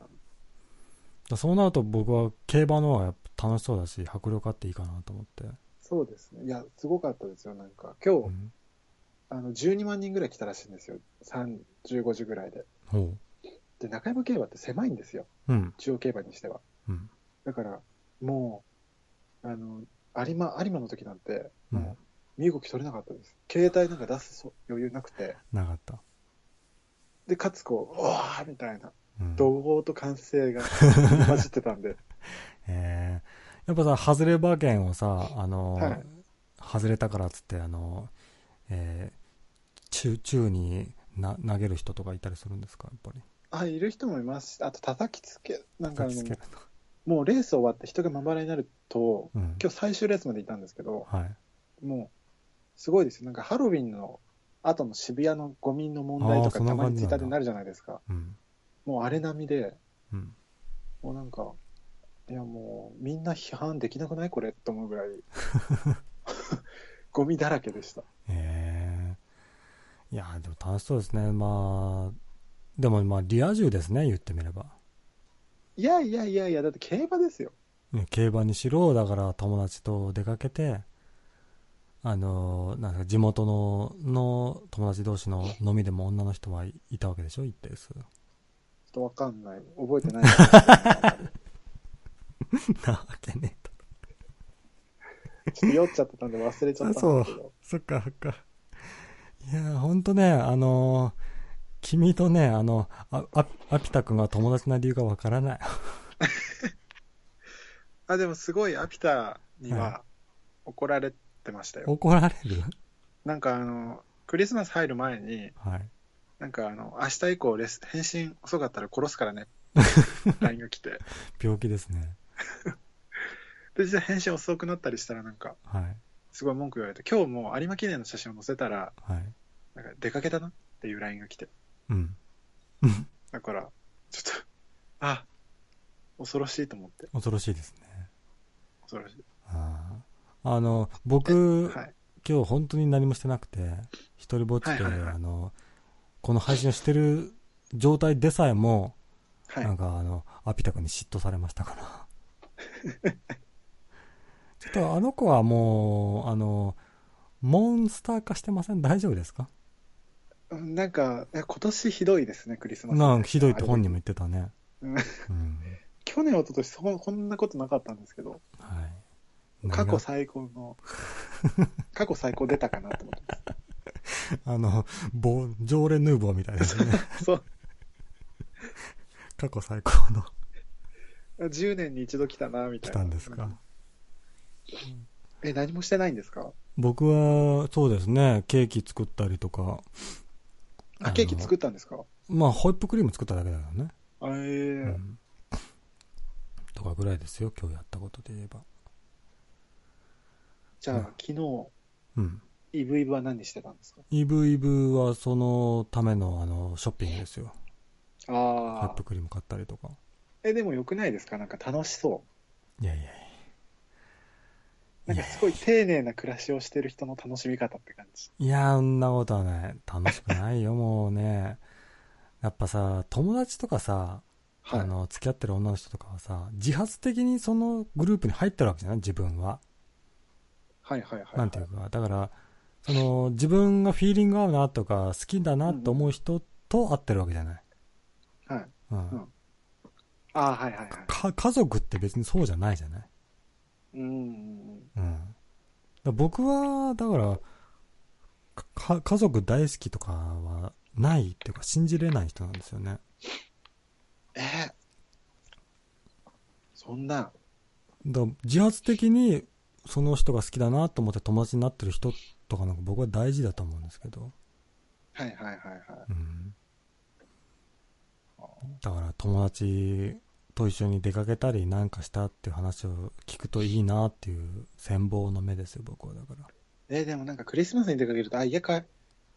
だそうなると僕は競馬の方がやっぱ楽しそうだし迫力あっていいかなと思って、
そうですね。いや、すごかったですよ。なんか、今日、
うん、
あの、12万人ぐらい来たらしいんですよ。3、15時ぐらいで。
ほ
で、中山競馬って狭いんですよ。
ううん
中央競馬にしては。
うん
だから、もう、あの、有馬、有馬の時なんて、
うん
もう、身動き取れなかったです。携帯なんか出すそ余裕なくて、
なかった、
で、かつこう、うわーみたいな、
うん、
怒号と歓声が混じって たんで、
えーやっぱさ外れ馬券をさあの、
はい
外れたからっつってあのえー、中中にな投げる人とかいたりするんですかやっぱり
あ、いる人もいますし、あと叩きつけ、なんかあ
叩き
の
つける
もうレース終わって人がまばらになると、
のうん
今日最終レースまでいたんですけど、
はい
もう、すごいですよ。なんかハロウィンの後の渋谷のゴミの問題と
あー
か
そんな
たま
感
に
じな
ツイッ
んだ
ターでなるじゃないですか。
うん
もうあれ並みで、
うん
もうなんか、 いやもう、みんな批判できなくないこれって思うぐらい。ゴミだらけでした。
ええいやでも楽しそうですねまあでもまあリア充ですね言ってみれば
いやいやいやいや、だって競馬ですよ。
ね競馬にしろだから友達と出かけてあのなんか地元のの友達同士の飲みでも女の人はいいたわけでしょ一定数
ちょっとわかんない。覚えてないですけど。
なわけねえと
ちょっと酔っちゃってたんで忘れちゃったんですけど。
そっかそっかいやほんとねあの君とねあのああアピタ君が友達な理由がわからない
あ、でもすごい、アピタには怒られてましたよ。
怒られる
なんかあの、クリスマス入る前に、
はい
なんかあの、明日以降レス、返信遅かったら殺すから ね。LINE が来て。
病気ですね
で、実は返信遅くなったりしたらなんか、
はい
すごい文句言われて、今日も有馬記念の写真を載せたら、
はい
なんか出かけたなっていう LINE が来て。
うん
だから、ちょっと、あ、恐ろしいと思って。
恐ろしいですね
恐ろしい。
あーあの僕、
はい。
今日本当に何もしてなくて一人ぼっちで、
はいはいはい
あのこの配信をしてる状態でさえも、
はい
なん。かあのアピタ君に嫉妬されましたから ちょっとあの子はもうあのモンスター化してません大丈夫ですか
うんなんか、え今年ひどいですね、クリスマス。
なんかひどいって本人も言ってたね、
うん
うん
去年、一昨年そここんなことなかったんですけど、
はい、
過
何が
去最高 の、過去最高出たかなと思ってま
あのボ常連ヌーボーみたい ですね
す。そう。
過去最高の
10年に一度来たな、みた
来
いな。
たんですか、
うえ、何もしてないんですか
僕はそうですねケーキ作ったりとかあ
あ、
の
ケーキ作ったんですか
まあホイップクリーム作っただけだからね、
ええ
うんとかぐらいですよ今日やったことで言えば
じゃあ、昨日、
うん
イブイブは何してたんですか
イブイブはそのためのあのショッピングですよホイッ
ああ
プ。クリーム買ったりとか
え、でもよくないですかなんか楽しそう。
いやいや
なんかすごい丁寧な暮らしをしてる人の楽しみ方って感じ。
いやそんなことはない楽しくない よもうねやっぱさ友達とかさ、あの付き合ってる女の人とかはさ自発的にそのグループに入ってるわけじゃない自分は
はいはいはい。
なんていうか、だから、その、自分がフィーリング合うなとか、好きだなと思う人と会ってるわけじゃない。
はい。
う
うん
ん。
ああ、はいはいはい。
か、家族って別にそうじゃないじゃない。
うんうんうん。
うん。だから僕は、だから、か、家族大好きとかはないっていうか、信じれない人なんですよね。
えーそんな、
だから自発的に、その人が好きだなと思って友達になってる人とかなんか僕は大事だと思うんですけど。
はいはいはいはい。
うんだから友達と一緒に出かけたりなんかしたっていう話を聞くといいなっていう羨望の目ですよ僕はだから、
えーでもなんかクリスマスに出かけると、あ、家か、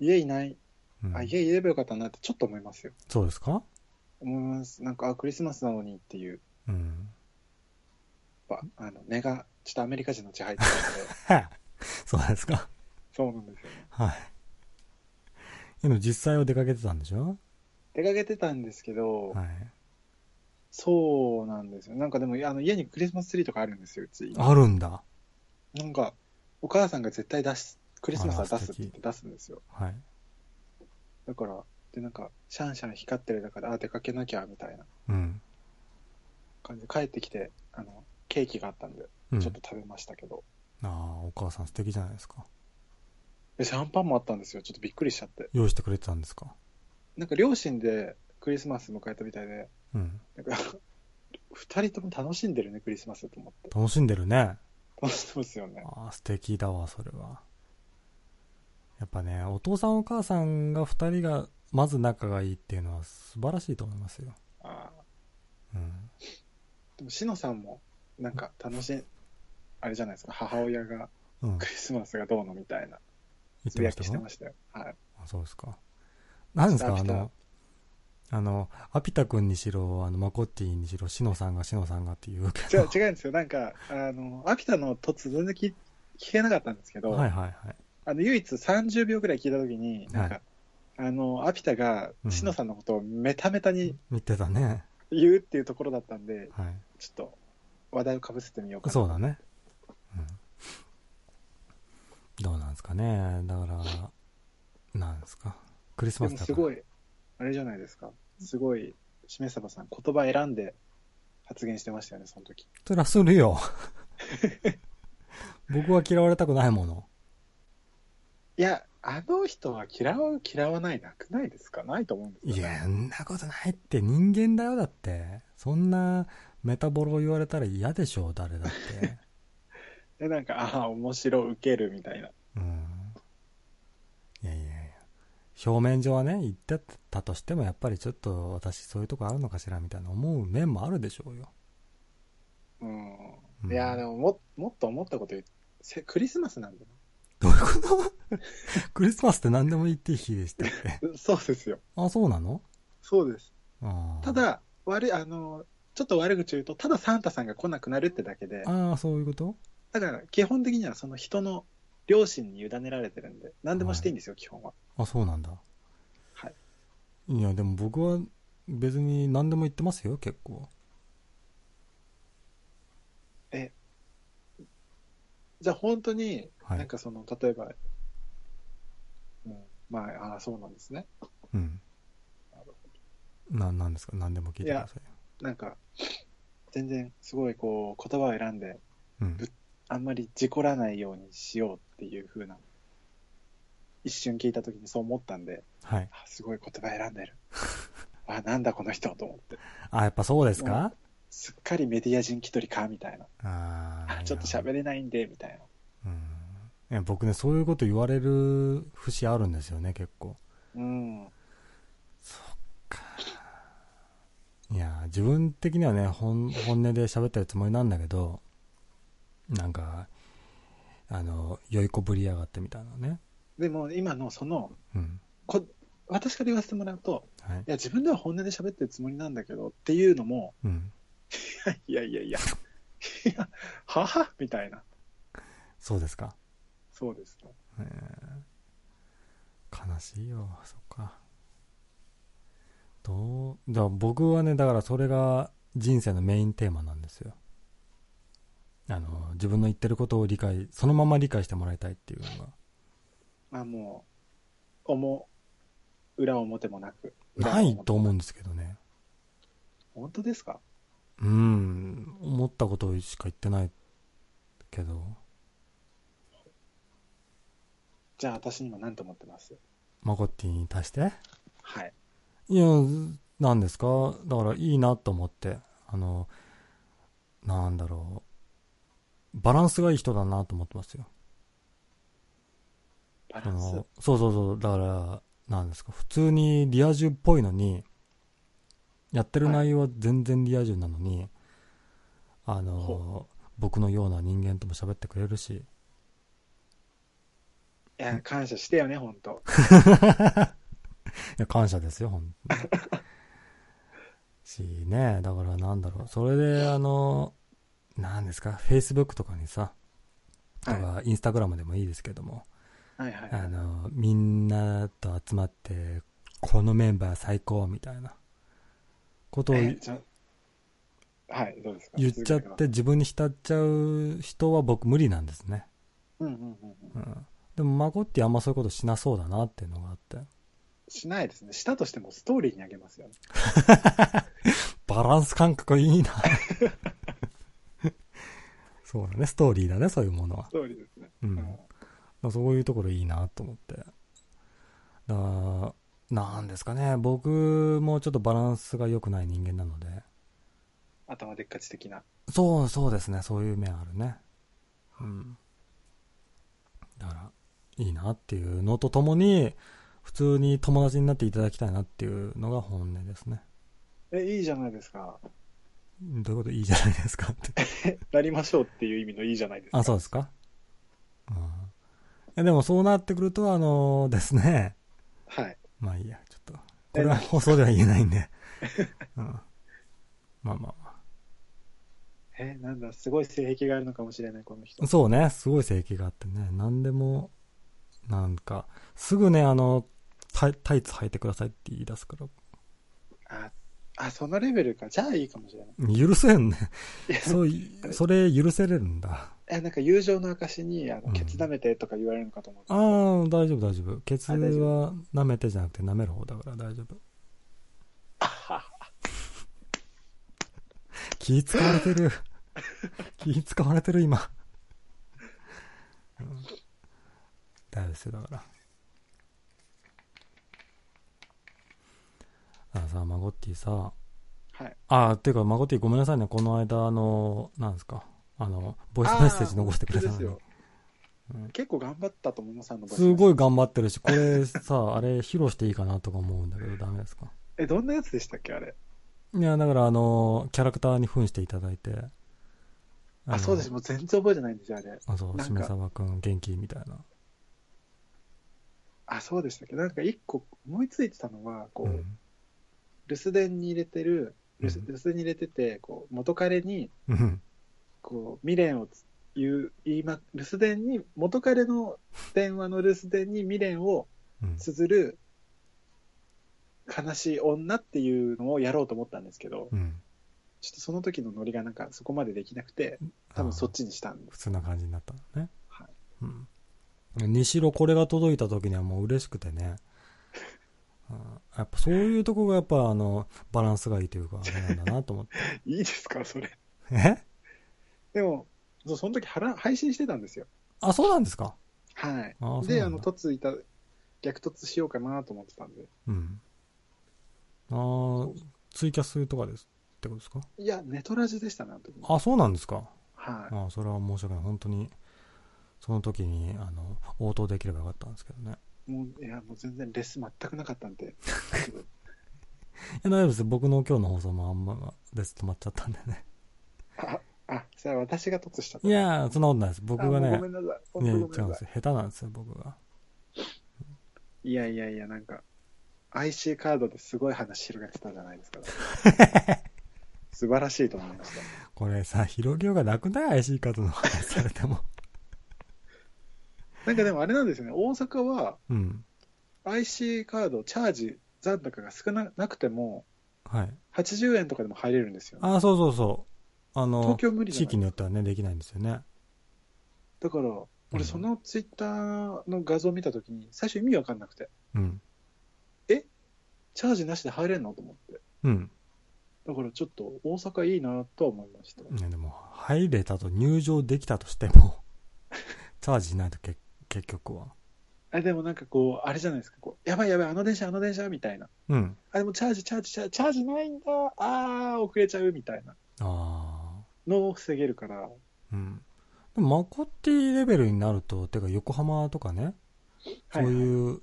家いない、
うん
あ、家いればよかったなってちょっと思いますよ。
そうですか
思います。なんか、あ、クリスマスなのにっていう、
うん
やっぱ、あの、根が、ちょっとアメリカ人の血入ってるんで、
そうですか
そうなんですよ。
はいでも実際は出かけてたんでしょ
出かけてたんですけど、
はい
そうなんですよ。なんかでも、あの家にクリスマスツリーとかあるんですよ、うち。
あるんだ
なんか、お母さんが絶対出す、クリスマスは出すって言って
あ
出すんですよ。
はい
だから、で、なんか、シャンシャン光ってる中で、あ、出かけなきゃ、みたいな
うん、
感じで、帰ってきて、あの、ケーキがあったんで、
うん、
ちょっと食べましたけど、
ああお母さん素敵じゃないですか
で、シャンパンもあったんですよ。ちょっとびっくりしちゃって。
用意してくれてたんですか
なんか、両親でクリスマス迎えたみたいで、
うん
なんか、 二人とも楽しんでるね、クリスマスと思って。
楽しんでるね
楽しんでますよね。
ああ素敵だわそれはやっぱねお父さんお母さんが2人がまず仲がいいっていうのは素晴らしいと思いますよ、
あー
うん、
でも、しのさんも、なんか、楽しん、あれじゃないですか、母親が、
うん
クリスマスがどうのみたいな、
言っ
つ
て
ぶ
ま
や
した
きして
か
ましたよ。はい。
あそうですか何ですかあ
アピタ
のあのアピタ君にしろあのマコッティにしろシノさんがシノさんがっていうけ
違
ど
う違うんですよ、なんか、あの、秋田のトッツ全然聞い聞けなかったんですけ ど、
はいはいはい。
あの唯一30秒ぐらい聞いたときに、なんか、
は
あの、アピタが
うん
シノさんのことをメタメタに
見てたね。
言うっていうところだったんで、
はい。
ちょっと話題をかぶせてみようかな。
そうだね。うん。どうなんですかね。だから、なんですか。クリス
で
マス
も
だから。
すごい、あれじゃないですか。すごい、しめさばさん、言葉選んで発言してましたよね、その時。
そりゃするよ。 僕は嫌われたくないもの。
いや、あの人は嫌う、嫌わないなくないですかないと思うんです
い
よ、ね。
や、そんなことないって人間だよ、だって。そんなメタボロ言われたら嫌でしょ、誰だって。
で、なんか、ああ、面白、ウケるみたいな。
うん。いやいやいや。表面上はね、言ってたとしても、やっぱりちょっと私そういうとこあるのかしら、みたいな思う面もあるでしょうよ。
うん。
うん
いや、でもも、もっと思ったこと言う。せクリスマスなんだ
どういうことクリスマスって何でも言っていい日でしたっけ
な。そうですよ。
あ、そうなの
そうです。
あー
た、だ、悪い、あの、ちょっと悪口言うと、ただサンタさんが来なくなるってだけで、
ああ、そういうこと
だから基本的にはその人の両親に委ねられてるんで、何でもしていいんですよ、基本は。
あ、そうなんだ。。
はい
いや、でも僕は別に何でも言ってますよ、結構。
じゃあ本当に、
はい
なんかその、例えば、うん、まあ、ああ、そうなんですね。
うん。な、なんですか何でも聞いてくださいよ。
なんか、全然、すごいこう、言葉を選んで、
うん
ぶ。あんまり事故らないようにしようっていう風な、一瞬聞いた時にそう思ったんで、
はい。
あすごい言葉選 んでる。あ、なんだこの人と思って。
あ、やっぱそうですか、
すっかりメディア人気取りか、みたいな。
ああ
あ。ちょっと
いや
喋れないんで、みたいな。
うん。いや、僕ね、そういうこと言われる節あるんですよね、結構。
うん。
いや、自分的にはね、本本音で喋ってるつもりなんだけど、なんか、あの、酔いこぶりやがってみたいなね。
でも今のその
うん。
こ、私から言わせてもらうと、
はい
い。や、自分では本音で喋ってるつもりなんだけどっていうのも、
うん。
いやいやいや、いや、ははみたいな。
そうですか。
そうですね。
えー悲しいよそっかどうだから僕はねだからそれが人生のメインテーマなんですよあの自分の言ってることを理解そのまま理解してもらいたいっていうのが
まあもう、おも、裏表もなく。裏
な
表も
いと思うんですけどね
本当ですか
うん思ったことしか言ってないけど
じゃあ私にも何と思ってます
マコッティに対して
はい。
いや、なんですかだからいいなと思って、あの、なんだろう、バランスがいい人だなと思ってますよ。
バ
あ
ランス。
のそうそうそう、だから、なんですか、普通にリア充っぽいのに、やってる内容は全然リア充なのに、あの
ほ、
僕のような人間とも喋ってくれるし、
いや、感謝してよね、本当
いや、感謝ですよ、本当に。しね、だからなんだろう。それで、あの、なんですか、Facebook とかにさ、と
はい。
か、Instagram でもいいですけども、
はいはい
あ
はい。
の、みんなと集まって、このメンバー最高みたいなことを
えちょはい、どうですか
言っちゃっ。
続
て
けください
自分に浸っちゃう人は僕無理なんですね。
うんうんうんう
う
ん。
ん。でも、孫ってあんまそういうことしなそうだなっていうのがあって、
しないですね。したとしてもストーリーにあげますよね。
バランス感覚いいな。 そうだね、ストーリーだね、そういうものは
ス。トーリーですね。
うん。
う
だ
ん
からそういうところいいなと思って。だからなんですかね、僕もちょっとバランスが良くない人間なので。
頭でっかち的な。
そう、そうですね、そういう面あるね。うん。だから、いいなっていうのとともに、普通に友達になっていただきたいなっていうのが本音ですね。
え、いいじゃないですか。
どういうこといいじゃないですかって。
なりましょうっていう意味のいいじゃないですか。
あ、そうですか。うんいや。でもそうなってくると、あのですね。
はい。
まあいいや、ちょっと。これ は放送では言えないんで。うん、まあまあまあ。
え、なんだ、すごい性癖があるのかもしれない、この人。
そうね、すごい性癖があってね、何でも、なんか、すぐね、あの、タイタイツ履いてくださいって言い出すから、
あ、あ、そのレベルか。じゃあいいかもしれない。
許せんね。
いや
そうい、それ許せれるんだ。
え、なんか友情の証に、あ
う
の、
ん
ケツ舐めてとか言われるのかと思う。
ああ、大丈夫大丈夫。ケツは
あ大丈
舐めてじゃなくて舐める方だから大丈 夫。気使われてる。気使われてる今。うん大丈夫ですよ、だから。あのさ、マゴッティさ、
はい。
あー、ていうか、マゴッティごめんなさいね、この間、あの、なんですか、あの、ボイスメッセージ残してくれたの
あー
に。
本当ですよ
うん
結構頑張ったと思います、あの
すご
い。
い頑張ってるし、これさ、あ れ披露していいかなとか思うんだけど、ダメですか
え、どんなやつでしたっけ、あれ。
いや、だからあの、キャラクターに扮していただいて。の
あ、そうです。。もう全然覚えてないんですよ、あれ。
あ、そう、
なんか
しめさばくん元気みたいな。
あ、そうでしたっけ。なんか一個思いついてたのは、こう、
うん。
留守電に入れてる、留守
うん
留守電に入れてて、こう、元彼に、
うん。
こう、未練をつ言う、言いま、留守電に、元彼の電話の留守電に未練を
うん
綴る、悲しい女っていうのをやろうと思ったんですけど、
うん。
ちょっとその時のノリがなんかそこまでできなくて、 多分そっちにしたんで
普通な感じになったのね。
はい
うん。にしろこれが届いた時にはもう嬉しくてね。うんやっぱそういうとこがやっぱあの、バランスがいいというか、あれなんだなと思って。
す。いいですか、それ。
え
でも、そうその時腹配信してたんですよ。
あ、そうなんですか
はい。
あそう
で、
な
あ
んだ
の、突いた、逆突しようかなと思ってたんで。
うん。ああ、ツイキャスとかですってことですか
いや、ネトラジでしたな、あの時。
あ、そうなんですか。
はい。
あそれは申し訳ない。本当に、その時に、あの、応答できればよかったんですけどね。
もう、いや、もう全然レス全くなかったんで。
いや、大丈夫です。僕の今日の放送もあんま、です止まっちゃったんでね。
あ、あ、それは私が突した。
いやー、そんなことないです。僕が
あもう
ね
ごめ、んなさい。
い
本
や、違
当
う
ご
ん
めんな
で
さ
すよ。下手なんですよ、僕が。
い。いやいやいや、なんか、IC カードですごい話広げてたじゃないです か。素晴らしいと思いました。
これさ、広げようがなくない ?IC カードの話されても。
なんかでもあれなんですよね、大阪は
うん。
IC カード、チャージ残高が少ななくても、
はい。
80円とかでも入れるんですよ、ね。
あー、そうそうそう。あの
東、京無理じ
地
ゃない
域によってはね、できないんですよね。
だから、
うん
俺そのツイッターの画像を見たときに、最初意味わかんなくて、
うん。
チャージなしで入れんのと思って。
うん。
だからちょっと大阪いいなとは思いました。
いやでも入れたと入場できたとしても チャージしないとけ結局は
あでもなんかこう、あれじゃないですか、こうやばいやばい、あの電車、あの電車みたいな。
うん
あ、でもチャージ、チャージ、チャージ、チャージないんだ、あー、遅れちゃうみたいな
あ
のを防げるから、
あうんでもマコッティレベルになるとてか横浜とかねそういう、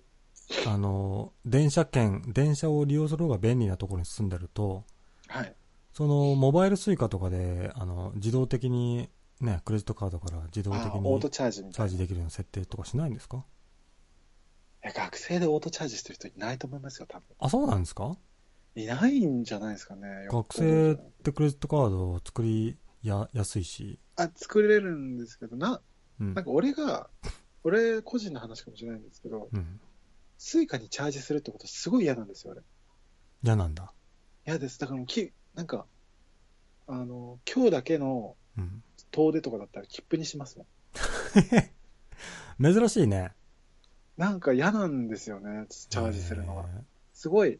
あの電車券電車を利用する方が便利なところに住んでると
はい、はい。
そのモバイルスイカとかであの自動的にねクレジットカードから自動
あ
的
ーオー
に
ト
チ
チャージみた
ャー
いな
ジ。できるような設定とかしないんですか
いや学生でオートチャージしてる人いないと思いますよ、多分。
あそうなんですか
いないんじゃないですかね。
学生ってクレジットカードを作りややすいし
あ、作れるんですけど、な、
うん
なんか俺が、俺個人の話かもしれないんですけど、
うん
スイカにチャージするってことすごい嫌なんですよ、俺。
嫌なんだ。
嫌です。だからもうき、なんか、あの、今日だけの
うん。
遠出とかだったら切符にしますもん。
珍しいね。
なんか嫌なんですよね、チャージするのは。
へ
すごい、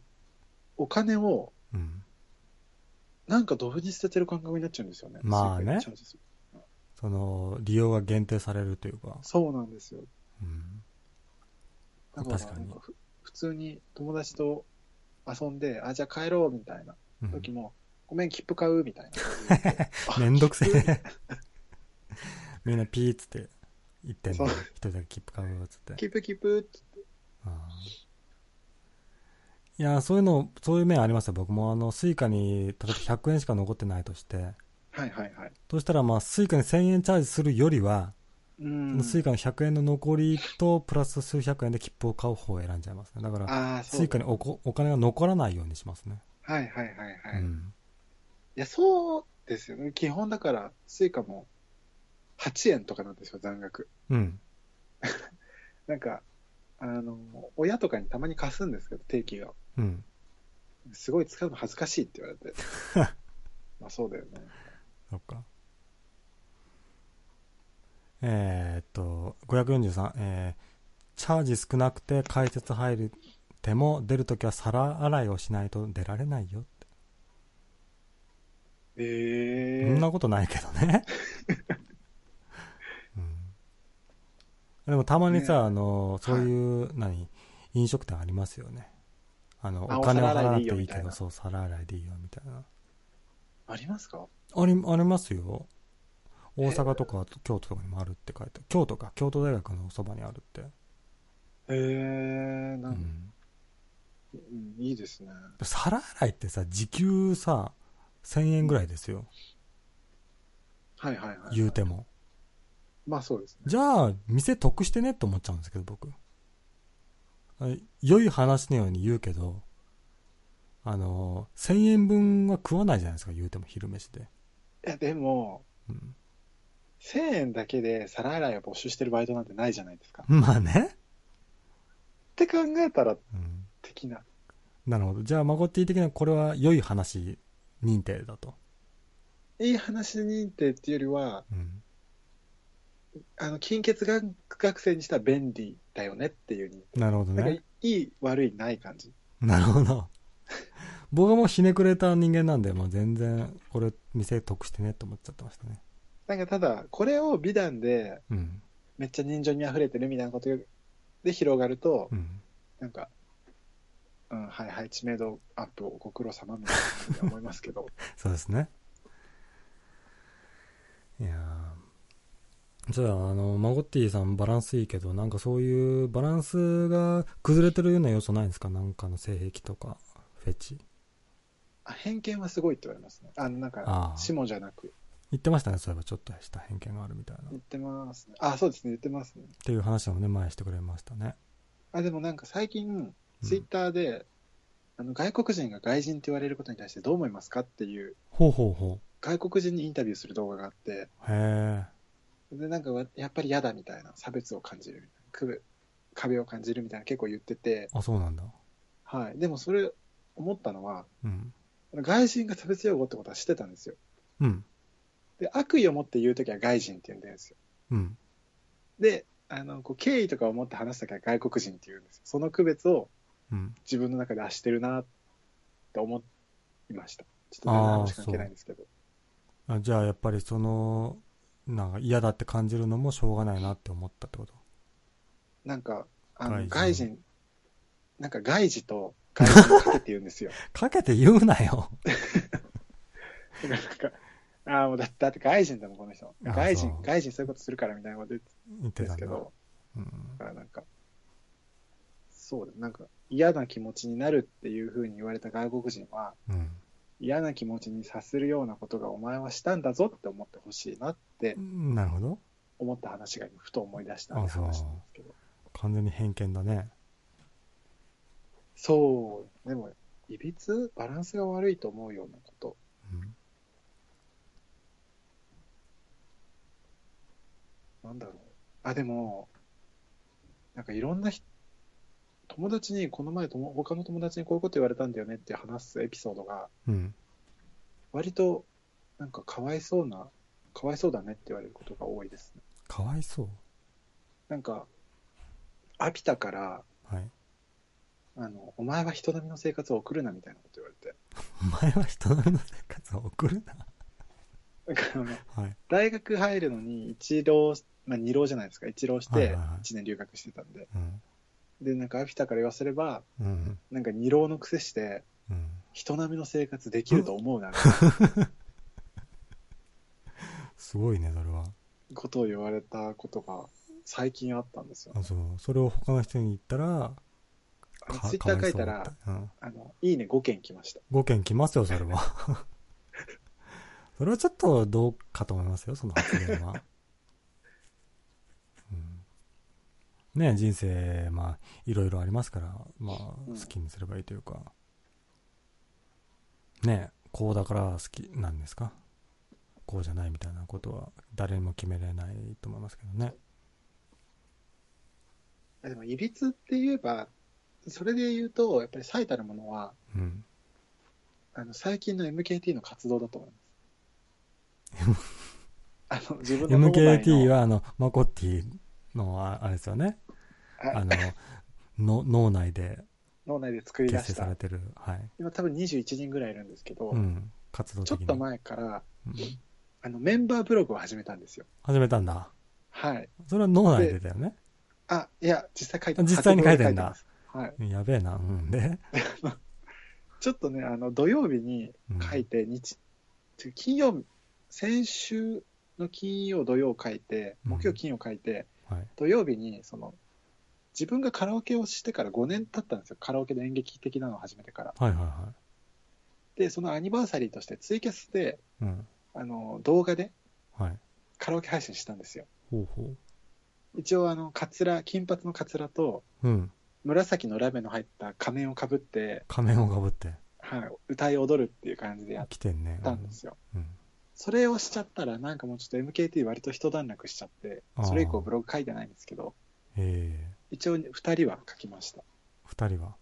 お金を、
え。うん。
なんかドブに捨ててる感覚になっちゃうんですよね。
まあね
スイカにチャージする
その、利用が限定されるというか。
そうなんですよ。
うん。
だから
確かに
なんかふ普通に友達と遊んで、あ、じゃあ帰ろうみたいな
う
時
ん、
も、ごめん、切符買うみたいな感じで あ
めんどくせ え。みんなピーっつって言ってんの。
そう
一人だけ切符買うよっつって。
切符切符って。
ああいや、そういうの、そういう面ありますよ。僕もあの、スイカに、例えば100円しか残ってないとして。
はいはいはい。
そしたらまあ、スイカに1000円チャージするよりは、
うん。
スイカの100円の残りと、プラス数百円で切符を買う方を選んじゃいますね。だから、
ああ、そ
ス
う
イ。カにおこお金が残らないようにしますね。
はいはいはいはい。
う
い
ん。
や、そうですよね。基本だから、スイカも8円とかなんですよ、残額。
うん。
なんか、あの、親とかにたまに貸すんですけど、定期が。
うん。
すごい使うの恥ずかしいって言わ れて。まあそうだよね。
そっか。えー、っと、543、えー、チャージ少なくて解説入るても出るときは皿洗いをしないと出られないよって。
え
そん
ー、
なことないけど ね。うん、でもたまにさ、
ね
あの、そういう、何、飲食店ありますよね。あの、
あ
お金を
お皿
払わな
洗
く
いでいいよ
ていい
みた
け
い
ど、
な
そう、皿洗いでいいよみたいな。
ありますか
あり、ありますよ。大阪とか京都とかにもあるって書いて、京都か、京都大学のそばにあるって。
えー、
う
なんか、
ん。
うん、いいですね。
皿洗いってさ、時給さ、1000円ぐらいですよ。
はいはいはい。
言うても。
まあそうですね。
じゃあ、店得してねって思っちゃうんですけど、僕。あ良い話のように言うけど、あの、1000円分は食わないじゃないですか、言うても昼飯で。
いや、でも、
うん、
1000円だけで皿洗いを募集してるバイトなんてないじゃないですか。っ
まあね。
て考えたら、
うん。
的な。
なるほど。じゃあ、マゴッティ的にはこれは良い話認定だと。
いい話認定っていうよりは、
うん。
あの、金欠学学生にしたら便利だよねっていう認定。
なるほど
なんか、
ね
い。い、悪い、ない感じ。
なるほど。僕はもうひねくれた人間なんで、もう全然、これ、店得してねって思っちゃってましたね。
なんかただ、これを美談で、
うん。
めっちゃ人情に溢れてるみたいなことで広がると、
うん。
なんか、うん、はいはい、知名度アップをご苦労様みたいな思いますけど。
そうですね。いやーそうだ、あの、マゴッティさんバランスいいけど、なんかそういうバランスが崩れてるような要素ないんですかなんかの性癖とか、フェチ。
あ偏見はすごいって言われますね。あの、なん
あ
か
あ、
下じゃなく、
言ってましたね、そういえばちょっとした偏見があるみたいな。っ
言ってますね。あ、そうですね、言ってますね。
ていう話もね、前してくれましたね。
あ、でもなんか最近、ツイッターで、あの、外国人が外人って言われることに対してどう思いますかっていう、
ほうほうほ
外国人にインタビューする動画があって、
う。へ
で、なんかわ、やっぱり嫌だみたいな、差別を感じるみたいな、区別壁を感じるみたいな結構言ってて、
ー。あ、そうなんだ。
はい。でもそれ、思ったのは、
うん。
外人が差別用語ってことは知ってたんですよ。
うん。
で、悪意を持って言うときは外人って言うんですよ。
うん。
で、あの、こう、敬意とかを持って話すときは外国人って言うんですよ。その区別を
うん。
自分の中であしてるなって思いました。ちょっと全然
あー
話関係ないんですけど。
あじゃあ、やっぱりその、なんか嫌だって感じるのもしょうがないなって思ったってこと
なんか、あの、
外人
外人、なんか外事と外人かけて言うんですよ。
かけて言うなよ。
だからなんか、ああ、もうだだって外人だもん、この人。
あー
外人
そ、う
外人そういうことするからみたいなこと言って
言って
たんで
たん
す
だ。
けど、
うん
だからなんか、そうです。なんか嫌な気持ちになるっていうふうに言われた外国人は、
うん
嫌な気持ちにさせるようなことがお前はしたんだぞって思ってほしいなって
なるほど。
思った話が今ふと思い出したんで
あそう
話したんですけど。
完全に偏見だね。
そう。でも、いびつバランスが悪いと思うようなこと。
うん
なんだろう。あ、でも、なんかいろんな人、友達に、この前とも、他の友達にこういうこと言われたんだよねって話すエピソードが、
うん。
割と、なんかかわいそうな、かわいそうだねって言われることが多いですね。
かわいそう。
なんか、アピタから、
はい。
あの、お前は人並みの生活を送るなみたいなこと言われて。
お前は人並みの生活を送るな。
だからあの、
はい。
大学入るのに一浪、まあ二浪じゃないですか、一浪し
はいは
て
いはい
一年留学してたんで。
うん。
で、なんかアピタから言わせれば、
うん。
なんか二浪の癖して、
うん。
人並みの生活できると思うな、みたい
すごいね、それは。
なことを言われたことが最近あったんですよ。
あ、そう。それを他の人に言ったら、
あのツイッター書いたら、
そうって
あの、いいね5件来ました。
うん。5件来ますよ、それは。それはちょっとどうかと思いますよ、その発言は。うん。ね人生、まあ、いろいろありますから、まあ、
う
好
ん
きにすればいいというか。ねこうだから好きなんですかこうじゃないみたいなことは誰にも決めれないと思いますけどね
あでも、いびつって言えば、それで言うと、やっぱり最たるものは、
うん
あの最近の MKT の活動だと思い ます。あの自分の脳内
MKT
の
はあのマコッティのああれですよねあ
あ
のの脳内で
脳内で作り出
結成
し
さ
た
れ、てるはい、
今多分21人ぐらいいるんですけど、
うん、活動的
ちょ
な
っと前から
うん
あのメンバーブログを始めたんですよ。
始めたんだ
はい。
それは脳内でだよね
あ、いや、実際書いて
実際に書いてんだ
活動で書いてますはい。
やべえなうんで、
ちょっとね、あの土曜日に
うん
書いて、日、ちょ金曜、先週の金曜、土曜書いて、
うん
木曜、金曜書いて、
はい
土曜日にその自分がカラオケをしてから5年経ったんですよ、カラオケで演劇的なのを始めてから。
はいはいは
で、そのアニバーサリーとしてツイキャスで
いうん
あの動画で
はい
カラオケ配信したんですよ。
ほうほ
一応あの、カツラ、金髪のカツラと
ううん
紫のラメの入った仮面をかぶって、
仮面をかぶって
はい、歌い踊るっていう感じでやっ
来てんね
たんですよ。
うん
それをしちゃったら、なんかもうちょっと MKT 割と一段落しちゃって
あ、ー
それ以降ブログ書いてないんですけど、
ええ
一応2人は書きました。
二人は、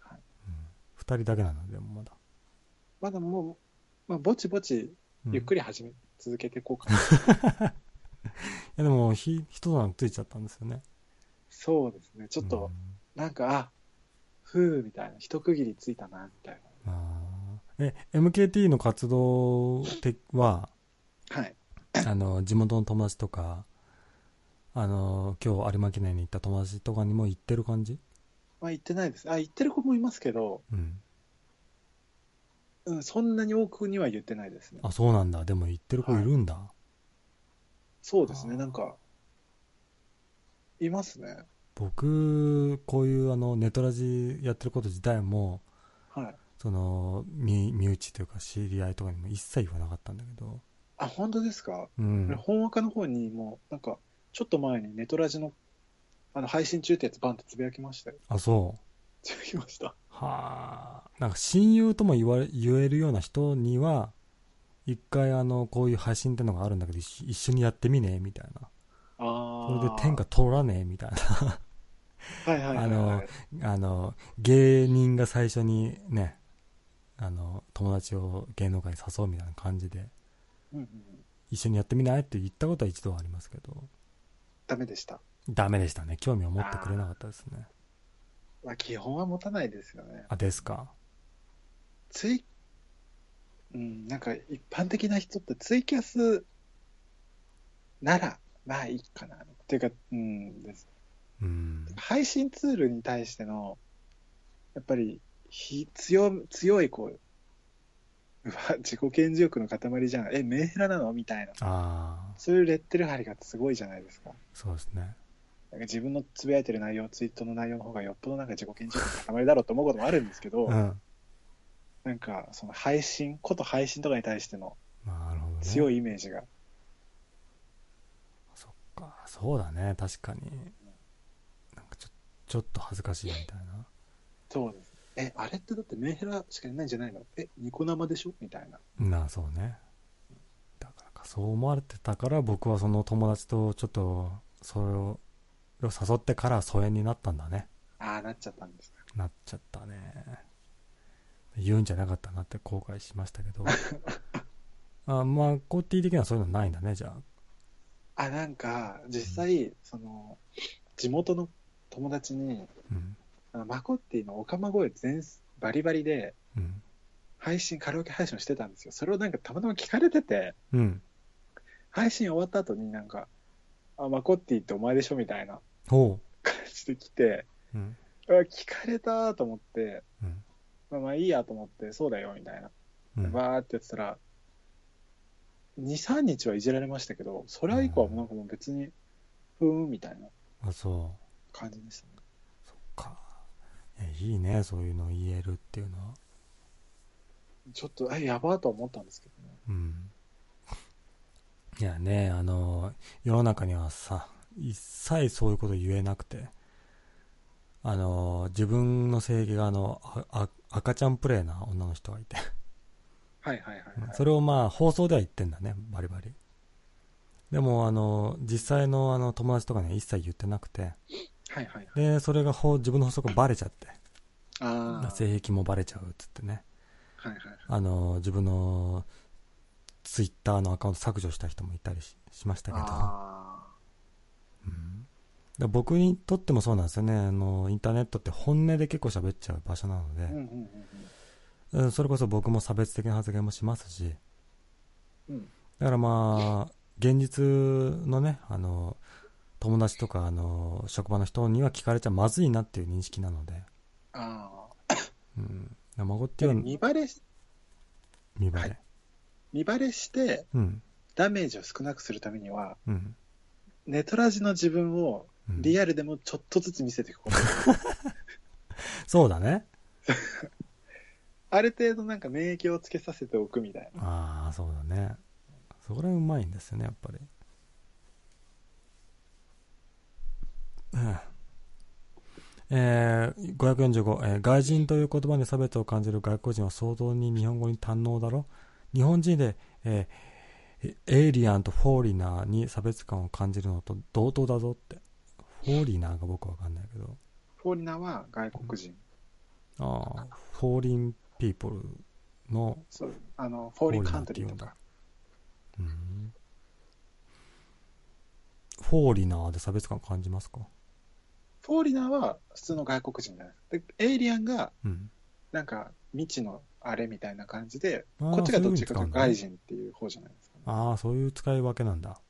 はい
うん、二人だけなのでもまだ
まだもう、まあ、ぼちぼちゆっく
り、
り始め、続けていこ うかな。
うんいやでもひ一段ついちゃったんですよね
そうですね。ちょっと、なんか、あ、ふうみたいな、一区切りついたな、みたい
うんあーえ MKT の活動ては
な。はい。
あの地元の友達とかあの今日有馬記念に行った友達とかにも行ってる感じ
まあ、言ってないです。あ、言ってる子もいますけど、
うん
うん、そんなに多くには言ってないですね。
あそうなんだでも行ってる子いるんだ、
そうです
あ
ね。
ー
なんか、いますね。
僕こういうあのネトラジやってること自体も
はい。
その身身内というか知り合いとかにも一切言わなかったんだけど
あ、本当ですか
うん
俺本若の方にもうなんかちょっと前にネトラジのあの配信中ってやつバンってつぶやきましたよ
あそう
つぶやきました
はあなんか親友とも言われ言えるような人には一回あのこういう配信ってのがあるんだけど一緒一緒にやってみねみたいな
あ
そ
あ
れで天下取らねえみたい
はいはいはい、はい、
あのなあの芸人が最初にねあの友達を芸能界に誘うみたいな感じで
うんうん、
一緒にやってみないって言ったことは一度はありますけど
ダメでした、
ダメでしたね興味を持ってくれなかったですね
まあ、基本は持たないですよね
あですか
ツイうんなんか一般的な人ってツイキャスならまあいいかなっていうかうんです
うん
配信ツールに対してのやっぱりひ強強いこううわ自己顕示欲の塊じゃんえメンヘラなのみたいな
ああ
そういうレッテル貼りがすごいじゃないですか
そうですね
なんか自分のつぶやいてる内容ツイートの内容の方がよっぽどなんか自己顕示欲の塊だろうと思うこともあるんですけど、
うん
なんかその配信こと配信とかに対しての
まあなるほどね
強いイメージが、
そっかそうだね確かになんかちょちょっと恥ずかしいみたいな
そうですえあれってだってメンヘラしかいないんじゃないのえニコ生でしょみたいな
なあそうねだからかそう思われてたから僕はその友達とちょっとそれをを誘ってから疎遠になったんだね
ああなっちゃったんです
なっちゃったね言うんじゃなかったなって後悔しましたけどあまあコッティ的にはそういうのないんだねじゃあ
あ、なんか、実際、その、地元の友達に、
うん
あのマコッティのオカマ声全、バリバリで、
うん
配信、カラオケ配信をしてたんですよ。それをなんかたまたま聞かれてて、
うん
配信終わった後になんか、あ、マコッティってお前でしょみたいな
ほ
感じで来て、
ううん
あ、聞かれたと思って、
うん
まあまあいいやと思って、そうだよ、みたいな。
うん
バーってやってたら、2、3日はいじられましたけど、それ以降はもうなんかもう別に、ふーん、みたいな
あそう
感じでしたね。
かいやいいねそういうの言えるっていうのは
ちょっと、え、やばーとは思ったんですけどね。
うんいやねあの世の中にはさ一切そういうこと言えなくてあの自分の性癖があのああ赤ちゃんプレイな女の人がいて
はいはいはい、はい。
それをまあ放送では言ってんだねバリバリでもあの実際のあの友達とかね一切言ってなくて
はいはいはい。
でそれがほう自分の法則がバレちゃって
ああ。はい
性癖もバレちゃうっつってね
はいはい。
あの自分のツイッターのアカウント削除した人もいたりししましたけど
あ
うんで僕にとってもそうなんですよねあのインターネットって本音で結構喋っちゃう場所なの
あ。うんう
で、
んうん
うんそれこそ僕も差別的な発言もしますし
うん。うん。
だからまあ現実のねあの友達とかあの職場の人には聞かれちゃまずいなっていう認識なので、
ああ。
うん、孫って
で
い
も
うのは
見バレし、
見栄え、
はい見バレして、
うん
ダメージを少なくするためには、
うん
ネトラジの自分を
うん、
リアルでもちょっとずつ見せていく こと。
そうだね
ある程度なんか免疫をつけさせておくみたいな。
ああそうだねそこら辺うまいんですよねやっぱりうんえー、545、えー外人という言葉に差別を感じる外国人は相当に日本語に堪能だろ日本人で、えーエイリアンとフォーリナーに差別感を感じるのと同等だぞってフォーリナーが僕わかんないけど
フォーリナは外国人。
ああフォーリンピーポルの
そう。あの、フォーリンカントリーとか。
うんフォーリナーで差別感感じますか
フォーリナは普通の外国人じゃないですか。で、エイリアンが
うん。
なんか未知のあれみたいな感じで、
あー
こっちがどっちかと
そう
いうと
いう風
外
に使
人っていう方じゃないですか、ね。
ああ、そういう使い分けなんだ。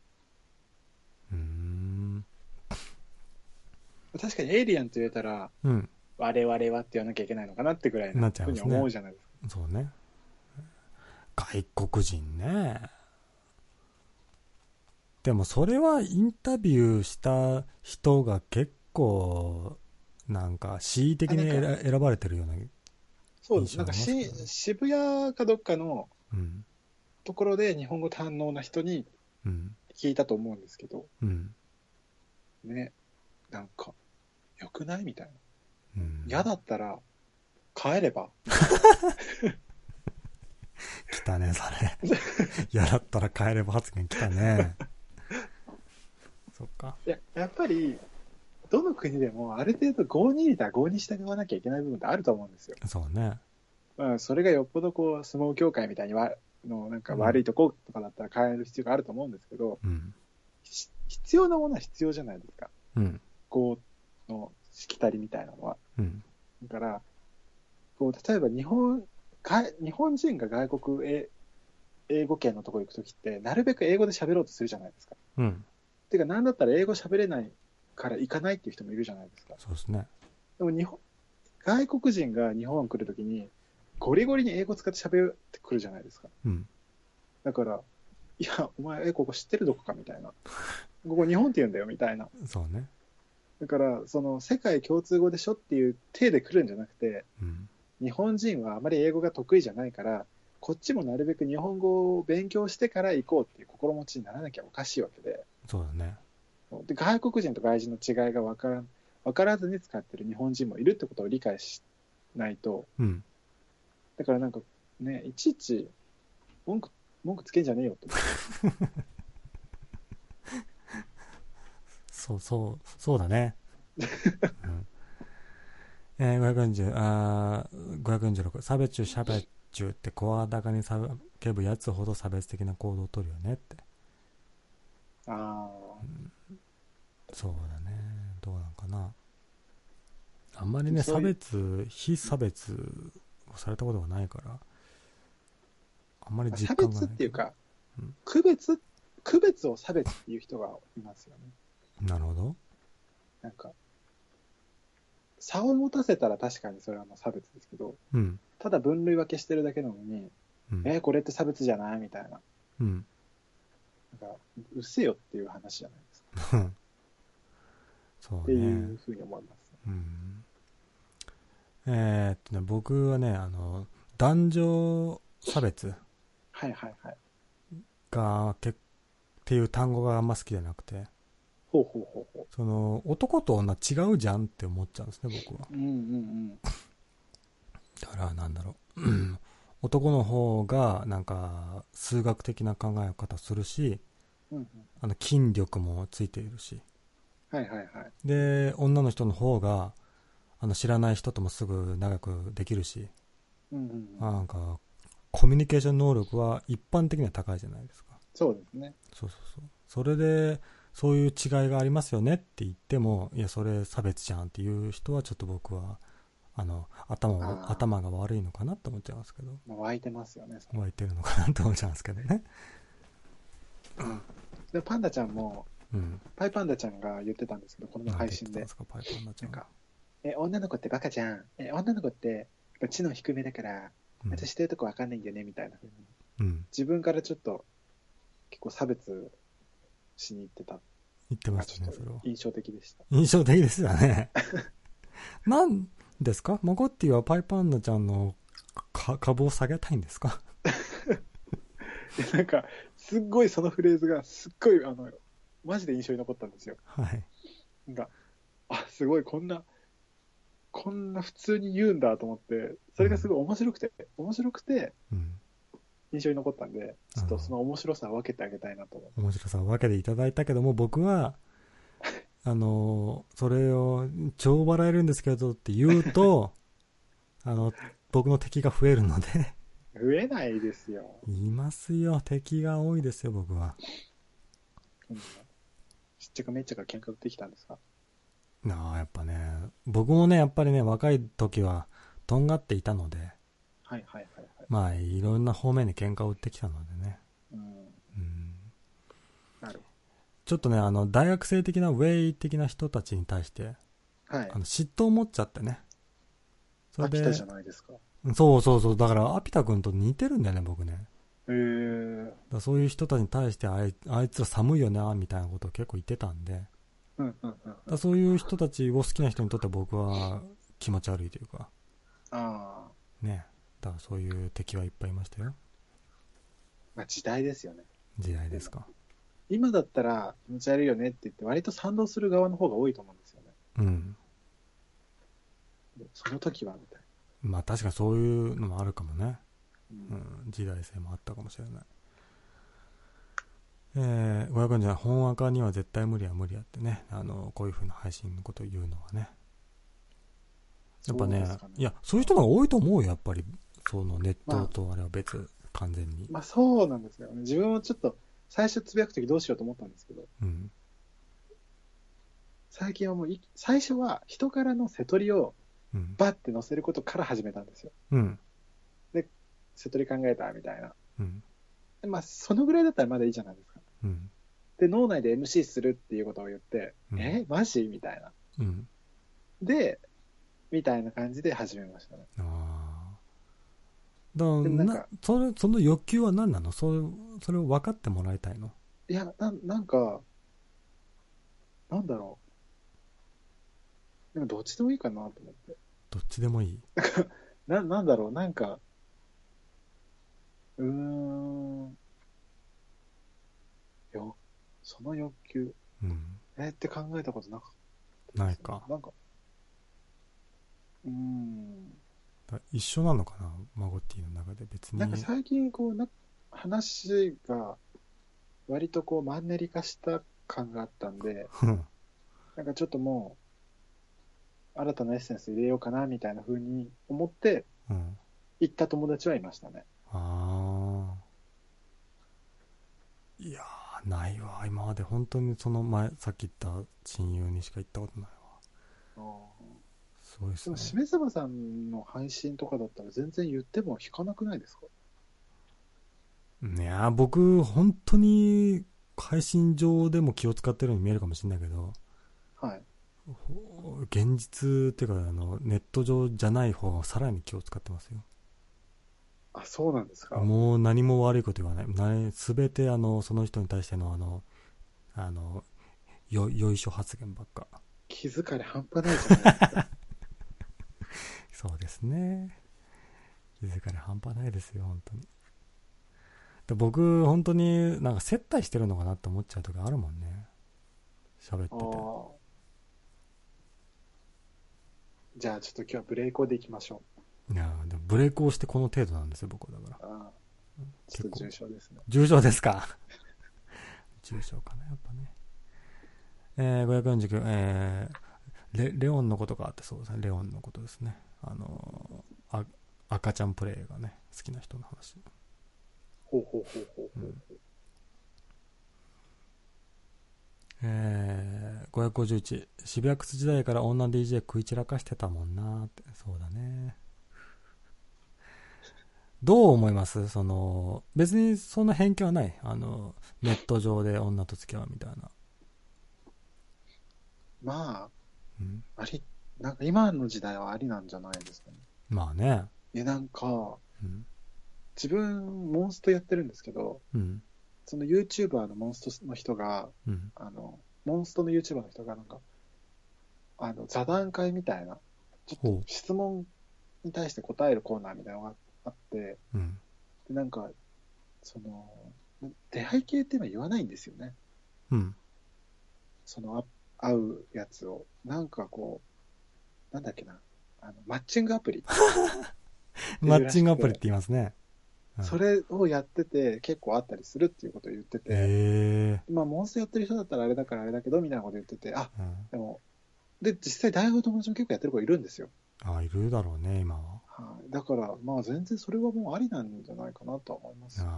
うーん。
確かにエイリアンと言えたら、
うん。
我々はって言わなきゃいけないのかなってぐらい
な
な
っちゃい
ふう
ます
に
ね
思うじゃないですか。
そうね。外国人ね。でもそれはインタビューした人が結構、なんか恣意的に
あな
選選ばれてるような。
そうです。なんか
印象あり
し
ますね
渋谷かどっかの
うん。
ところで日本語堪能な人に
うん。
聞いたと思うんですけど、
うん。
ね、なんか、良くないみたいな。
うん。
嫌だったら、帰れば。
来たね、そ れ。嫌だったら帰れば発言来たね。そっか。
いや、やっぱり、どの国でもある程度合に入れたら合に従わなきゃいけない部分ってあると思うんですよ。
そうね。
うん、それがよっぽどこう、相撲協会みたいにわのなんか悪いとことかだったら変える必要があると思うんですけど、
うん。
し必要なものは必要じゃないですか。
うん。
こうのしきたりみたいなのは。
うん。
だから、こう例えば日本か日本人が外国へ英語圏のとこ行くときって、なるべく英語で喋ろうとするじゃないですか。
うん。
てか、なんだったら英語喋れないから行かないっていう人もいるじゃないですか。
そうですね。
でも日本、外国人が日本来るときに、ゴリゴリに英語使って喋ってくるじゃないですか。
うん。
だから、いや、お前、え、ここ知ってるどこかみたいな。ここ日本って言うんだよみたいな。
そうね。
だから、その世界共通語でしょっていう体で来るんじゃなくて、
うん。
日本人はあまり英語が得意じゃないから、こっちもなるべく日本語を勉強してから行こうっていう心持ちにならなきゃおかしいわけで、
そうだね。
で外国人と外人の違いが分からん分からずに使ってる日本人もいるってことを理解しないと、
うん。
だからなんかね、いちいち文句文句つけんじゃねえよと。
そうそう、そうだ ね。うん。えー、540、あー546、差別中、差別中って声高に叫ぶやつほど差別的な行動をとるよねって。
あ
そうだね。どうなんかな。あんまりね、
そ
差
ういう
別、非差別をされたことがないから、あんまり
あ、
実
差
感がない。
別っていう。か
うん、
区別、区別を差別っていう人がいますよね。
なるほど。
なんか、差を持たせたら確かにそれはもう差別ですけど、
うん。
ただ分類分けしてるだけなのに、
うん。
えー、これって差別じゃないみたいな。
うん。
なんか、うっせよっていう話じゃないですか。
そ
っ
う
て
ね。
いうふうに思います、
うん。えーっとね、僕はね、あの、男女差別
はいはいはい。
が、けっていう単語があんま好きじゃなくて、
ほうほうほうほ
その、男と女違うじゃんって思っちゃうんですね、僕は。
う。うんうんうん。
だからなんだろう、うん男の方がなんか数学的な考え方するし
うんうん。
あの筋力もついているし
はいはいはい。
で女の人の方があの知らない人ともすぐ長くできるし
うんうんうん。
なんかコミュニケーション能力は一般的には高いじゃないですか
そうですね。
そうそうそうそれでそういう違いがありますよねって言ってもいやそれ差別じゃんっていう人はちょっと僕はあの頭
あ
を
ー
頭が悪いのかなって思っちゃいますけど
もう湧いてますよね。
湧いてるのかなって思っちゃいますけどね
で、パンダちゃんも、
うん
パイパンダちゃんが言ってたんですけど、この
なん
配
て言
信
ってたん
で
で。すかパイパンダち
な
ゃん
んか、え、女の子ってバカじゃん。え、女の子って、やっぱ知能低めだから、
うん
私ってるとこわかんないんだよね、みたいな風に。
うん
自分からちょっと、結構差別しに行ってた
言って
の
ま
が、
し
ち
た
ょ
ね
っ
それは
と印象的でした。
印象的ですよ ねなんですかマコッティはパイパンダちゃんのか株を下げたいんですか
で、なんか、すっごいそのフレーズが、すっごい、あの、マジで印象に残ったんですよ。
はい
なんか、あ、すごい、こんな、こんな普通に言うんだと思って、それがすごい面白くて、面白くて、
うん
印象に残ったんで、ちょっとその面白さを分けてあげたいなと思う。
面白さを分けていただいたけども僕 はあのそれを超笑えるんですけどって言う とあの僕の敵が増えるので
増えないですよ。
いますよ敵が多いですよ僕は
うんしっちゃかめっちゃか喧嘩売ってきたんですか
なあやっぱね僕もねやっぱりね若い時はとんがっていたので
はいはいはいはい。
まあいろんな方面に喧嘩を売ってきたのでね、
うん。
うん、
なる
ちょっとねあの大学生的なウェイ的な人たちに対して
ほど。はい
あ。の嫉妬を持っちゃってねそれ
秋
で
田じゃないですか。
そうそうそう。だから、アピタ君と似てるんだよね、僕ね。だか
えー。
らそういう人たちに対してあい、あいつら寒いよな、みたいなことを結構言ってたんで。だか
うんうんうん。
らそういう人たちを好きな人にとっては僕は気持ち悪いというか、
ああ。
ね。だからそういう敵はいっぱいいましたよ。
まあ時代ですよね。
時代ですか。
今だったら気持ち悪いよねって言って、割と賛同する側の方が多いと思うんですよね。
うん。
でその時は、みたい
まあ確かにそういうのもあるかもね。う
な。
ん。時代性もあったかもしれない。えー、500円じゃ本赤には絶対無理や無理やってね。あの、こういう風な配信のことを言うのはね。やっぱね
そうですかね
いや、そういう人の方が多いと思うよ、やっぱり。そのネットとあれは別、完全に。
まあそうなんですよね。自分もちょっと、最初つぶやく時どうしようと思ったんですけど、
うん。
最近はもうい、最初は人からの瀬取りを
うん。
バッて載せることから始めたんですよ。
うん。
瀬取り考えたみたいな。
うん。
でまあ、そのぐらいだったらまだいいじゃないですか。
うん。
で、脳内で MC するっていうことを言って、
うん
えマジみたいな。
うん。
で、みたいな感じで始めましたね。
ああ。だから
でも
な
なんか
それ、その欲求は何なのそれ、それを分かってもらいたいの
いや、なんなんか、なんだろう。でもどっちでもいいかなと思って。
どっちでもいい。
な、なんだろう、なんか、うーん。よ、その欲求、
うん。
えーって考えたことなかったですね、
ないか。
なんか、うーん。
だから一緒なのかなマゴティの中で別に。
なんか最近こうな話が割とこうマンネリ化した感があったんで、
うん
なんかちょっともう新たなエッセンス入れようかなみたいな風に思って
うん。
行った友達はいましたね。
ああ。いやー、ないわ。今まで本当にその前、さっき言った親友にしか行ったことないわ。すごいっ
ですも
ね。
しめさばさんの配信とかだったら全然言っても引かなくないですか
いやー、僕、本当に配信上でも気を使ってるように見えるかもしれないけど、
はい。
ほ現実っていうか、あの、ネット上じゃない方がさらに気を使ってますよ。
あ、そうなんですか。
もう何も悪いこと言わない。すべて、あの、その人に対しての、あの、あの、よ、よいしょ発言ばっか。
気遣い半端ないじゃないですか。
そうですね。気づかれ半端ないですよ、本当に。で僕、本当になんか接待してるのかなって思っちゃう時あるもんね。喋って
あ
て。
ーじゃあちょっと今日はブレイクでいきましょう。
いやーでもブレイクをしてこの程度なんですよ、僕はだから。
あーちょっと重症ですね。
重症ですか 重症かなやっぱねえー、549えー、レレオンのことがあってそうですねレオンのことですねあのーあ赤ちゃんプレイがね好きな人の話
ほうほうほうほうほう。
えー、551渋谷靴時代から女 DJ 食い散らかしてたもんなってそうだねどう思いますその別にそんな偏見はないあのネット上で女と付き合うみたいな、
ま
うん、
あ、あり、なんか今の時代はありなんじゃないですかね。
まあね
いや、なんか、
うん
自分、モンストやってるんですけど、
うん
その YouTuber のモンストの人が、
うん
あの、モンストの YouTuber の人が、なんか、あの、座談会みたいな、ちょ
ほ
っ
う
と質問に対して答えるコーナーみたいなのがあって、
うん
で、なんか、その、出会い系っていうのは言わないんですよね。
うん
その、あ会うやつを。なんかこう、なんだっけな、あの、マッチングアプリ。
マッチングアプリって言いますねうん
それをやってて、結構あったりするっていうことを言ってて、
へえ
まあ、モンストやってる人だったらあれだからあれだけど、みたいなこと言ってて、あ、
うん
でも、で、実際大学の友達も結構やってる子いるんですよ。
あいるだろうね今は
はい。だから、まあ全然それはもうありなんじゃないかなとは思います。
あー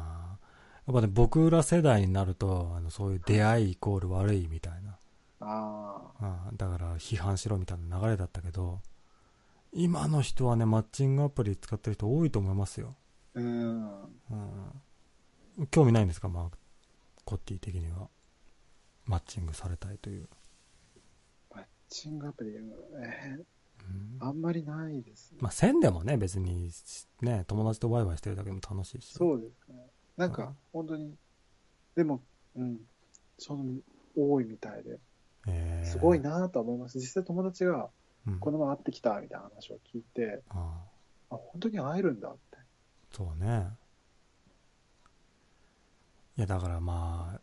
やっぱね僕ら世代になるとあのそういう出会いイコール悪いみたいな
あ
あーだから批判しろみたいな流れだったけど今の人はねマッチングアプリ使ってる人多いと思いますよ、
あ、うん。
うん、興味ないんですか、まあ、コッティ的にはマッチングされたいという、
マッチングアプリ、うんえ
うん
ーあんまりないですね。
まあ、せんでもね別にね友達とワイワイしてるだけでも楽しいし
そうですね。なんか、本当に、でも、うん、その、多いみたいで、
えー
すごい、なとは思います。実際友達が、
うん
この前会ってきたみたいな話を聞いて、
ああ
あ、本当に会えるんだって。
そうねいやだからまあ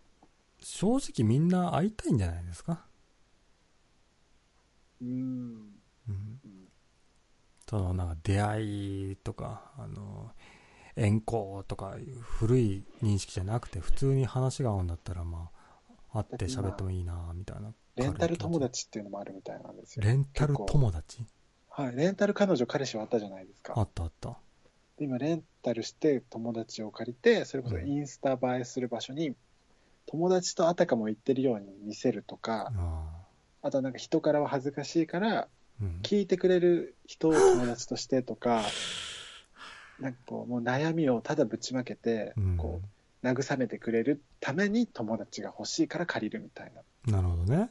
正直みんな会いたいんじゃないですか、
うん。
うん、
うん
そのなんか出会いとかあの遠行とかいう古い認識じゃなくて普通に話が合うんだったらまあ会って喋ってもいいなみたいな
レンタル友達っていうのもあるみたいなんですよ。
レンタル友達
はい、レンタル彼女、彼氏はあったじゃないです
あ
か。
ったあった
で今、レンタルして友達を借りて、それこそ
うん
インスタ映えする場所に、友達とあたかも行ってるように見せるとか、
あ
あとはなんか人からは恥ずかしいから、
ーうん
聞いてくれる人を友達としてとか、なんかこう、もう悩みをただぶちまけて、
うん
こう、慰めてくれるために友達が欲しいから借りるみたいな。
なるほどね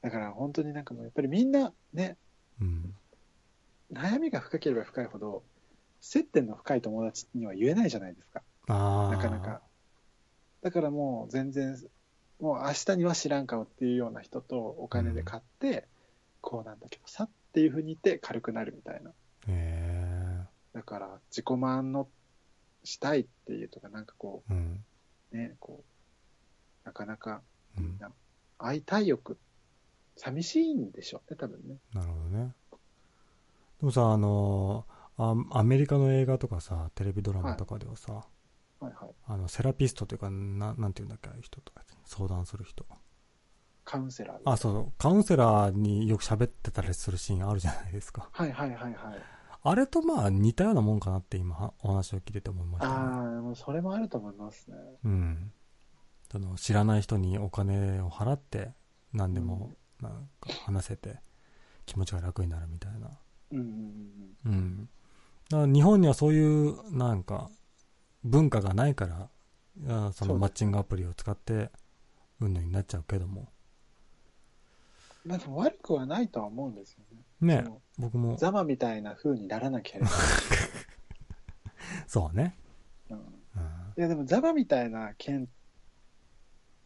だから本当になんかもうやっぱりみんなね、
うん
悩みが深ければ深いほど、接点の深い友達には言えないじゃないですか。
ああ
なかなか。だからもう全然、もう明日には知らん顔っていうような人とお金で買って、こうなんだけどさっていうふうに言って軽くなるみたいな。
へ
だから自己満のしたいっていうとか、なんかこ
えうん
うね、こう、なかなか
う
みん
ん
な会いたい欲、寂しいんでしょうね、多分ね。
なるほどね。でもさ、あのーあ、アメリカの映画とかさ、テレビドラマとかではさ、
はいはい。
あの、セラピストというか、ななんていうんだっけ、ああいう人とか、相談する人。
カウンセラー
あ、そう
う。
そう、カウンセラーによく喋ってたりするシーンあるじゃないですか。
はいはいはいはい。
あれとまあ似たようなもんかなって今、はお話を聞いてて思いました、
ああ、もうそれもあると思いますね。
うん。その、知らない人にお金を払って、何でも、なんか話せて、気持ちが楽になるみたいな。
うんうんうん
うん。だから日本にはそういう、なんか、文化がないから、あーそ
そ
の
う
マッチングアプリを使って、うんぬんになっちゃうけども。
うん。まあでも悪くはないとは思うんですよね。
ね
その
僕も、
ザマみたいな風にならなきゃいけない。
そうね。
うんい
うん
やでもザマみたいな件、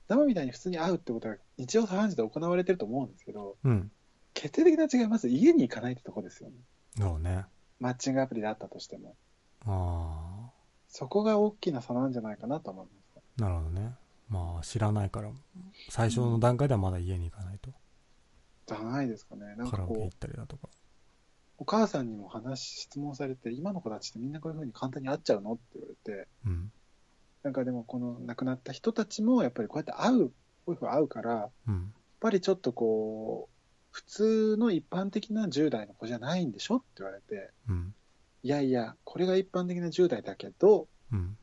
ザマみたいに普通に会うってことが日常茶飯事で行われてると思うんですけど、
うん。
決定的な違いはまず家に行かないってとこですよね。
そうね。
マッチングアプリであったとしても。
あ
そこが大きな差なんじゃないかなと思います。
あ、なるほどね。まあ、知らないから、最初の段階ではまだ家に行かないと。
じゃないですかね。な
カ
んか
ラオケ行
こ
ったりだとか。
う、お母さんにも話、質問されて、今の子たちってみんなこういうふうに簡単に会っちゃうのって言われて、
うん
なんかでもこの亡くなった人たちもやっぱりこうやって会う、こういうふうに会うから、やっ
うん
ぱりちょっとこう、普通の一般的な10代の子じゃないんでしょって言われて、
うん
いやいや、これが一般的な10代だけど、
うん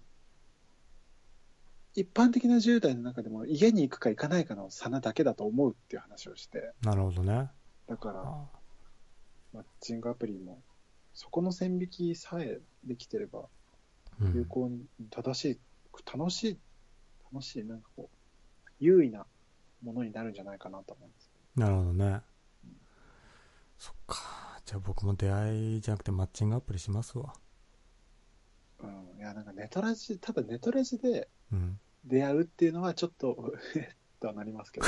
一般的な10代の中でも家に行くか行かないかの差なだけだと思うっていう話をして、
なるほどね
だから、
あ
マッチングアプリも、そこの線引きさえできてれば、
ーうん
有効に、正しい、楽しい、楽しい、なんかこう、優位なものになるんじゃないかなと思うんです。
なるほどねそっかじゃあ僕も出会いじゃなくてマッチングアプリしますわ
うん。いや、なんかネトラジ、ただネトラジで
うん
出会うっていうのはちょっと、えっとはなり ますけど、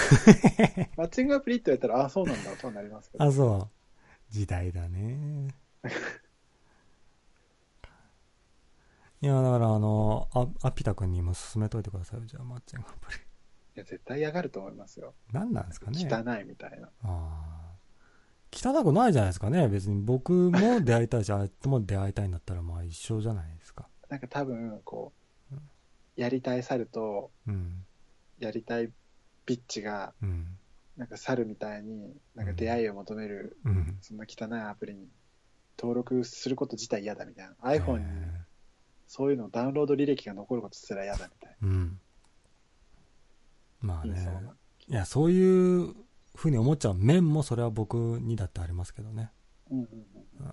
マッチングアプリって言われたら、ああ、そうなんだとはなりますけど、
あそう時代だねいやだからあのあアピタ君にも勧めといてくださいよじゃあマッチングアプリ
いや、絶対嫌がると思いますよ。
何なんですかね
汚いみたいな。
あー汚くないじゃないですかね別に僕も出会いたいしあいつも出会いたいんだったらまあ一緒じゃないですか
なんか多分、こう
うん、
やりたい猿と、
うん
やりたいビッチが、
うん
なんか猿みたいに、なんか出会いを求める、
うん
そんな汚いアプリに登録すること自体嫌だみたいな。iPhone に
え
そういうのダウンロード履歴が残ることすら嫌だみたい
ーうんまあ
な。いいそう
ね
ない
やそういうふうに思っちゃう面もそれは僕にだってありますけどね
うんうんうん。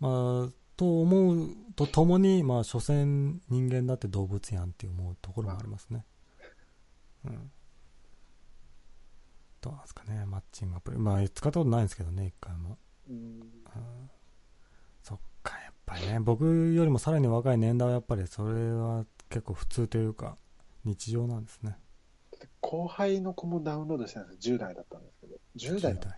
まあと思うとともにまあ所詮人間だって動物やんって思うところもありますねうんどうなんですかねマッチングアプリまあ使ったことないんですけどね一回も
うん
うんそっかやっぱりね僕よりもさらに若い年代はやっぱりそれは結構普通というか日常なんですね
だって後輩の子もダウンロードしてたんですよ。10代だったんですけど。10代だ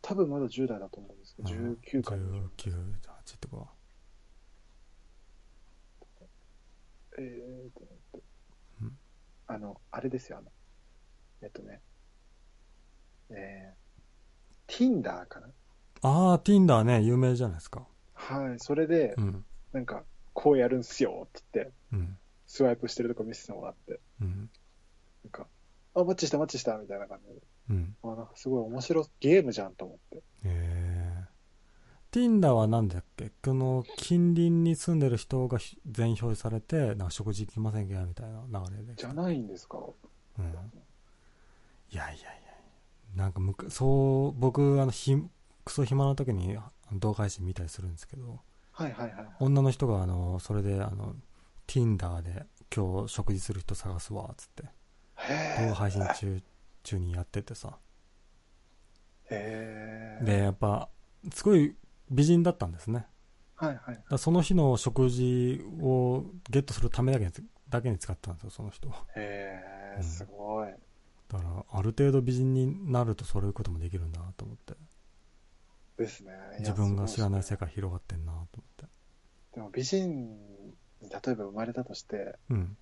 多分まだ10代だと思うんですけど、19か
19
20
八ってこ
えーっと待って
うん
あの、あれですよ、あの、えっとね、えー、Tinder かな
ああ Tinder ね有名じゃないですか
はい、それで、
うん
なんか、こうやるんすよって言って、
うん
スワイプしてるとこ見せてもらって、
うん
なんか、あ、マッチした、マッチした、みたいな感じで、
うん
あ、なんかすごい面白い、ゲームじゃんと思って。
えー、Tinder はなんだっけこの近隣に住んでる人がひ全員表示されてなんか食事行きませんかみたいな流れで
じゃないんですか
うん、いやいやいやなんかむかそう僕あのひクソ暇な時にあの動画配信見たりするんですけど
はいはいはい。
女の人があのそれであの Tinder で今日食事する人探すわっつって動
へ
画
ー
配信中中にやっててさ
へー
でやっぱすごい美人だったんですね
はいはい
だか。らその日の食事をゲットするためだけにだけに使ってたんですよ、その人は。
へ
う
ー
ん
すごい。
だから、ある程度美人になるとそういうこともできるんだなと思って、
ですね。いや
自分が知らない
す
世
ご
界広がってんなと思って。
でも美人に例えば生まれたとして、
うん、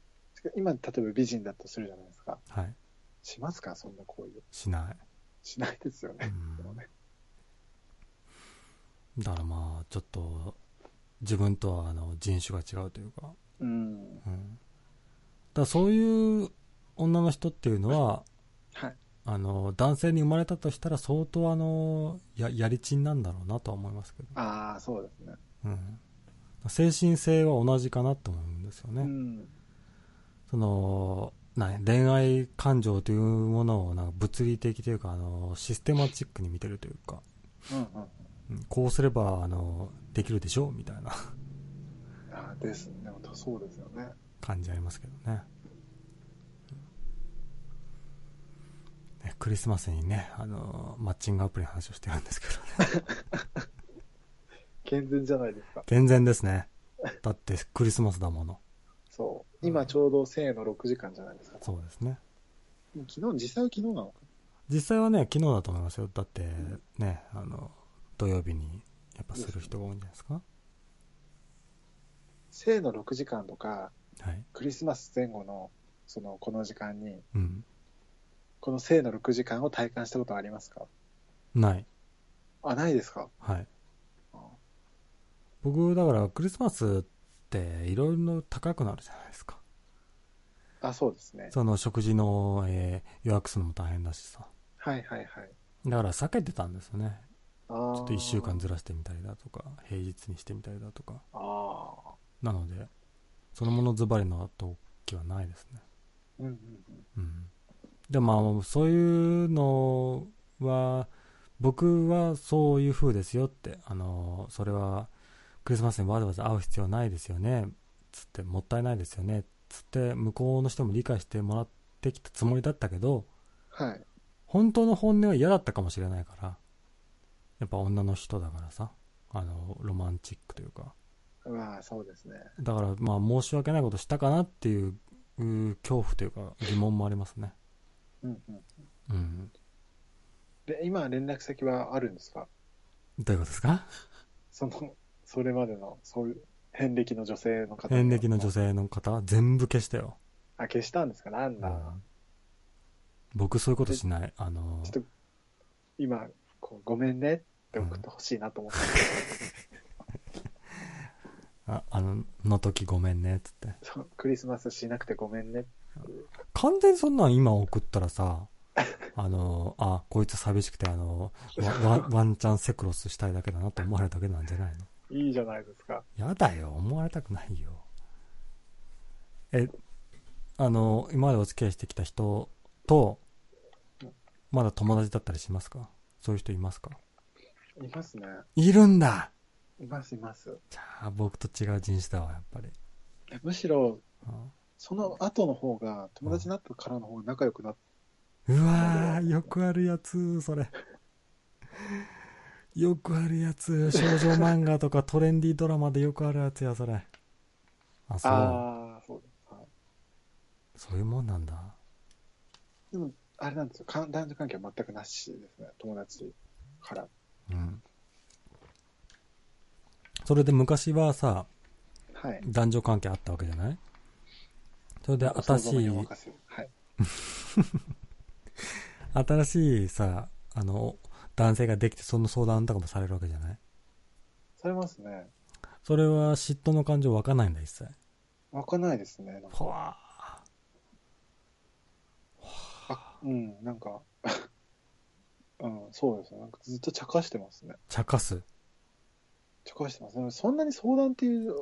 今例えば美人だとするじゃないですか。
はい、
しますかそんな行為。
しな
しないですよ
い。う
ね。でも
ん
ね
だからまあ、ちょっと、自分とはあの人種が違うというか、
うん。
うん。だからそういう女の人っていうのは、
はい。
あの男性に生まれたとしたら相当あのややりちんなんだろうなとは思いますけど
ああ、そうですね。
うん、精神性は同じかなと思うんですよね、
うん。
そのな恋愛感情というものをなんか物理的というかあのシステマチックに見てるというか、
うんうん。
うんこうすればあのできるでしょうみたいな
あーですね。本当そうですよね。
感じありますけどねうんねクリスマスにねあのマッチングアプリの話をしてるんですけどね
健全じゃないですか。
全然ですねだってクリスマスだもの
そう。今ちょうど1000円の6時間じゃないですか。
そうですね
もう昨日、実際は昨日なのか
実際はね昨日だと思いますよだってね、あの土曜日にやっぱする人が多いんじゃないですか
1000の6時間とか、
はい
クリスマス前後の、その、この時間に、
うん
この1000の6時間を体感したことはありますか
ない
あ、ないですか
はい
あ
僕だからクリスマスっていろいろ高くなるじゃないですか
あ、そうですね。
その食事の、えー予約するのも大変だしさ
はいはいはい。
だから避けてたんですよね
あ
ち
ち
ょっと1週間ずらしてみたりだとか平日にしてみたりだとか
ああ。
なのでそのものズバリの時はないですね
うんうん
う
うん。
んでもまあそういうのは僕はそういう風ですよってあのそれはクリスマスにわざわざ会う必要ないですよねつってもったいないですよねつって向こうの人も理解してもらってきたつもりだったけど
はい。
本当の本音は嫌だったかもしれないからやっぱ女の人だからさあのロマンチックというか
まあ、そうですね。
だからまあ申し訳ないことしたかなっていううー恐怖というか疑問もありますね
うんうん。
うん
で、今、連絡先はあるんですか
どういうことですか
その、それまでの、そういう、遍歴の女性の方。
遍歴の女
性。
性の方は全部消したよ、
あ、消したんですかなんだ。
僕そういうことしないあの
ちょっと、今、こうごめんねって送ってほしいなと思って。
ああのの時ごめんねっつって
そうクリスマスしなくてごめんね。
完全にそんなん今送ったら さあのあこいつ寂しくてあのわわワンチャンセクロスしたいだけだなと思われるだけなんじゃないの
いいじゃないですか。
やだよ思われたくないよえあの今までお付き合いしてきた人とまだ友達だったりしますかそういう人いますか
いますね。
いるんだ
いますいます。
じゃあ僕と違う人種だわやっぱり
むしろ、
うん
その後の方が、友達になったからの方が仲良くなっ
うわー、よくあるやつ、それ。 よくあるやつ、少女漫画とかトレンディードラマでよくあるやつや、それ。あ、
た。
そう。
ああ、そうです。はい
そういうもんなんだ。
でも、あれなんですよ。かん男女関係は全くなしですね。友達から。
うん。それで昔はさ、
はい。
男女関係あったわけじゃないそれで新し
想像に
い
お、任せはい。
新しいさ、あの、男性ができてその相談とかもされるわけじゃない
されますね。
それは嫉妬の感情湧かないんだ、一切。
わかんないですね。なんか
ほわ
あうん、なんか、 うん、そうですね。なんかずっと茶化してますね。
ー、茶化す。
茶化してます。でもそんなに相談っていう、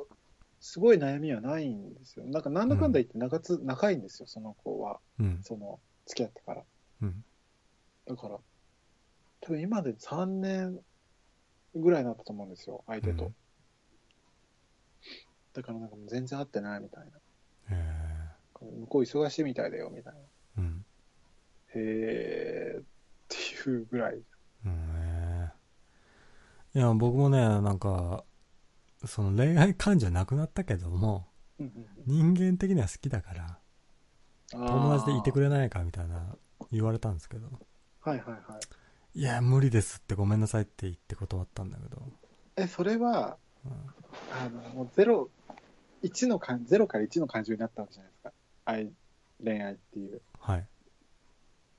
すごい悩みはないんですよ。なんか、なんだかんだ言って長つ、長いんですよ、その子は。
うん。
その、付き合ってから。
うん。
だから、多分今で3年ぐらいになったと思うんですよ、相手と。
うん
だからなんかもう全然会ってないみたいな。
え
向こう忙しいみたいだよ、みたいな。
ー、うん。
へーっていうぐらい。
うんいや僕もねなんかその恋愛感情なくなったけども
うんうんうん
人間的には好きだから友達でいてく
れ
れないかみたいな言われたんですけど
はいはいはい。
いや無理ですってごめんなさいって言って断ったんだけど、
え、それは、
うん
あの、もうゼロ、一の感、ゼロから1の感情になったわけじゃないですか。愛、恋愛っていう。
はい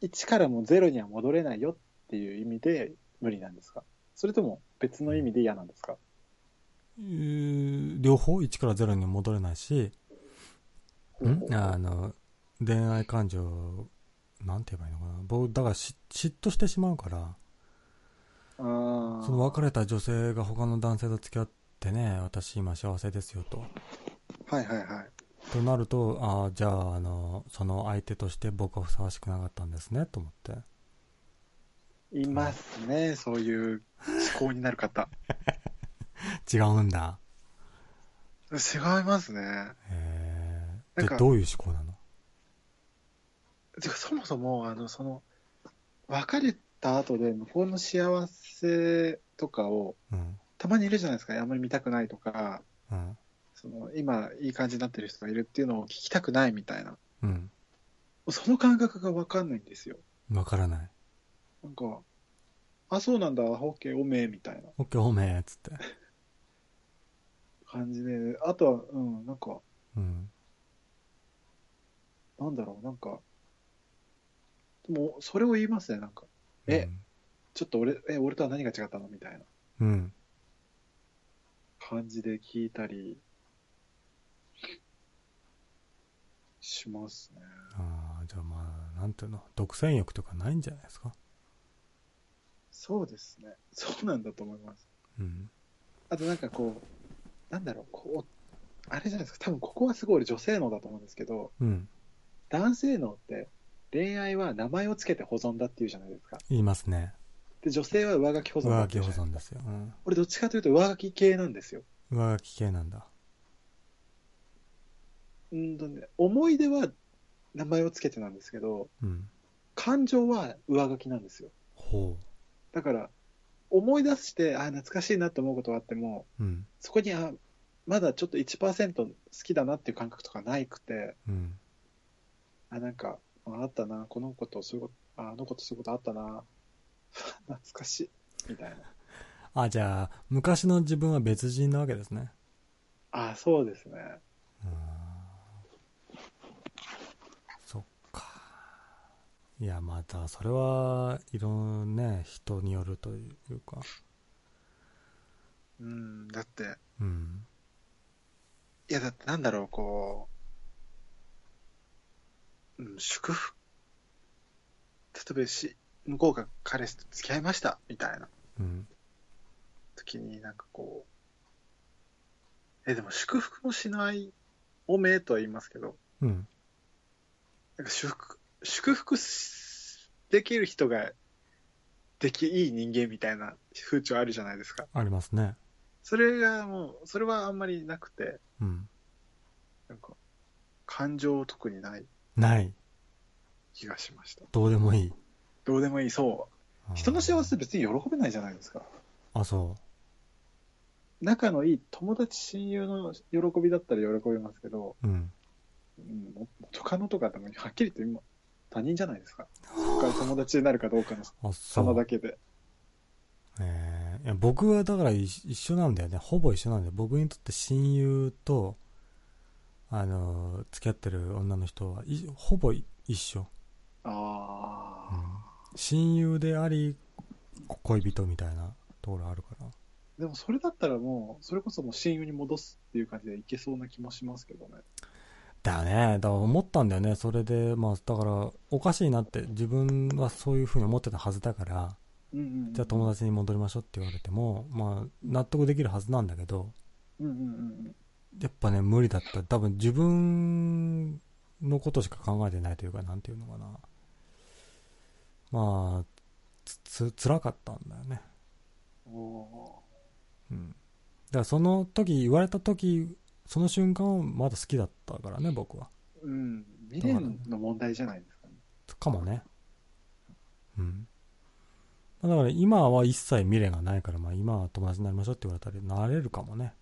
1からもうゼロには戻れないよっていう意味で無理なんですかそれとも別の意味で嫌なんですか
えー両方1から0に戻れないしんあの恋愛感情なんて言えばいいのかな僕だからし嫉妬してしまうから
あー
その別れた女性が他の男性と付き合ってね私今幸せですよと
はいはいはい。
となるとああじゃああのその相手として僕はふさわしくなかったんですねと思って
いますね、そういう思考になる方。
違うんだ
違いますね。
へ
な
え
ん
で
か
どういう思考なの
てか、そもそも、あの、その、別れた後で向こうの幸せとかを、
うん
たまにいるじゃないですか。あんまり見たくないとか、
うん
その、今、いい感じになってる人がいるっていうのを聞きたくないみたいな。
うん
その感覚がわかんないんですよ。
わからない
なんか、あ、そうなんだ、ホッケーおめえみたいな
OK おめえつって
感じで、あとは、うん、なんか、
うん
なんだろう、なんか、でも、それを言いますね、なんか。え
うん
ちょっと俺、え、俺とは何が違ったのみたいな
うん。
感じで聞いたりしますね。
ああ、じゃあまあ、なんていうの、独占欲とかないんじゃないですか。
そうですね。そうなんだと思います。
うん。
あとなんかこう、なんだろう、こう、あれじゃないですか、多分ここはすごい俺女性能だと思うんですけど、
うん。
男性能って恋愛は名前をつけて保存だっていうじゃないですか。
言いますね。
で、女性は上書き保存だ
上
ってい
書
う
き
じゃ
保
ないですか
存ですよ。うん。
俺どっちかというと上書き系なんですよ。
上書き系なんだ。
うんとね、思い出は名前をつけてなんですけど、
うん。
感情は上書きなんですよ。
ほ
だから、思い出して、あ、懐かしいなって思うことはあっても、
う。うん。
そこに、あ、まだちょっと1%好きだなっていう感覚とかないくて、
うん。
あ、なんか、ああったな、この子とそういうこと、ああの子とそういうことあったな、 懐かしい、みたいな。
あ、じゃあ、昔の自分は別人なわけですね。
あ、そうですね。
うん。そっか。いや、また、それは、いろんなね、人によるというか。
うん、だって、
うん。
いや、だってなんだろう、こう、うん、祝福。例えばし、向こうが彼氏と付き合いました、みたいな。
うん。
時になんかこう、え、でも祝福もしないおめえとは言いますけど、
うん。
なんか祝福、祝福しできる人ができ、いい人間みたいな風潮あるじゃないですか。
ありますね。
それがもう、それはあんまりなくて、
うん。
なんか、感情特にない
ない。
気がしました。
どうでもいい。
どうでもいい、そう。
あー
人の幸せ別に喜べないじゃないですか。
あ、そ
仲のいい友達、親友の喜びだったら喜びますけど、
う。うん。
うん、も元カノとかでもはっきりと今、他人じゃないですか。そこから友達になるかどうかの
あ、そ
様
う
だ。けで。
えーいや僕はだから一一緒なんだよね。ほぼ一緒なんだよ。僕にとって親友と、あのー、付き合ってる女の人はいほぼい一緒、
あ
う
あ、
ん親友であり、こ恋人みたいなところあるから。
でもそれだったらもう、それこそもう親友に戻すっていう感じでいけそうな気もしますけどね。
だよね。だから思ったんだよね。それで、まあ、だから、おかしいなって、自分はそういうふうに思ってたはずだから、
うんうんうん。
じゃあ友達に戻りましょうって言われても、まあ、納得できるはずなんだけど、
うんうんうん
やっぱね、無理だった。多分自分のことしか考えてないというか、なんていうのかな。まあ、つ、つ、辛かったんだよね。
うん。お
うん。だからその時、言われた時、その瞬間をまだ好きだったからね、僕は。
ーうん。未練の問題じゃないですかね。
かもね。うん。だから今は一切未練がないから、まあ今は友達になりましょうって言われたら、なれるかもね。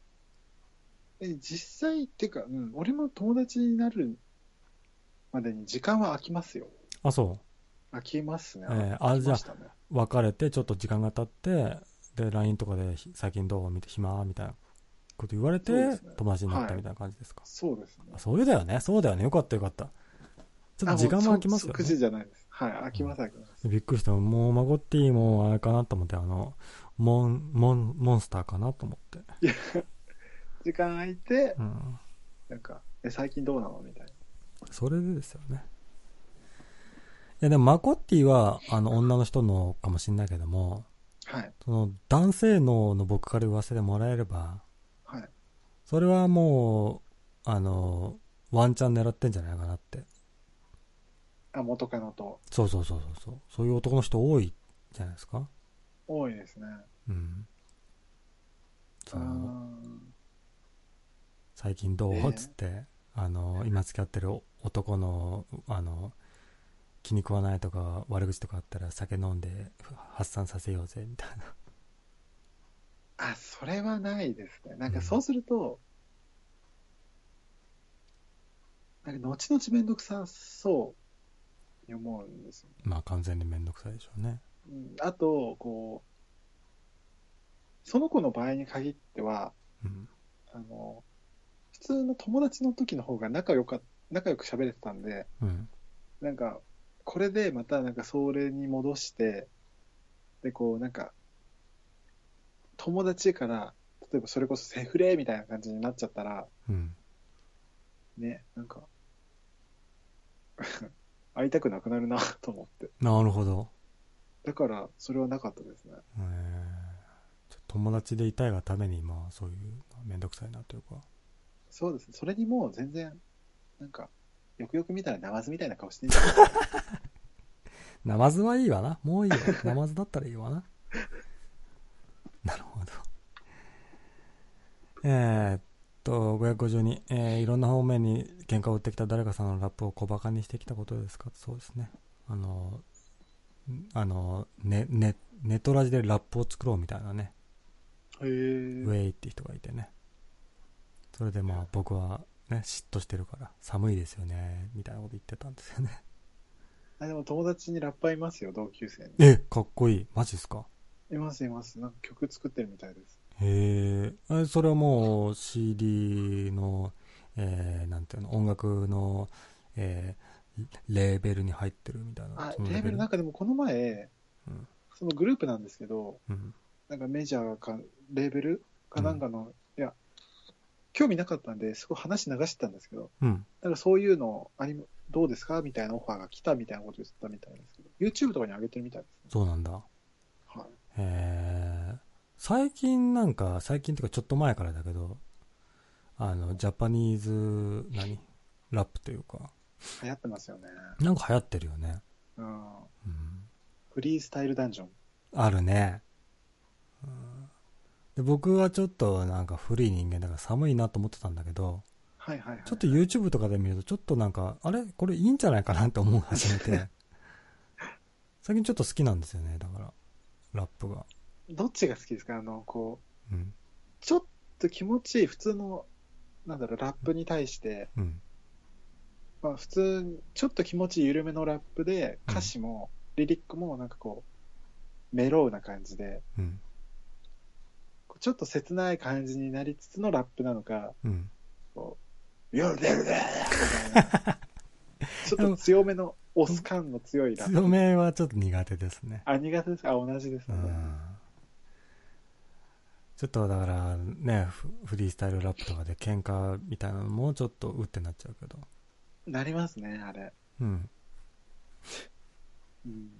え、実際っていうか、うん、俺も友達になるまでに時間は空きますよ。
あ、そ
空きますね。
えーあ
空きましたね。
う。別れて、ちょっと時間が経って、で、LINE とかで、ひ最近どう見て、暇みたいなこと言われて、
そうですね
友達になっ
は
た
い
みたいな感じですか。
そうですね
あ。そういうだよね。そうだよね。よかったよかった。ちょっと時間も空きますよ
9
ね。
時じゃないです。はい、空きます、空きます。
びっくりした。もう、マゴッティもあれかなと思って、あの、モン、モン、モンスターかなと思って。
時間空いて、
うん。
なんか、え、最近どうなのみたいな。
それでですよね。いや、でもマゴッティは、あの、女の人のかもしんないけども、
はい、
その、男性能の僕から言わせてもらえれば、
はい。
それはもう、あの、ワンチャン狙ってんじゃないかなって。
あ、元カノと、
そうそうそうそうそう。そういう男の人多いじゃないですか。
多いですね。
うん。
あ
そ
ー
う最近どう、
ええ
つって、あの、今付き合ってる男の、あの、気に食わないとか悪口とかあったら酒飲んで発散させようぜ、みたいな。
あ、それはないですね。なん
う
か、
ん
そうすると、なんか、後々めんどくさそうに思うんですよ。
まあ完全にめんどくさいでしょうね。
うん、あと、こう、その子の場合に限っては、
うん。
あの、普通の友達の時の方が仲良か、仲良く喋れてたんで、
うん。
なんか、これでまたなんかそれに戻して、で、こう、なんか、友達から、例えばそれこそセフレみたいな感じになっちゃったら、
うん。
ね、なんか、 会いたくなくなるなと思って。
なるほど。
だから、それはなかったですね。
えーちょっと友達でいたいがために、まあ、そういう、めんどくさいなというか。
そうですね。それにもう全然、なんか、よくよく見たらナマズみたいな顔して んじゃん。
ナマズはいいわな。もういいよ。ナマズだったらいいわな。 なるほど。えーっと、552、えーいろんな方面に喧嘩を売ってきた誰かさんのラップを小馬鹿にしてきたことですかそうですね。あの、んあの、ね、ね、ネトラジでラップを作ろうみたいなね、ウ
へえ。
ェイって人がいてね。それでまあ僕はね、嫉妬してるから、寒いですよね、みたいなこと言ってたんですよね。
あ、でも友達にラッパーいますよ、同級生に。
え、かっこいい。マジっすか
います、います。なんか曲作ってるみたいです。
へえ、えそれはもう CD の、えー、なんていうの、音楽の、えー、レーベルに入ってるみたいな。
あ、
そ
レ
の
ーベルなん
か、
かでもこの前、
うん
そのグループなんですけど、
うん、
なんかメジャーか、レーベルかなんかの、いや、興味なかったんで、すごい話流してたんですけど、
うん。
なんかそういうの、ありどうですかみたいなオファーが来たみたいなこと言ってたみたいですけど、YouTube とかに上げてるみたいですね。
そうなんだ。
はい。
えー、最近なんか、最近っていうかちょっと前からだけど、あの、ジャパニーズ、何ラップというか、
流行ってますよね。
なんか流行ってるよね。
うん。
うん
フリースタイルダンジョン。
あるね。うん、で僕はちょっとなんか古い人間だから寒いなと思ってたんだけど、
はいはいはい。
ちょっと YouTube とかで見ると、ちょっとなんか、あれこれいいんじゃないかなって思い始め て。最近ちょっと好きなんですよね、だから。ラップが。
どっちが好きですかあの、こう、
うん。
ちょっと気持ちいい普通の、なんだろう、ラップに対して、
うん。
まあ普通に、ちょっと気持ち緩めのラップで、歌詞も、リリックもなんかこう、メロウな感じで、
うん。
こうちょっと切ない感じになりつつのラップなの か、
うん。
こう、夜出るねみたいな。ちょっと強めの、オス感の強いラップ。
強めはちょっと苦手ですね。
あ、苦手ですかあ、同じです
う
ね。
ん。ちょっとだからね、フフリースタイルラップとかで喧嘩みたいなのもちょっとうってなっちゃうけど。
なりますね、あれ。
うん。
うん。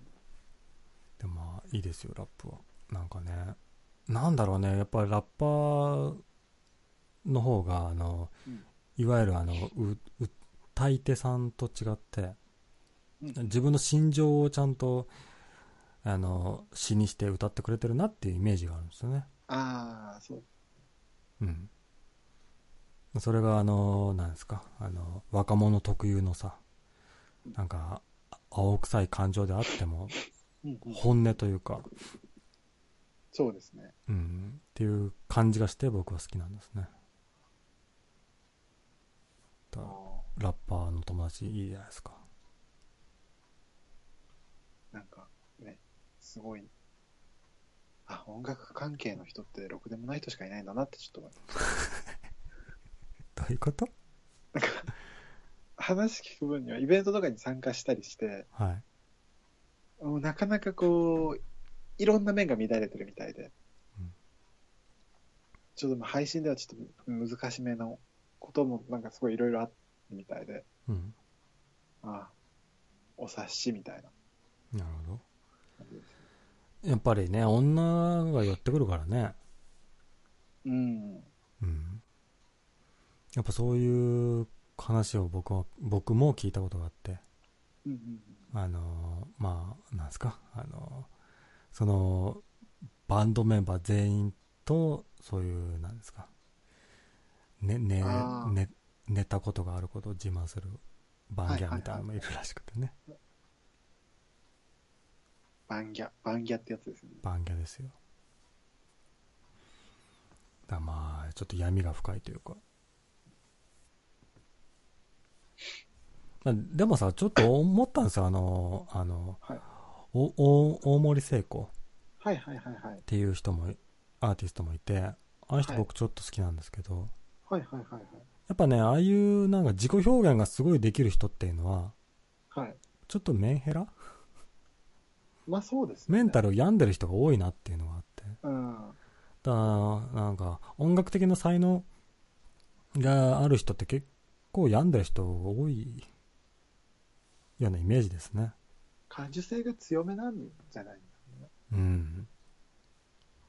でもまあいいですよラップはなんかねなんだろうねやっぱりラッパーの方があの、
うん
いわゆるあのうう歌い手さんと違って
うん
自分の心情をちゃんとあの詩にして歌ってくれてるなっていうイメージがあるんですよね
ああ、そう。
うんそれがあのなんですかあの若者特有のさなんかあ青臭い感情であっても
うんうん、
本音というか
そうですね。
うん、っていう感じがして僕は好きなんですねだラッパーの友達いいじゃないですか
なんか、ね、すごい。あ、音楽関係の人ってろくでもない人しかいないんだなってちょっと思います
どういうこと
話聞く分にはイベントとかに参加したりして、
はい
もうなかなかこう、いろんな面が乱れてるみたいで。
うん
ちょっとまあ配信ではちょっと難しめのこともなんかすごいいろいろあってみたいで、
うん
ああ、お察しみたいな
なるほ
感じです。
どやっぱりね女が寄ってくるからね
うん。
うんやっぱそういう話を僕は僕も聞いたことがあって
うんうん
あのまあなんですかあのそのバンドメンバー全員とそういうなんですかねね
あー
ね寝たことがあることを自慢するバンギャンみたいなのもいるらしくてね、
バンギャ、バンギャってやつですね。
バンギャですよだからまあちょっと闇が深いというかまあでもさちょっと思ったんですよあのあの、
はい
おお大森聖子
はいはいはいはい
っ。ていう人もアーティストもいてあの人
はい
僕ちょっと好きなんですけど、
はいはいは
や
い
っぱねああいうなんか自己表現がすごいできる人っていうのは
はい。はい。
ちょっとメンヘラ
まあそうです、
メンタルを病んでる人が多いなっていうのがあって。
うん。
だからなんか音楽的な才能がある人って結構病んでる人が多いようなイメージですね
感受性が強めなんじゃない
うん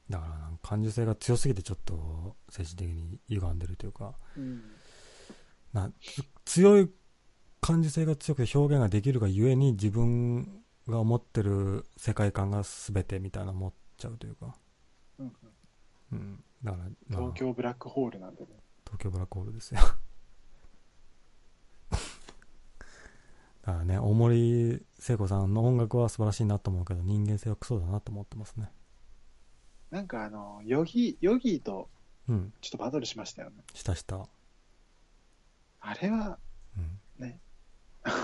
だからなんか感受性が強すぎてちょっと精神的に歪んでるというか
うん。
強い感受性が強くて表現ができるがゆえに自分が思ってる世界観が全てみたいな思っちゃうというか
うんうん
うんだから、まあ
東京ブラックホールなんでね。
東京ブラックホールですよ だからね大森聖子さんの音楽は素晴らしいなと思うけど人間性はクソだなと思ってますね
なんかあの、ヨギ、ヨギと
うん
ちょっとバトルしましたよね。
したしたう
あれは、
ん
ね
そう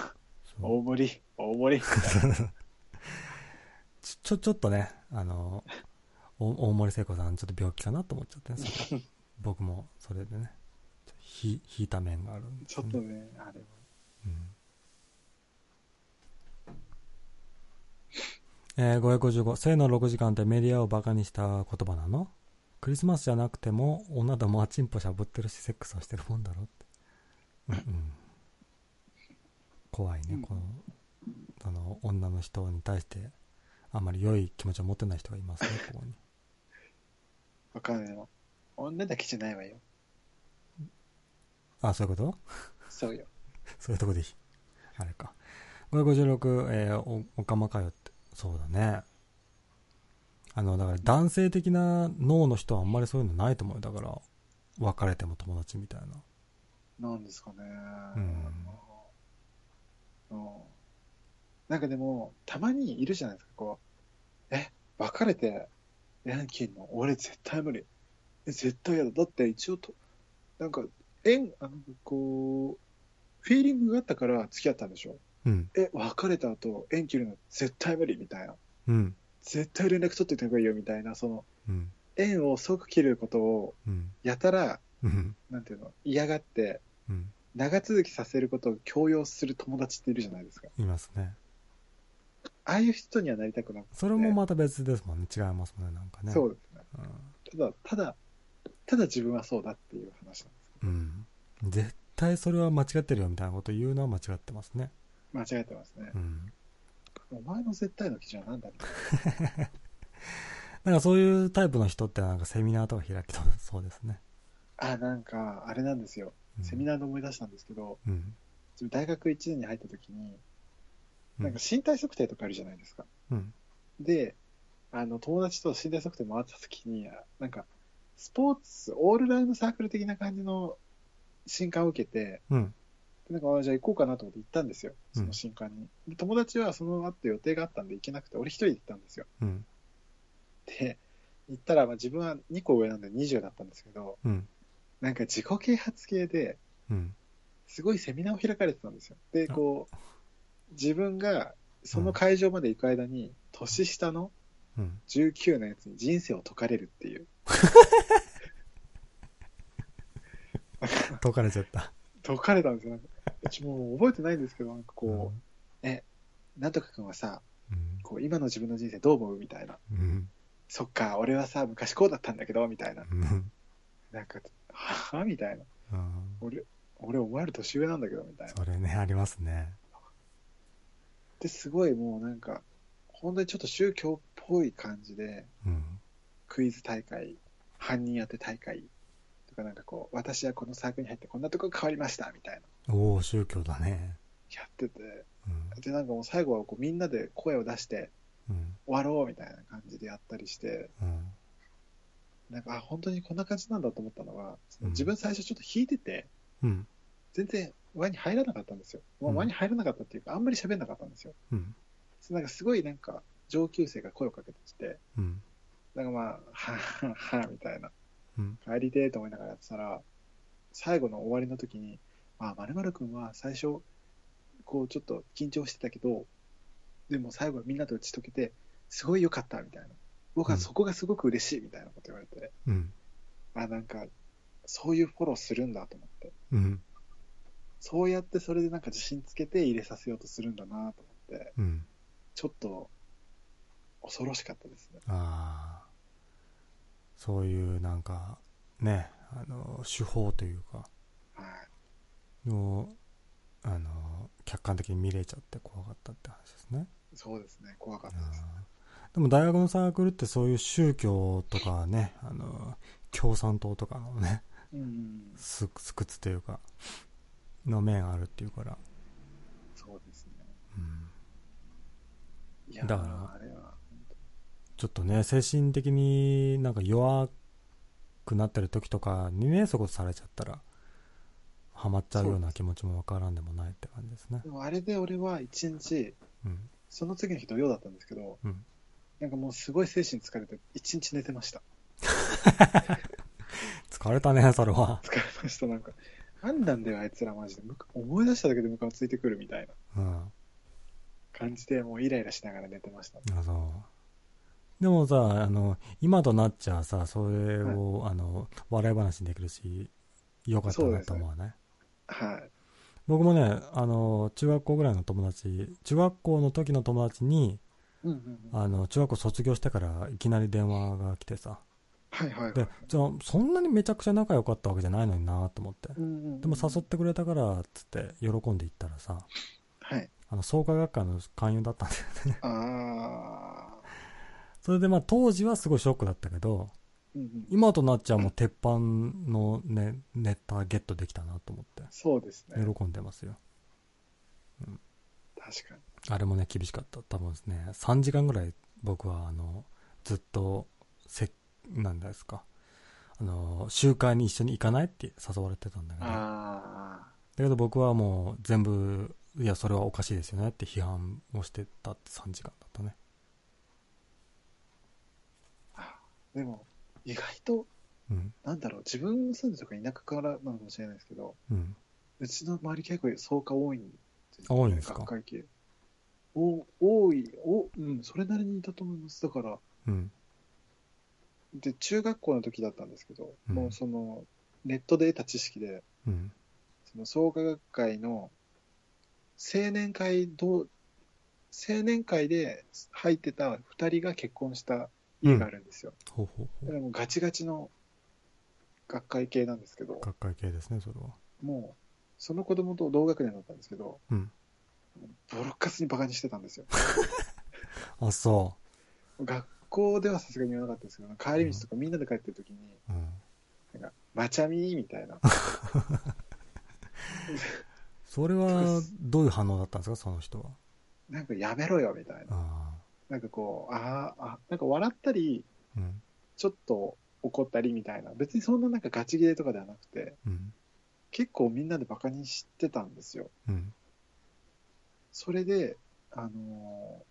大盛り、大盛り。
ちちょちょっとねあのお大森聖子さんちょっと病気かなと思っちゃってねそれ僕もそれでねちょひ引いた面があるんです
ちょ
よ
っ
ね
とね、あれは。
えー、555生の6時間ってメディアをバカにした言葉なのクリスマスじゃなくても女どもはチンポしゃぶってるしセックスをしてるもんだろって、うんうん、怖いねこのその女の人に対してあんまり良い気持ちを持ってない人がいますねここに
わかんないよ。女だけじゃないわよ。
あそういうこと
そうよ。
そういうとこでいい。あれか。556、えー、お、おかまかよって。そうだね。あの、だから男性的な脳の人はあんまりそういうのないと思うよ。だから、別れても友達みたいな。
なんですかね。
ん
うんなんかでも、たまにいるじゃないですか、こう。え、別れて、ヤンキーの、俺絶対無理。え絶対やだ。だって一応と、なんか、縁、あの、こう、フィーリングがあったから付き合ったんでしょ。
うん。
え、別れた後、縁切るの絶対無理みたいな。
うん。
絶対連絡取ってた方がいいよみたいな、その、
うん。
縁を即切ることを、
うん。
やたら、
うん。
なんていうの、嫌がって、
うん。
長続きさせることを強要する友達っているじゃないですか。
いますね。
ああいう人にはなりたくなくて。
それもまた別ですもんね。違いますもんね。なんかね。
そうですね。
うん。
ただ、ただ、ただ自分はそうだっていう話なんです。
うん。絶対それは間違ってるよみたいなこと言うのは間違ってますね。
間違えてますね
う。ん。
お前の絶対の基準は何だみたいな。
なんかそういうタイプの人ってなんかセミナーとか開きそうですね。
あ、なんか、あれなんですよ。セミ
ナー
ナーで思い出したんですけど、
うん。
自分大学1年に入った時に、
うん
なんか身体測定とかあるじゃないですか。
うん。
で、あの、友達と身体測定回った時に、あなんか、スポーツ、オールラウンドサークル的な感じの新刊を受けて、
うん。
でなんか、あじゃあ行こうかなと思って行ったんですよ、
うん
その新刊に。で友達はその後予定があったんで行けなくて、俺一人で行ったんですよ。
うん。
で、行ったら、まあ、自分は2個上なんで20だったんですけど、
うん。
なんか自己啓発系で、
うん。
すごいセミナーを開かれてたんですよ。で、こう、自分がその会場まで行く間に、年下の
うん。
19のやつに人生を解かれるっていう。
解かれちゃった。
解かれたんですよ。なんかうちもう覚えてないんですけど、なんかこう、なんとか君はさ、
うん。
こう今の自分の人生どう思うみたいな。
うん。
そっか、俺はさ、昔こうだったんだけど、みたいな。
うん。
なんか、はぁみたいな。
うん。
俺、俺、お前より年上なんだけど、みたいな。
それね、ありますね。
で、すごいもうなんか、本当にちょっと宗教っぽい感じで、
うん。
クイズ大会、犯人当て大会とかなんかこう、私はこのサークルに入ってこんなとこ変わりました、みたいな。
おお、宗教だね。
やってて、
うん。
で、なんかもう最後はこうみんなで声を出して
うん。
終わろう、みたいな感じでやったりして、
うん。
なんか、あ、本当にこんな感じなんだと思ったのが、そ
うん
の自分最初ちょっと引いてて、
うん。
全然輪に入らなかったんですよ。まあ
うん
輪に入らなかったっていうか、あんまり喋んなかったんですよ。
うん。
そなんかすごいなんか上級生が声をかけてきて、
うん。
なんかまあ、はぁはぁみたいな、
うん
帰りてーと思いながらやってたら、最後の終わりの時に、まあ、まるくんは最初、こうちょっと緊張してたけど、でも最後はみんなと打ち解けて、すごい良かったみたいな。僕はそこがすごく嬉しいみたいなこと言われて、
うん。
あ、なんか、そういうフォローするんだと思って。
うん。
そうやってそれでなんか自信つけて入れさせようとするんだなと思って、
うん。
ちょっと、恐ろしかったですね。
ああそういうなんかねあの手法というか
はい。
をあの客観的に見れちゃって怖かったって話ですね
そうですね。怖かっ
あ
たです。
ーでも大学のサークルってそういう宗教とかねあの共産党とかのね
うんうんうん。
すすくつというかの面あるっていうから、
そうですね。
うん、
いやー
だから
あれは。
ちょっとね精神的になんか弱くなってる時とかにねそういうことされちゃったらハマっちゃうような気持ちもわからんでもないって感じですね
でもあれで俺は一日、
うん
その次の日土曜だったんですけど、
うん
なんかもうすごい精神疲れて、一日寝てました。
疲れたねそれは
疲れました、なんか。なんなんだよ、あいつらマジで。むか思い出しただけでムカついてくるみたいな
うん
感じで、もうイライラしながら寝てました。
あそうでもさあの今となっちゃさそれを、あの笑い話にできるしよかったなと思わない、
はい。
僕もねあの中学校ぐらいの友達中学校の時の友達に
うんうんうん。
あの中学校卒業してからいきなり電話が来てさ
はいはいは
で
い。
じゃあそんなにめちゃくちゃ仲良かったわけじゃないのになと思って
うんうんうん
でも誘ってくれたからっつって喜んで行ったらさ
はい。
あの創価学科の勧誘だったんで
ああ。
それでまあ当時はすごいショックだったけど
うんうん。
今となっちゃもう鉄板の、ね、ネタゲットできたなと思って
そうですね。
喜んでますよ
確かに。
あれもね厳しかった多分ですね3時間ぐらい僕はあのずっとせなんですかあの集会に一緒に行かないって誘われてたんだけどだ
あ
けど僕はもう全部いやそれはおかしいですよねって批判をしてたって3時間だったね
あ。でも、意外と、
うん
なんだろう、自分の住んでるとか田舎からなのかもしれないですけど、
うん
うちの周り結構草加多いんですよ、
多いんですか
学会系。お、多い、お、うん、それなりにいたと思います。だから、
うん
で、中学校の時だったんですけど、
うん
もうその、ネットで得た知識で、
うん
その創価学会の青年会どう、青年会で入ってた二人が結婚した家があるんですよ。
ほうほうほう
だからもうガチガチの学会系なんですけど、
学会系ですねそれは
もう、その子供と同学年だったんですけど、
うん
ボロッカスにバカにしてたんですよ。
あそ
学校ではさすがに言わなかったですけど、帰り道とかみんなで帰ってる時に、
ううん
なんか、まちゃみーみた いな。
それはどういう反応だったんですかその人は
なんかやめろよみたいな。
あ
なんかこう、あーあ、なんか笑ったり、
あうん
ちょっと怒ったりみたいな。別にそんななんかガチ切れとかではなくて、
うん
結構みんなでバカにしてたんですよ。
うん
それで、あの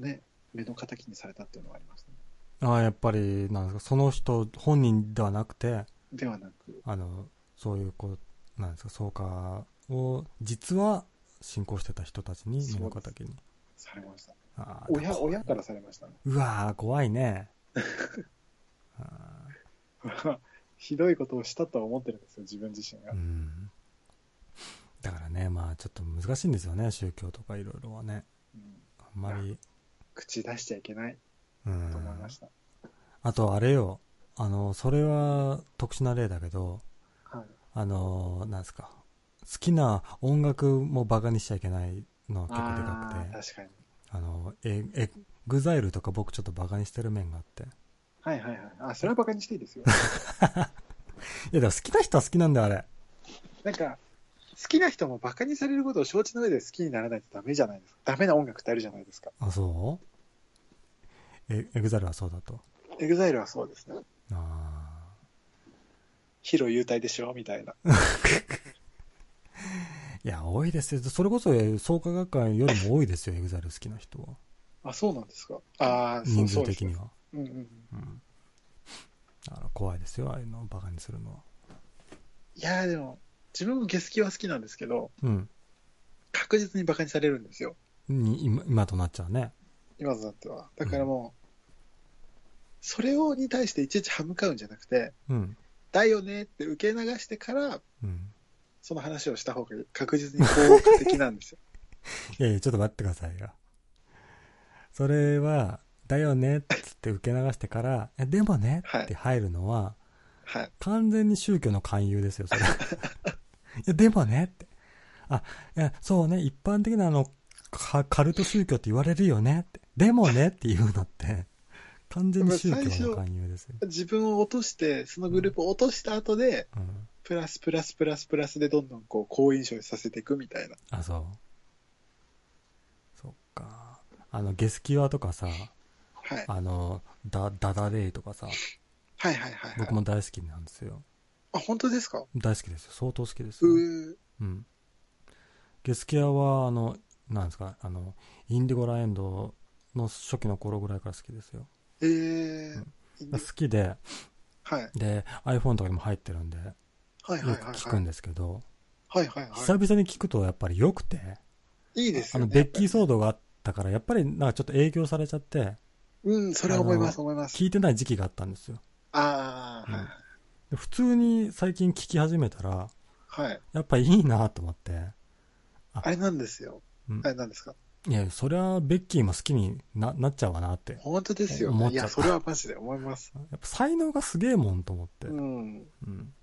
ーね、目の敵にされたっていうのがありましたね。
ああやっぱりなんですかその人本人ではなくて
ではなく、
あのそういうこうなんですかそうかを実は信仰してた人たちに
そう
目
です
の敵に
されました。
ああ
親、
怖い
親からされましたね。
うわあ怖い ねああ
ひどいことをしたとは思ってるんですよ、自分自身が
う。んだからねまあちょっと難しいんですよね宗教とかいろいろはね
うん
あんまり
口出しちゃいけない
うん
と思いました。
あとあれよあのそれは特殊な例だけど
はい。
あのーなんですか好きな音楽もバカにしちゃいけないのは結構でか
あ
く
あ
て
ー、確かに。
あのええグザイルとか僕ちょっとバカにしてる面があってい
はいはいはい。あ、それはバカにしていいですよ。
やでも好きな人は好きなんだよあれ
なんか、好きな人もバカにされることを承知の上で好きにならないとダメじゃないですか。ダメな音楽ってあるじゃないですか。
あそうえエグザイルはそうだと
エグザイルはそうですね。
あ
ヒロ優待でしょみたいな。
ーいや多いですよそれこそえ創価学会よりも多いですよエグザイル好きな人は
あ、そうなんですか。ああ、そう
人
そ
数
うで
的
す
に
ね。
は
うんうんう
う
ん。
んだから怖いですよああいうのをバカにするのはい
やーでも、自分もゲスキは好きなんですけど、
うん
確実にバカにされるんですよ。
に今今となっちゃうね
今となっては。だからもう、それをに対していちいち歯向かうんじゃなくて、
うん
だよねって受け流してから、
うん
その話をした方が確実に効 果的なんですよ。
いやいや、ちょっと待ってくださいよ。それは、だよねっつって受け流してからえでもね
はい
って入るのは
はい。
完全に宗教の勧誘ですよ それいやでもねってあいやそうね一般的なあのカカルト宗教って言われるよねってでもねっていうのって完全に宗
でも最
教の
初
勧誘ですよ、
自分を落として、そのグループを落とした後で、
うん、
プラスプラスプラスプラスでどんどんこう、好印象にさせていくみたいな。
あそうそっかあのゲスキュアとかさ
はい。
あのダダダレイとか さ
はいはいはい、はい
僕。も大好きなんですよ
あ、本当ですか
大好きですよ相当好きですよ
うー。
うん。ゲスケアは、あの、なんですか、あの、インディゴラエンドの初期の頃ぐらいから好きですよ。
えー。
好きで、
はい。
で、iPhone とかにも入ってるんで、よ
はい
く
はいはい、はい。
聞くんですけど、
はいはいは
久々に聞くとやっぱり良くて、
い。いいです
あ
よ、ね。
の、ベッキー騒動があったから、やっぱりなんかちょっと影響されちゃって、
うん、それは思います、思います。
聞いてない時期があったんですよ。
ああ、はい
で普通に最近聞き始めたら、
はい。はい。
やっぱいいなと思って、
あれなんですよ。
うん
あれなんですか。
いや、そりゃベッキーも好きにななっちゃうわなって。
本当ですよ、
思っ
ね。い
ちゃった
や、それはマジで思います。
やっぱ才能がすげえもんと思って。
うん。
うん。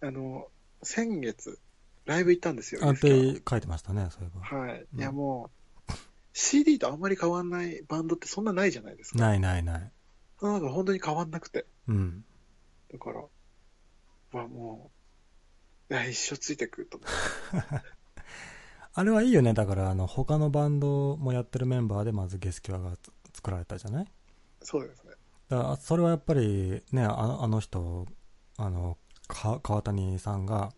あの、先月、ライブ行ったんですよ。
安
いつ
定書いてましたね、そういえ
かはい。
うん
いや、もう、CD とあんまり変わんないバンドってそんなないじゃないです
ば。
か。
ないないない。
なんか本当に変わんなくて。
うん。
だから、まあもう、いや、一生ついてくると思う。
あれはいいよね。だから、あの、他のバンドもやってるメンバーで、まずゲスキュアがつ作られたじゃない
そうですね。
だから、それはやっぱり、ね、あのあの人、あの、か川谷さんが、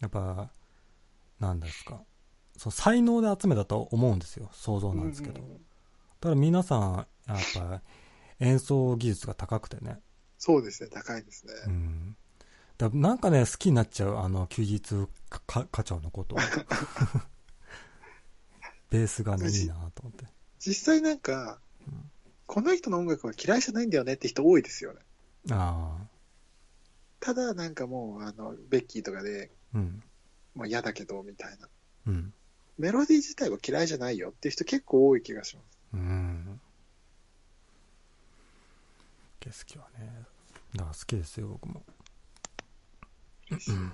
やっぱ、なんですか。そう、才能で集めたと思うんですよ。想像なんですけど。
うんうんうん
ただ皆さん、やっぱ、演奏技術が高くてね。
そうですね、高いですね。
うんだなんかね、好きになっちゃう、あの、休日かか課長のこと。ベースがね、いいなと思って。
実際なんか、
うん
この人の音楽は嫌いじゃないんだよねって人多いですよね。
ああ、
ただなんかもう、あの、ベッキーとかで、
うん、
もう嫌だけど、みたいな。
うん、
メロディー自体は嫌いじゃないよっていう人結構多い気がします。
うん。景色はね、だから好きですよ、僕も。うん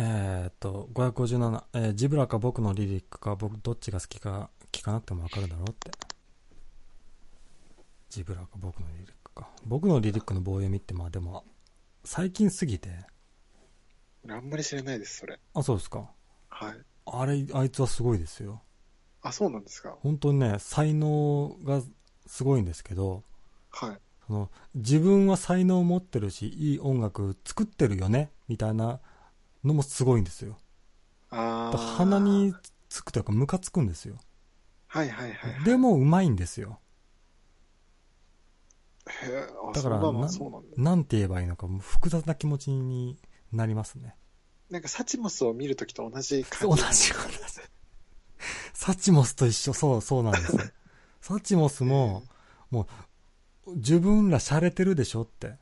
えーっと、557、えージブラか僕のリリックか、僕どっちが好きか聞かなくてもわかるだろうって。ジブラか僕のリリックか。僕のリリックの棒読みって、まあでも、最近すぎて、
俺あんまり知らないです、それ。
あ、そうですか。
はい。
あれ、あいつはすごいですよ。
あ、そうなんですか。
本当にね、才能がすごいんですけど、
はい。
その自分は才能を持ってるし、いい音楽作ってるよね、みたいなのもすごいんですよ。
あー
鼻に。つくというかムカつくんですよ
はいはいはいはい。
でもうまいんですよ
へー、あ
だから
そうまあま
な
あそうなんだ。
なんて言えばいいのかもう複雑な気持ちになります ね
なんかサチモスを見るときと同じ感
同じ
じ。
同じサチモスと一緒そうそうなんですよサチモスも自分ら洒落てるでしょって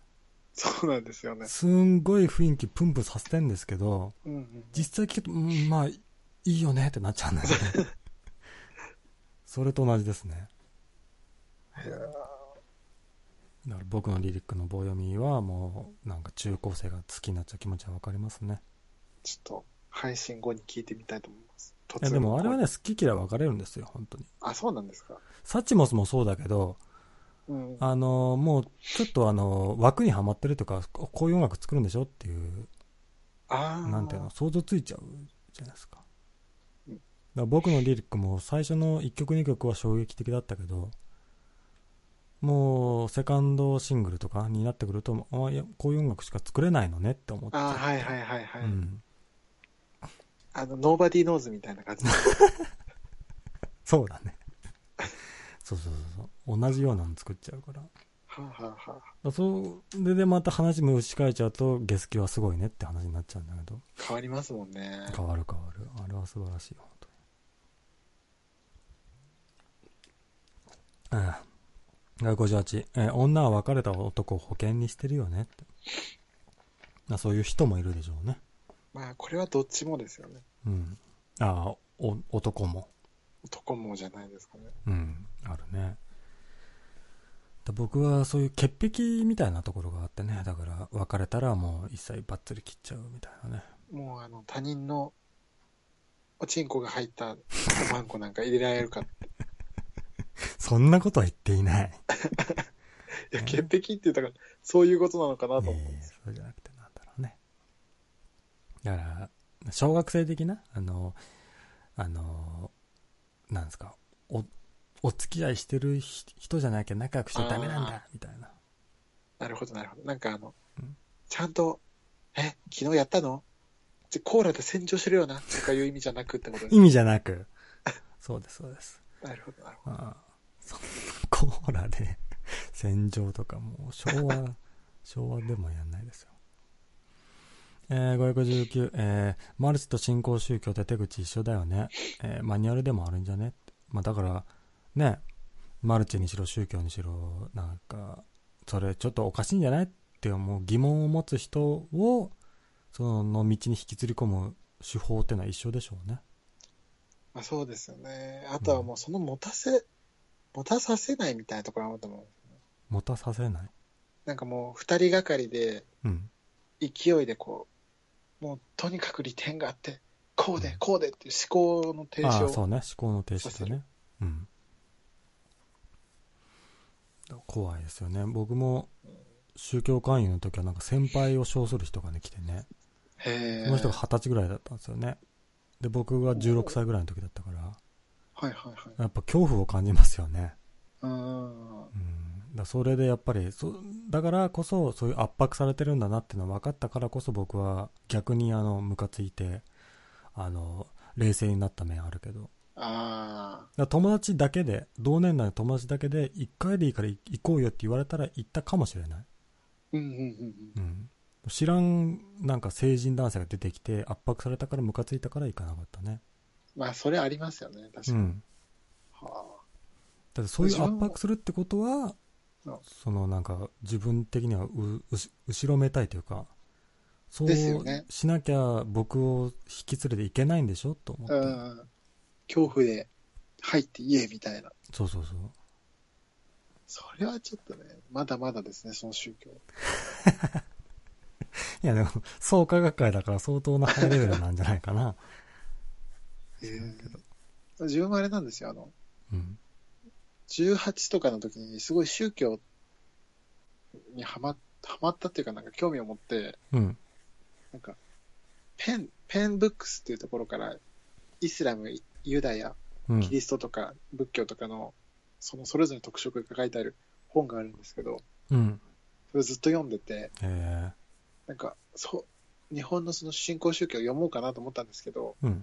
そうなんですよね。
すんごい雰囲気プンプンさせてんですけど
うんうん。
実際聞くと、うん、まあいいよねってなっちゃうんだ よねそれと同じですね
へー
だから僕のリリックの棒読みはもうなんか中高生が好きになっちゃう気持ちはわかりますね
ちょっと、配信後に聞いてみたいと思います。突
いやでもあれはね。好き嫌い分かれるんですよ本当に
あ、そうなんですか。
サチモスもそうだけど
うん。
あのもうちょっとあの枠にはまってるとかここういう音楽作るんでしょっていう
あー
なんていうの想像ついちゃうじゃないですか
うん
だから僕のリリックも最初の1曲2曲は衝撃的だったけどもうセカンドシングルとかになってくるとあいやこういう音楽しか作れないのねって思って
あーはいはいはいはい。
うん
あの、ノーバディーノーズみたいな感じ。
そうだね。 そうそうそうそう。同じようなの作っちゃうから。
はあはあはあ
だそれでまた話も牛変えちゃうと、ゲスキはすごいねって話になっちゃうんだけど。
変わりますもんね。
変わる変わる。あれは素晴らしいよ、本当に。うん。58、えー女は別れた男を保険にしてるよねって。まあそういう人もいるでしょうね。
まあ、これはどっちもですよね。
うん。ああ、お男も。
男もじゃないですかね。
うん、あるね。だ僕はそういう潔癖みたいなところがあってね、だから別れたらもう一切バッツリ切っちゃうみたいなね。
もうあの他人のおちんこが入ったおまんこなんか入れられるかって。
そんなことは言っていない。
いや、
ね
潔癖って言ったから、そういうことなのかなと思うん
え
で
え
す。
そうじゃなくてなんだろうね。だから、小学生的な、あの、あの、なんですか、お、お付き合いしてるひ人じゃなきゃ仲良くしちゃダメなん
あ
だ、みたいな。
なるほど、なるほど。なんかあの
うん、
ちゃんと、え、昨日やったのじゃコーラで洗浄してるよな、とかいう意味じゃなくってことです
意。味じゃな く。そうです、そうです。
なるほど、なるほ
ああ、そんなコーラで 戦場とかもう昭和、 昭和でもやんないですよ。えー、559、えー、マルチと新興宗教って手口一緒だよね。えー、マニュアルでもあるんじゃねまあだから、ね、マルチにしろ宗教にしろ、なんか、それちょっとおかしいんじゃないって思う疑問を持つ人を、その道に引きずり込む手法ってのは一緒でしょうね。
ど。まあ、そうですよね。あとはもうその持たせ、持たさせないみたいなところあると思う。
持たさせない。
なんかもう二人がかりで、
うん。
勢いでこう、もうとにかく利点があって、こうで、こうでっていう思考の停
あ
止
あそ
を。
うね思考の停止だ
させ
ねうん怖いですよね僕も宗教勧誘の時はなんか先輩を称する人がね来てね
へえ。
その人が二十歳ぐらいだったんですよねで僕が16歳ぐらいの時だったから
はいはいはい。
やっぱ恐怖を感じますよね
うーん。
うんだそれでやっぱりそだからこそそういう圧迫されてるんだなっていうのは分かったからこそ僕は逆にあのムカついてあの冷静になった面あるけど
ああ。
だから友達だけで同年代の友達だけで1回でいいから行こうよって言われたら行ったかもしれない、
うんうんうん
うん、知らんなんか成人男性が出てきて圧迫されたからムカついたから行かなかったね、
まあ、それありますよね、確か
う
に。
ん、
は
だってそういう圧迫するってことは
そう
そのなんか自分的にはううし後ろめたいというかそう
ですよね
しなきゃ僕を引き連れていけないんでしょと思っ
あ
て、
うん。恐怖で入って言えみたいな。
そうそうそう
それはちょっとね、まだまだですね、その宗教。
いやでも創価学会だから相当なハイレベルなんじゃないかな、
ええ自分もあれなんですよ、あの、
うん、
18とかの時にすごい宗教にはまはまったっていうか、なんか興味を持って、
うん
なんか、ペン、ペンブックスっていうところから、イスラム、ユダヤ、
うん
キリストとか仏教とかの、そのそれぞれの特色が書いてある本があるんですけど、
うん
それずっと読んでて、
え
なんか、そう、日本のその信仰宗教を読もうかなと思ったんですけど、
ー、うん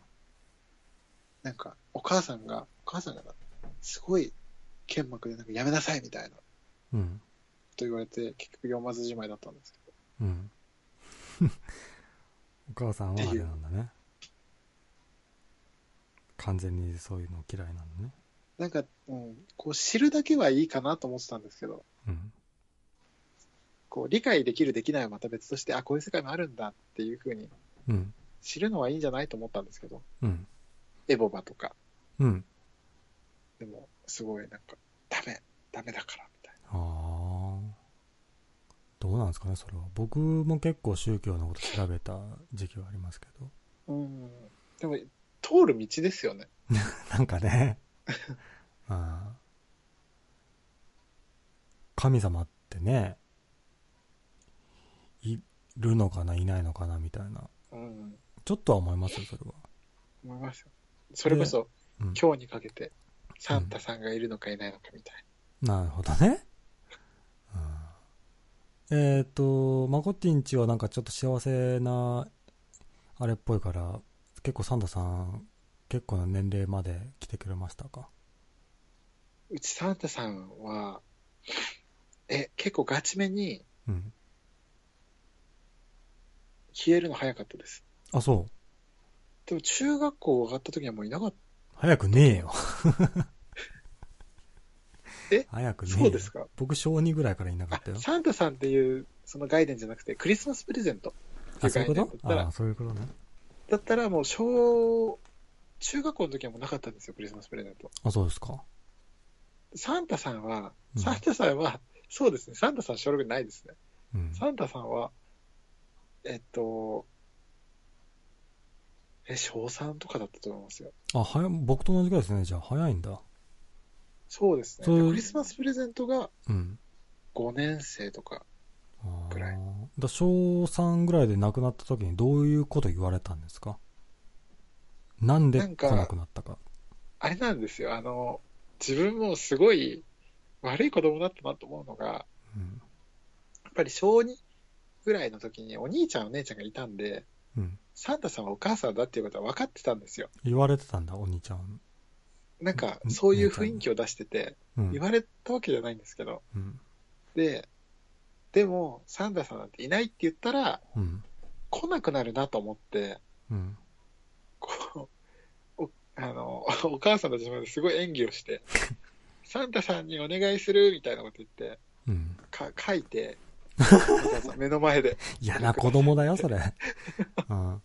なんか、お母さんが、お母さんがな、すごい、剣幕でなんかやめなさいみたいな、と
うん
言われて、結局読まずじまいだったんですけど、
うん お母さんはあれなんだね完全にそういうの嫌いなんだね
なんか、うん、こう知るだけはいいかなと思ってたんですけど、
うん
こう理解できるできないはまた別として、あ、こういう世界もあるんだっていうふうに、
うん
知るのはいいんじゃないと思ったんですけど、
うん
エボバとか、
うん
でも、すごいなんか、ダメ、ダメだから、みたいな。
ああどうなんですかねそれは僕も結構宗教のこと調べた時期はありますけど
うん。でも、通る道ですよね。
なんかね あー神様ってねいるのかないないのかなみたいな
うん。
ちょっとは思いますよそれは
思いますよ。それこそ、
うん
今日にかけて、サンタさんがいるのかいないのかみたい
なるほどね。うん、えっ、と、マコッティンちはなんかちょっと幸せな、あれっぽいから、結構サンダさん、結構な年齢まで来てくれましたか。
な。うちサンタさんは、え、結構ガチめに
うん。
消えるの早かったです。
あ、そう。
でも、中学校上がった時にはもういなかった。。
早くねえよ
え
早 くねえよ
そうですか
僕、小2ぐらいからいなか
あ
ったよ、。
サンタさんっていう、その概念じゃなくて、クリスマスプレゼント。
あ、そういうこ
概
と
念だったら
あそういうことね。
だったらもう小、中学校の時はもうなかったんですよ、クリスマスプレゼント。
あ、そうですか。
サンタさんは、
うん
サンタさんは、そうですね、サンタさん小6ないですね。
うん。
サンタさんは、えっと、え、小3とかだったと思いますよ。
あ、早い、僕と同じぐらいですね。じゃあ、早いんだ。
そうですね。
そう
でクリスマスプレゼントが
うん。
5年生とか。
あー
ぐらい
だ小3ぐらいで亡くなった時にどういうこと言われたんですかなんで
なん
来
か
なくなったか。
あれなんですよ、あの、自分もすごい悪い子供だったなと思うのが、や
うん。
っぱり小2ぐらいの時にお兄ちゃんお姉ちゃんがいたんで、
うん。
サンタさんはお母さんだっていうことは分かってたんですよ。
言われてたんだ、お兄ちゃん。
なんか
う、ん
そういう雰囲気を出してて、
うん。
言われたわけじゃないんですけど、
うん。
で、でも、サンタさんなんていないって言ったら、
うん。
来なくなるなと思って、
うん。
こう、おあの、 お母さんたちまですごい演技をして、サンタさんにお願いするみたいなこと言って、
うん。
か書いて、お母さん目の前で、
嫌な子供だよ、 それ。うん。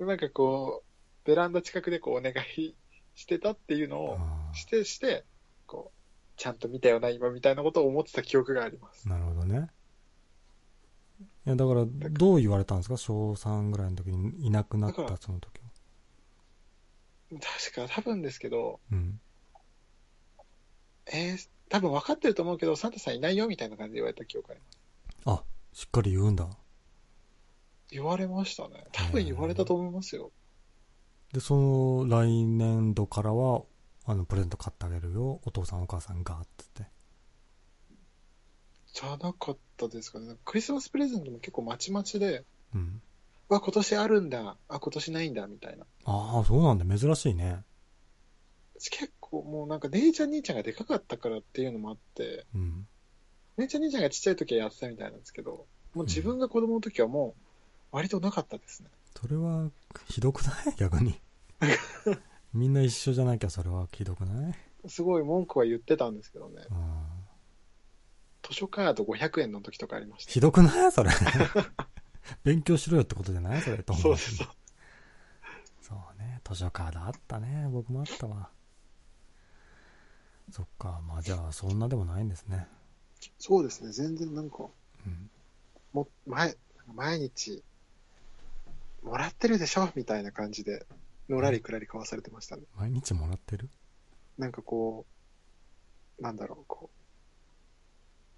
なんかこう、ベランダ近くでこうお願いしてたっていうのを
あ
して、して、こう、ちゃんと見たよな、今みたいなことを思ってた記憶があります
ー。なるほどね。いや、だから、どう言われたんですか小3ぐらいの時にいなくなっ
だか
た
ら
その時は。
確か、多分ですけど、
うん。
えー、多分分かってると思うけど、サンタさんいないよみたいな感じで言われた記憶あります。
あ、しっかり言うんだ。
言われましたね。多分言われたと思いますよ。
で、その、来年度からは、あの、プレゼント買ってあげるよ。お父さんお母さんが、つって。
じゃなかったですかね。クリスマスプレゼントも結構まちまちで、
うん。
わ、今年あるんだ、あ、今年ないんだ、みたいな。
ああ、そうなんだ。珍しいね。
結構もうなんか姉ちゃん兄ちゃんがでかかったからっていうのもあって、
うん。
姉ちゃん兄ちゃんがちっちゃい時はやってたみたいなんですけど、もう自分が子供の時はもう割となかったですね。
それは、ひどくない 逆に。みんな一緒じゃなきゃそれはひどくない
すごい文句は言ってたんですけどね。
うん。
図書カード500円の時とかありました。
ひどくないそれ。 勉強しろよってことじゃないそれと思
そうそうそう。
そうね。図書カードあったね。僕もあったわ。そっか。まあじゃあ、そんなでもないんですね。
そうですね、全然なんか、
うん。
も前毎日、もらってるでしょみたいな感じで、のらりくらりかわされてましたね。
毎日もらってる
なんかこう、なんだろう、こ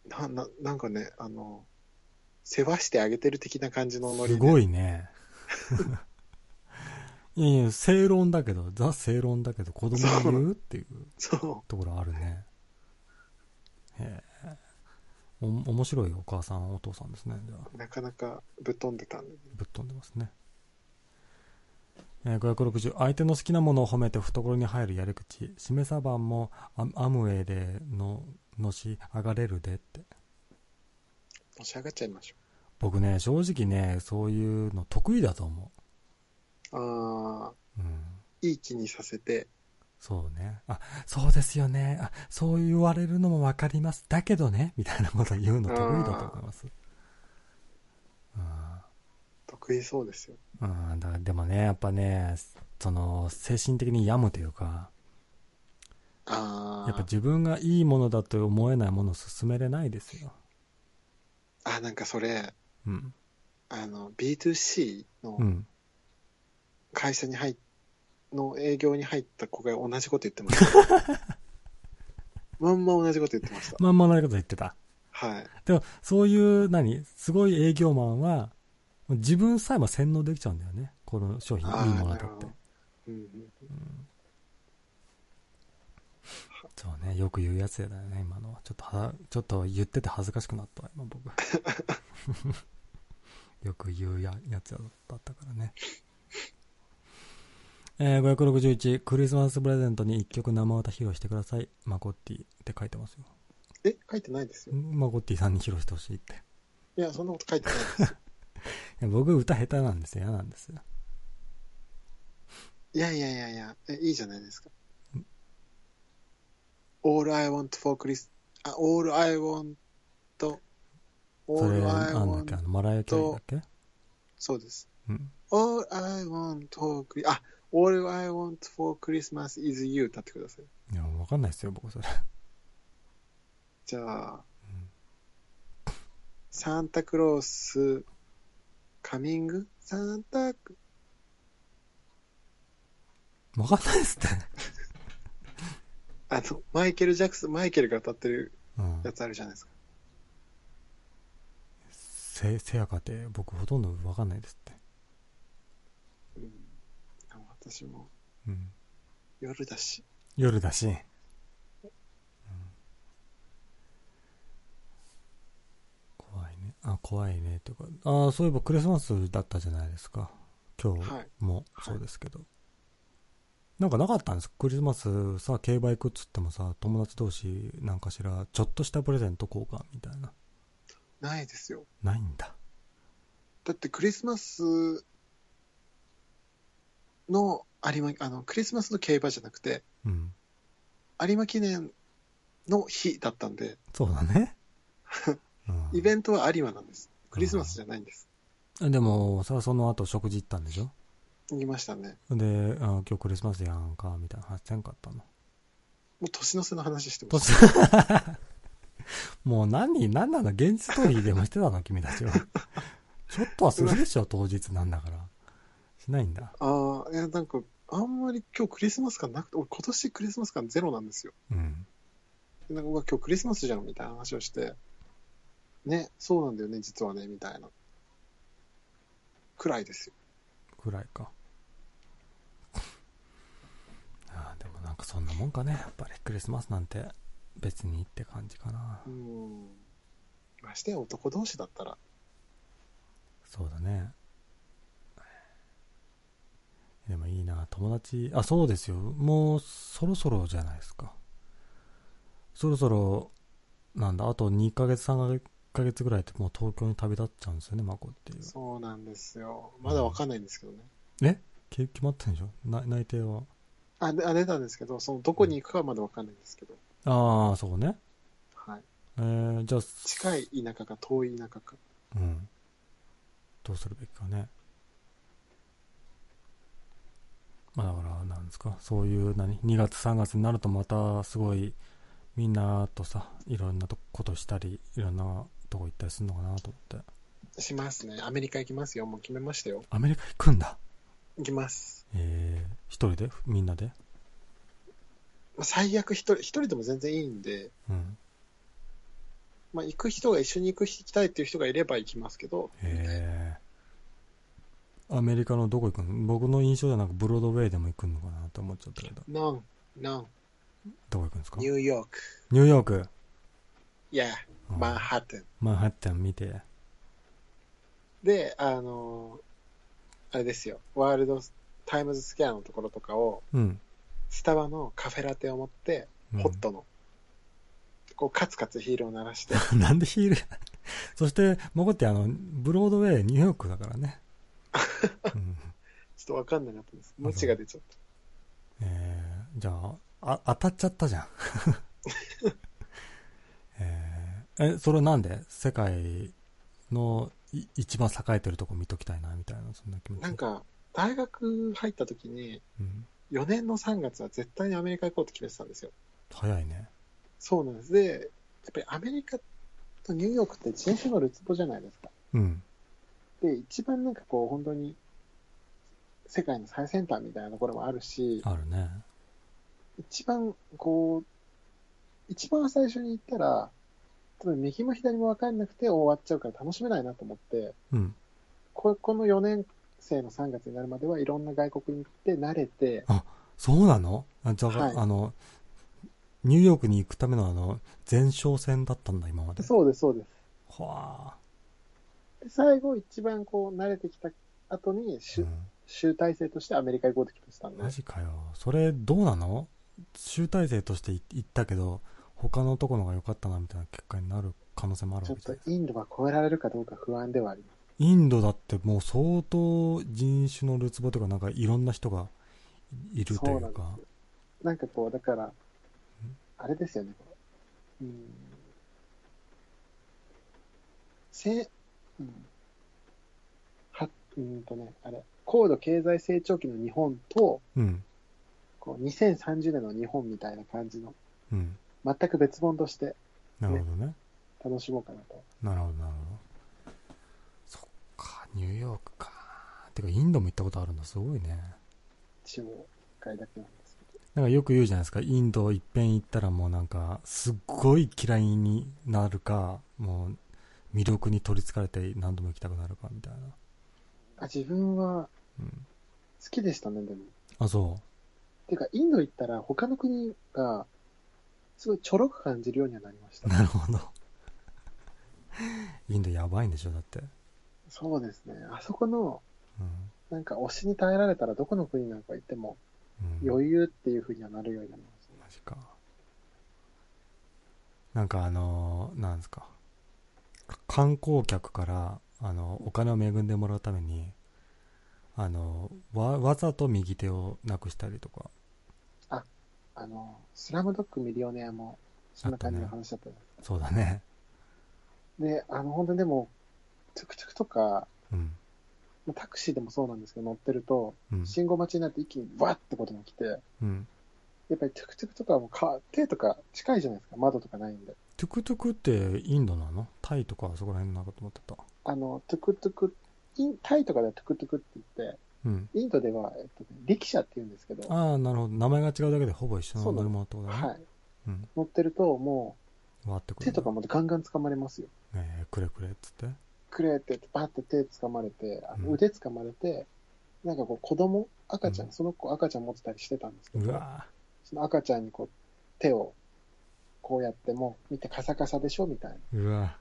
う、な、な、なんかね、あの、世話してあげてる的な感じのノリ
す
で。
ごいね。いやいや、正論だけど、ザ正論だけど、子供に
そうな
言うっていう
そ
ところあるね。へえ。お、面白いお母さん、お父さんですね。じゃあ、
う。なかなかぶっ飛んでたんで。
ぶっ飛んでますね。えー560、相手の好きなものを褒めて懐に入るやり口。しめさばんもアアムウェイでの、のし上がれるでって。
のし上がっちゃいましょ
僕ね、正直ね、そういうの得意だと思
う。ああ、
う。うん。
いい気にさせて、
そうね。あ、そうですよね。あ、そう言われるのもわかります。だけどね、みたいなこと言うの得意だと思います。
得意そうですよ。
うん、うん、だでもね、やっぱね、その、精神的に病むというか、
あ
やっぱ
あ、
自分がいいものだと思えないものを勧めれないですよ。
あ、なんかそれ、
うん。
あの、B2C の
うん。
会社に入っ、の営業に入った子が同じこと言ってました。まんま同じこと言ってました。
まんま同じこと言ってた。
はい。
でも、そういう、何すごい営業マンは、自分さえも洗脳できちゃうんだよね。この商品、 いいものだ
なる
っ
ほ
て
ど。。うんうん
そうね、よく言うやつやだよね、今のは。ちょっとは、ちょっと言ってて恥ずかしくなったわ、今僕。 よく言うややつやだったからね。えー、561、クリスマスプレゼントに一曲生歌披露してください。マコッティって書いてますよ。
え、書いてないですよ。
んマコッティさんに披露してほしいって。い
いや、そんなこと書いてないです。
や僕歌下手なんですよ、嫌なんですよ。
いやいやいやいや、え、いいじゃないですか。All I want for Chris, あ、All I want,
それ、
All I
なんだっけ、あ
want,
の、マライア・キャリーだっけ
そうです。
うん。
All I want for Chris, あ、 All I want for Christmas is you 歌ってください。
いや、わかんないですよ、僕それ。
じゃあ、サンタクロース、カミングサンタク、
わかんないですって。
あの、マイケル・ジャクソン、マイケルが歌ってる
うん
や。つあるじゃないですか。
せ、せやかて、僕ほとんどわかんないですって。
うん、でも私も
うん。
夜だし、
夜だし。うん怖いね。あ、怖いね。とか。ああ、そういえばクリスマスだったじゃないですか。今
はい
日もそうですけど。なんかなかったんですかクリスマスさ、競馬行くっつってもさ、友達同士なんかしら、ちょっとしたプレゼント交換みたいな。
ないですよ。
ないんだ。
だってクリスマスの有馬、あの、クリスマスの競馬じゃなくて、
うん。
有馬記念の日だったんで、
そうだ ね。
イベ
ン
ントは有馬なんです。クリスマスじゃないんです。
トでも、さ、その後食事行ったんでしょ
行きましたね。
で、あ今日クリスマスやんか、みたいな話せんかったの。
もう年の瀬の話してま
年
す。
もう何、何なの現実逃避でもしてたの君たちは。ちょっとはするでしょ、当日なんだから。しないんだ。
ああ、いや、なんか、あんまり今日クリスマス感なくて、俺今年クリスマス感ゼロなんですよ。
うん。
でなんか、うわ今日クリスマスじゃんみたいな話をして、ね、そうなんだよね、実はね、みたいな。くらいですよ。
くらいか。ああ、でもなんかそんなもんかね。やっぱりクリスマスなんて別にって感じかな
う。ん。ましてや男同士だったら、
そうだね。でもいいな、友達、あ、そうですよ。もうそろそろじゃないですか。そろそろ、なんだ、あと2ヶ月、3ヶ月ぐらいってもう東京に旅立っちゃうんですよね、マコっていう。
そうなんですよ。まだわかんないんですけどね。
えけ決まってんでしょな内定は。
あ、であ出たんですけど、その、どこに行くかはまだわかんないんですけど、
ああ、そうね。
はい。
えー、じゃあ、
近い田舎か遠い田舎か。
うん。どうするべきかね。まあだから、なんですか、そういう何、2月3月になるとまたすごい、みんなとさ、いろんなとことしたり、いろんなとこ行ったりするのかなと思って。
しますね。アメリカ行きますよ。もう決めましたよ。
アメリカ行くんだ。
行きます。
えー、一人でみんなで
まあ最悪一人、一人でも全然いいんで、
うん。
まあ、行く人が一緒に行く人行きたいっていう人がいれば行きますけど、
えー。アメリカのどこ行くの僕の印象ではなんかブロードウェイでも行くのかなと思っちゃったけど。
ノン、ノン、
どこ行くんですか
ニューヨーク、
ニューヨーク。
いや、
うん
マンハッタン。
マンハッタン見て。
で、あのーあれですよ、ワールドタイムズスケアのところとかを、
うん。
スタバのカフェラテを持って、
うん
ホットの、こう、カツカツヒールを鳴 らして、
なんでヒールそして、もこってあの、ブロードウェイ、ニューヨークだから ね。うん
ちょっとわかんなかったです。無知が出ちゃっ
えーじゃああ、当たっちゃったじゃん。 えーえ、それなんで世界のい一番栄えてるとこ見ときたいな、みたいな、そんな気持
た。
ち。
なん、か、大学入った時に、
うん、
4年の3月は絶対にアメリカ行こうって決めてたんですよ。
早いね。
そうなんです。で、やっぱりアメリカとニューヨークって人種のルツボじゃないですか。
うん。
で、一番なんかこう、本当に、世界の最先端みたいなところもあるし、
あるね。
一番こう、一番最初に行ったら、多分右も左も分かんなくて終わっちゃうから楽しめないなと思って、
うん。
ここの4年生の3月になるまではいろんな外国に行って慣れて、
そうなのあじゃあ、
はい
あの、ニューヨークに行くためのあの、前哨戦だったんだ、今まで。
そうです、そうです。
は
で、最後一番こう慣れてきた後に、
あ。
し
う
ゅ
ん
集大成としてアメリカ行こうって決めてたんで
マ、ジかよ。それ、どうなの集大成としてい行ったけど、他のとこのが良かったな、みたいな結果になる可能性もある
ちょ
わ
っ
けじゃ
と
ないですか。
インドは超えられるかどうか不安ではあります。
インドだってもう相当人種のるつぼというか、なんかいろんな人がいいるとい
そううな
か
ん、なんかこう、だから、あれですよね、こううん。せ、うん。は、うーんとね、あれ、高度経済成長期の日本と、
うん
こう2030年の日本みたいな感じの、
うん
全く別本として
なるほどね
楽しもうかなと。
なるほどなるほどそっかニューヨークかてかインドも行ったことあるんだすごいね
一応、一回だけなんですけど。
なんかよく言うじゃないですかインドいっぺん行ったらもうなんかすっごい嫌いになるかもう魅力に取りつかれて何度も行きたくなるかみたいな
あ、自分は
うん
好きでしたね、でも。
あそ
てか、インド行ったら他の国が、すごいちょろく感じるようにはなりまし
う
た。
なるほど インドやばいんでしょだって
そうですね。あそこの、
うん
なんか推しに耐えられたらどこの国なんか行っても
うん
余裕っていうふうにはなるようになりました、ね
マジかなんかあのーなんですかか観光客からあのお金を恵んでもらうためにあのわわざと右手をなくしたりとか
あの、スラムドッグミリオネアもそんな感じの話だったじゃ
そうだね
ないですかで、あの、本当にでも、トゥクトゥクとか、
うん
まあタクシーでもそうなんですけど乗ってると、
うん
信号待ちになって一気にわってことも来て、や
うん
っぱりトゥクトゥクとかはもうか手とか近いじゃないですか、窓とかないんで。
トゥクトゥクってインドなのタイとかそこら辺なのかと思ってた
あの、トゥクトゥク、インタイとかではトゥクトゥクって言って、
うん
インドでは、えっとね、力車って言うんですけど、は
ああなるほど名前が違うだけでほぼ一緒の乗り物ってことだね、う
い。
ん
乗ってると、も
わーってく
う、
る
手とかもガンガン掴まれますよ。
ねえくれくれっつって
くれって言って、バーって手掴まれて、あの
うん
腕掴まれて、なんかこう、子供、赤ちゃん、
うん
その子赤ちゃん持ってたりしてたんですけ
う
ど、
わ
その赤ちゃんにこう、手を、こうやってもう、見てカサカサでしょみたいな
ーうわ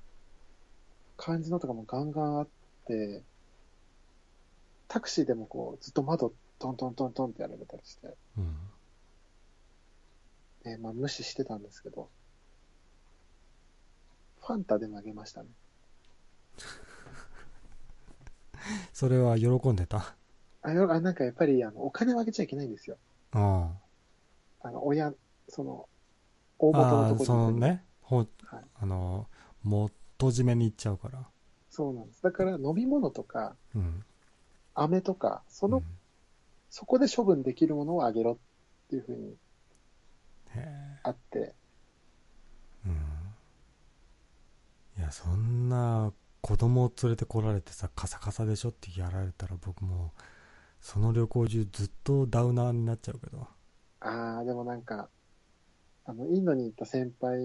感じのとかもガンガンあって、タクシーでもこう、ずっと窓、トントントントンってやられたりして、
ーうん
で、まあ無視してたんですけど、ファンタで投げましたね。
それは喜んでた
あ、よあなんかやっぱり、あの、お金をあげちゃいけないんですよ。
あ
あの、親、その、大
あ
元のと
あ
こ
あ
ろ
そのねほ
はい
あの元締めに行っちゃうから
そうなんです。だから飲み物とか、
うん
飴とか、その、
うん
そこで処分できるものをあげろっていうふうに
へ
あって、
えうんいやそんな子供を連れてこられてさカサカサでしょってやられたら僕もうその旅行中ずっとダウナーになっちゃうけど
ああ、でもなんか、あの、インドに行った先輩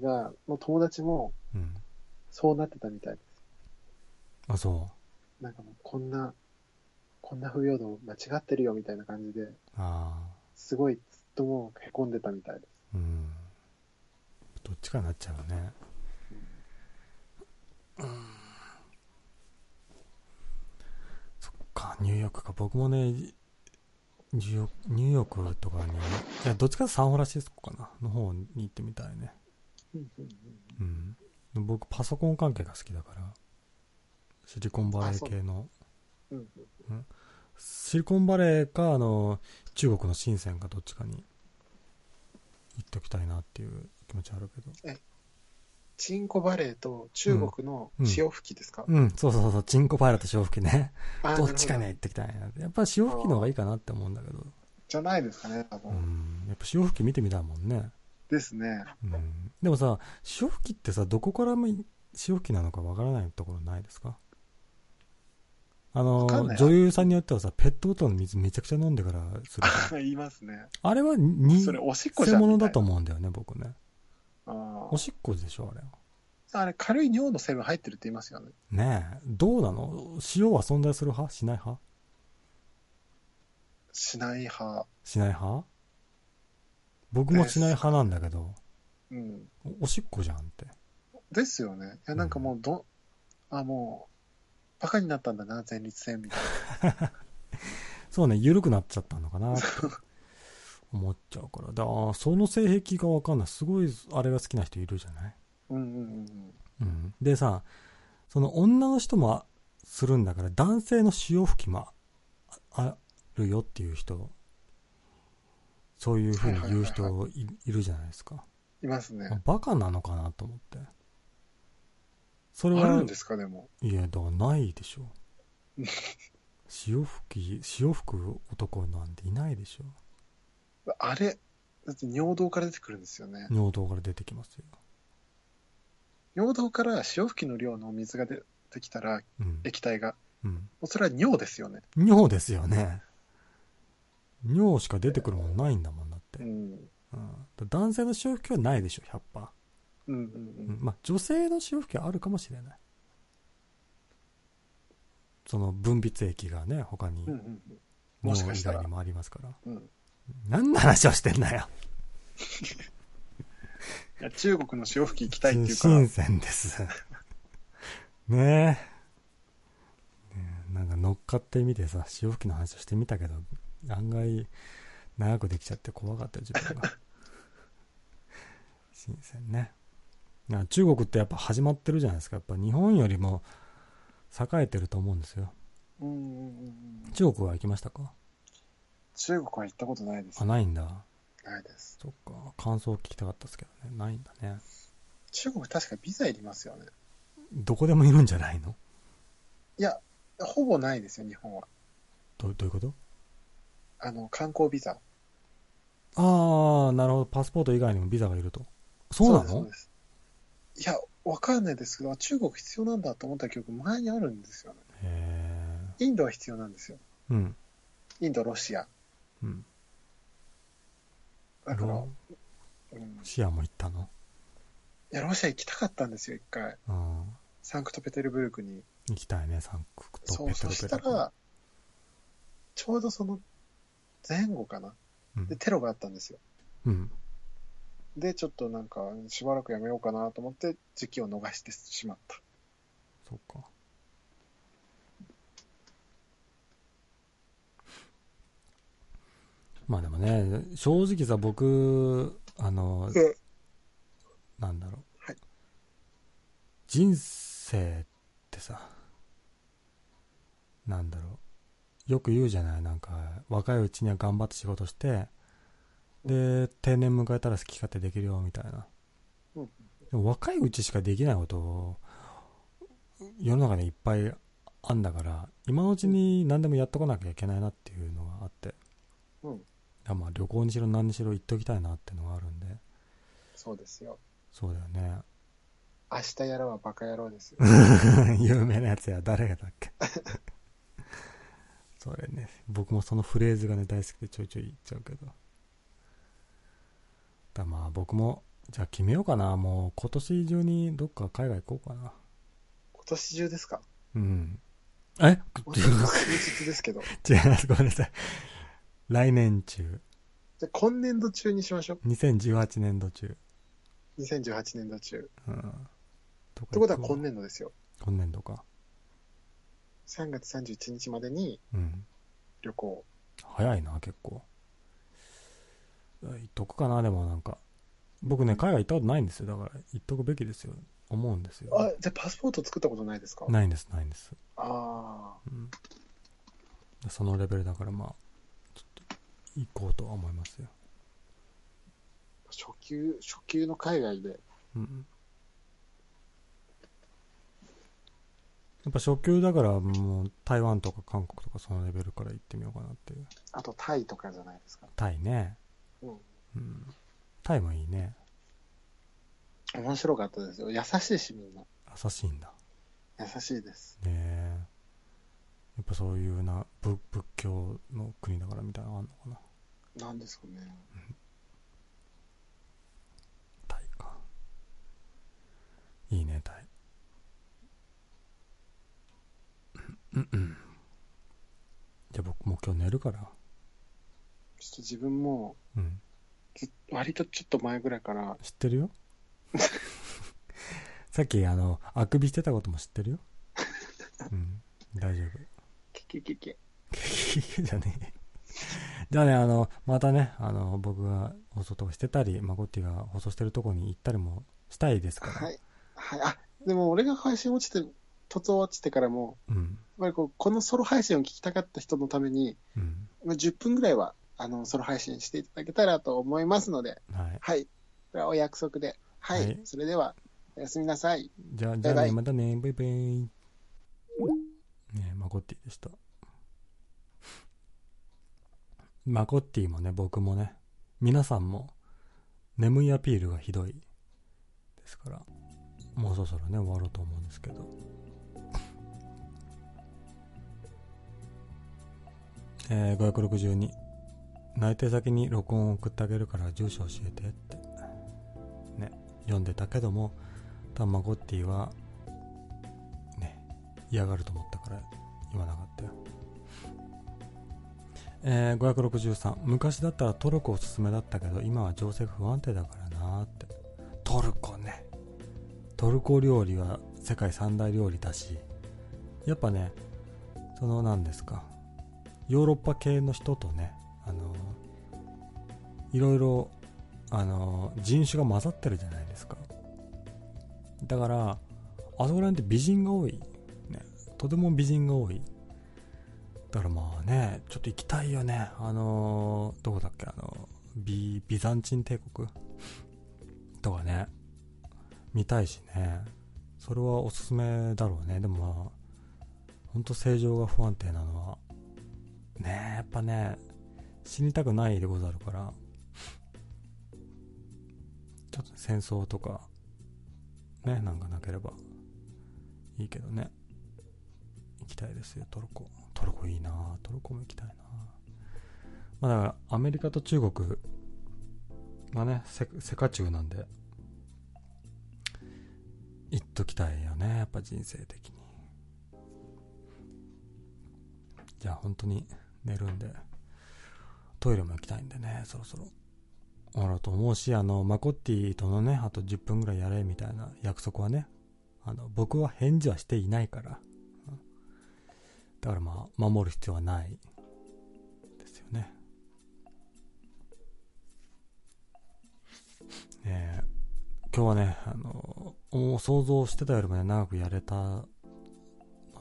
が、の友達も
うん
そうなってたみたいで
あそう
す。なんかもう、こんな、こんな不平等間違ってるよみたいな感じで、
あ
すごいずっともう凹んでたみたいです。
あうんどっちかになっちゃうね
うん
そっか、ニューヨークか。僕もね、ニューヨークニューヨークとかに、いや、どっちかというとサンフランシスコかな、の方に行ってみたいね。うん。僕、パソコン関係が好きだから、シリコンバレ
あ
ー
そう
系の、
うんうん
シリコンバレーか、あの、中国の深センかどっちかに行っておきたいなっていう気持ちはあるけど。
チンコバレーと中国の潮吹きですか、
うん、そうそうそう、チンコパイロット潮吹きね。
あー
どっちか。
な
ね
るほ
行ってきたいな。やっぱ潮吹きの方がいいかなって思うんだけど。
じゃないですかね、多
う
分。
ん。やっぱ潮吹き見てみたいもんね。
ですね。
うんでもさ潮吹きってさどこからも潮吹きなのかわからないところないですかあの
わかんない
女優さんによってはさペットボトルの水めちゃくちゃ飲んでからする
言いますね。
あれはに
それおしっこじ
偽
ゃん。
物だと
み
思うんだよね僕ね
たいなあ
お
ー
しっこでしょあれは
あれ、軽い尿の成分入ってるって言いますよね。
ねえどうなの塩は存在する派しない派
しない派。
しない派僕もしない派なんだけど
うん。
おおしっこじゃんって
ですよね。いや、なんかもう、ど、あ、もう、バカになったんだな、前立腺みたいな。
そうね、緩くなっちゃったのか なって思っちゃうから。で、あーその性癖がわかんない。すごい、あれが好きな人いるじゃない
うんうんうんうん。
うん。でさ、その女の人もするんだから、男性の潮吹きもああるよっていう人、そういうふうに言う
はい
人いいるじゃないですか。
いますね。
バカなのかなと思って。それ
ある
は
んで、すか、でも。
いや、だからないでしょ。潮吹き潮吹く男なんていないでしょ
あれ、だって尿道から出てくるんですよね。
尿道から出てきますよ
尿道から潮吹きの量の水が出てきたら、
うん、
液体が。
うん、
もうそれは尿ですよね。
尿ですよね尿しか出てくるもんないんだもんだって、う
う
ん、
ん。
だから男性の潮吹きはないでしょ100%パ
うん
ー、
うんう。
うんん、まあ女性の潮吹きはあるかもしれないその分泌液がね他に
うんうんもしか
尿以
したら
外にもありますから
うん。うん
何の話をしてんだよ
いや中国の潮吹き行きたいっていうから、
新鮮です。 ねえ。ねえなんか乗っかってみてさ、潮吹きの話をしてみたけど、案外長くできちゃって怖かったよ、自分が。 新鮮ね。な中国ってやっぱ始まってるじゃないですか。やっぱ日本よりも栄えてると思うんですよ。
うんうんうんうん、
中国は行きましたか
中国は行ったことないです
あ、。ないんだ。
ないです。
そっか。感想を聞きたかったですけどね。ないんだね。
中国確かビザいりますよね。
どこでもいるんじゃないの
いや、ほぼないですよ、日本は。
どどういうこと
あの、観光ビザ。
ああ、なるほど。パスポート以外にもビザがいると。そうな
そう
の
ですそうですいや、わかんないですけど、中国必要なんだと思った記憶前にあるんですよね。
へ
インドは必要なんですよ。
え。うん。
インド、ロシア。
うん。
だから、
ロ
うん、
シアも行ったの
いや、ロシア行きたかったんですよ、一回。
うん。
サンクトペテルブルクに。
行きたいね、サンクト
そう、
ペテ
そ
ル
し
ベ
た
ルク。
ら、ちょうどその前後かな。
うん
で、テロがあったんですよ。
うん。
で、ちょっとなんか、しばらくやめようかなと思って、時期を逃してしまった。
そうか。まあでもね、正直さ、僕、あの、
うん
なんだろう。
はい
人生ってさ、なんだろう。よく言うじゃないなんか、若いうちには頑張って仕事して、で、定年迎えたら好き勝手できるよ、みたいな。
うん
でも若いうちしかできないことを、世の中にいっぱいあんだから、今のうちに何でもやっとかなきゃいけないなっていうのがあって。
うん
いやまあ旅行にしろ何にしろ行っときたいなっていうのがあるんで。
そうですよ。
そうだよね。
明日やらはバカ野郎ですよ。
有名なやつや誰がだっけ それね僕もそのフレーズがね大好きでちょいちょい言っちゃうけどだまあ僕もじゃあ決めようかなもう今年中にどっか海外行こうかな
今年中です か
うんえ
数日ですけど。
違いますごめんなさい来年中
じゃあ今年度中にしましょ
2018年度中
う。2018年度中。っ
うんどこ
てことは今年度ですよ。
今年度か
3月31日までに
うん
旅行。
早いな結構行っとくかなでもなんか僕ね海外行ったことないんですよだから行っとくべきですよ思うんですよ
あ、じゃあパスポート作ったことないですか
ないんですないんです、
あ
うん、そのレベルだからまあちょっと行こうとは思いますよ、
あ、初級、初級の海外で。
うん、やっぱ初級だからもう台湾とか韓国とかそのレベルから行ってみようかなっていう
あとタイとかじゃないですか。
タイね、
うん。
うん、タイもいいね
面白かったですよ。優しいし、みんな。
優しいんだ
優しいです。
ねえやっぱそういうな仏仏教の国だからみたいなのあんのかな
なんですかね。
タイかいいねタイうんうんじゃあ僕もう今日寝るから
ちょっと自分も、
うん
ず割とちょっと前ぐらいから、
知ってるよさっきあのあくびしてたことも知ってるようん大丈夫
けけけけ。
じゃねえじゃあね、あの、またね、あの、僕が放送とかしてたり、マゴッティが放送してるとこに行ったりもしたいですから。
はい。はい。あ、でも俺が配信落ちて、突落ちてからも、
うん。
やっぱりこうこのソロ配信を聞きたかった人のために、
うん。
まあ10分ぐらいはあのソロ配信していただけたらと思いますので、
はい。
はい。これはお約束で。はい。
はい
それでは、おやすみなさい。
じゃあ、じゃあ
バイバ
ね、
イ
またね、バイバイ。ねマゴッティでした。マコッティもね、僕もね、皆さんも、眠いアピールがひどいですから、もうそろそろね、終わろうと思うんですけど。えー、562。内定先に録音を送ってあげるから住所教えてって。ね、読んでたけども、多分マコッティは、ね、嫌がると思ったから言わなかったよ。えー、563昔だったらトルコおすすめだったけど今は情勢が不安定だからなーってトルコねトルコ料理は世界三大料理だしやっぱねその何ですかヨーロッパ系の人とねあのいろいろあの人種が混ざってるじゃないですかだからあそこら辺って美人が多い、ね、とても美人が多いだからまあね、ちょっと行きたいよね。あのーどこだっけ、あのビ、ビザンチン帝国とかね、見たいしね。それはおすすめだろうね。でもまあ、ほんと正常が不安定なのは、ねえ、やっぱね、死にたくないでござるから、ちょっと戦争とか、ね、なんかなければ、いいけどね。行きたいですよ、トルコ。トルコいいなぁトルコも行きたいなぁまあだからアメリカと中国がねせ世界中なんで行っときたいよねやっぱ人生的にじゃあ本当に寝るんでトイレも行きたいんでねそろそろ終わろうと思うしあのマコッティとのねあと10分ぐらいやれみたいな約束はねあの僕は返事はしていないからだからまあ、守る必要はないですよね。ねえ今日はね、あの、お想像してたよりもね、長くやれたの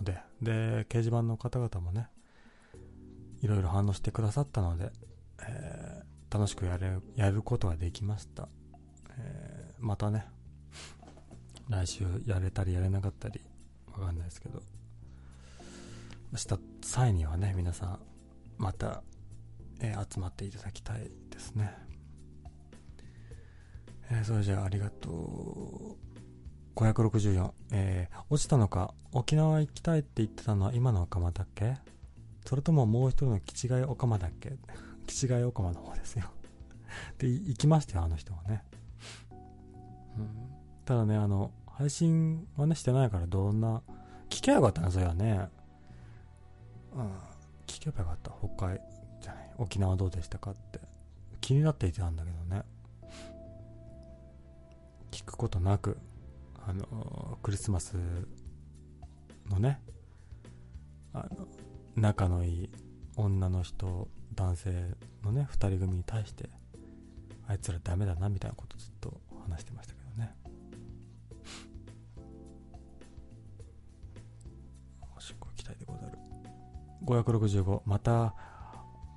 で、で、掲示板の方々もね、いろいろ反応してくださったので、えー楽しくやれ、やることができました。えーまたね、来週やれたりやれなかったり、わかんないですけど、した際にはね皆さんまた、えー集まっていただきたいですね、えーそれじゃあありがとう564、えー落ちたのか沖縄行きたいって言ってたのは今のオカマだっけそれとももう一人の気違いオカマだっけ気違いオカマの方ですよ でい行きましたよあの人はね、うん、ただねあの配信はねしてないからどんな聞けばよかったなそれはねうん、聞けばよかった北海じゃない沖縄どうでしたかって気になっていたんだけどね聞くことなくあのクリスマスのねあの仲のいい女の人男性のね2人組に対してあいつらダメだなみたいなことずっと話してましたけどねおしっこ行きたいでござる565また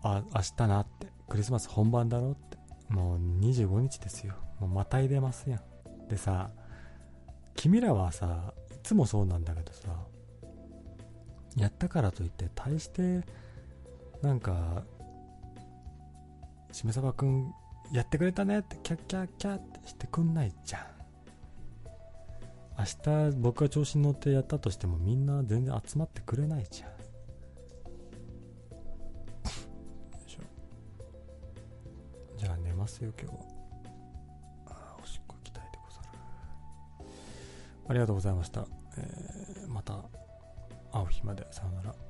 あ明日なってクリスマス本番だろってもう25日ですよもうまた入れますやんでさ君らはさいつもそうなんだけどさやったからといって大してなんかしめさばくんやってくれたねってキャッキャッキャッってしてくんないじゃん明日僕が調子に乗ってやったとしてもみんな全然集まってくれないじゃんよいしょじゃあ寝ますよ今日あーおしっこ行きたいでござるありがとうございました、えーまた会う日までさよなら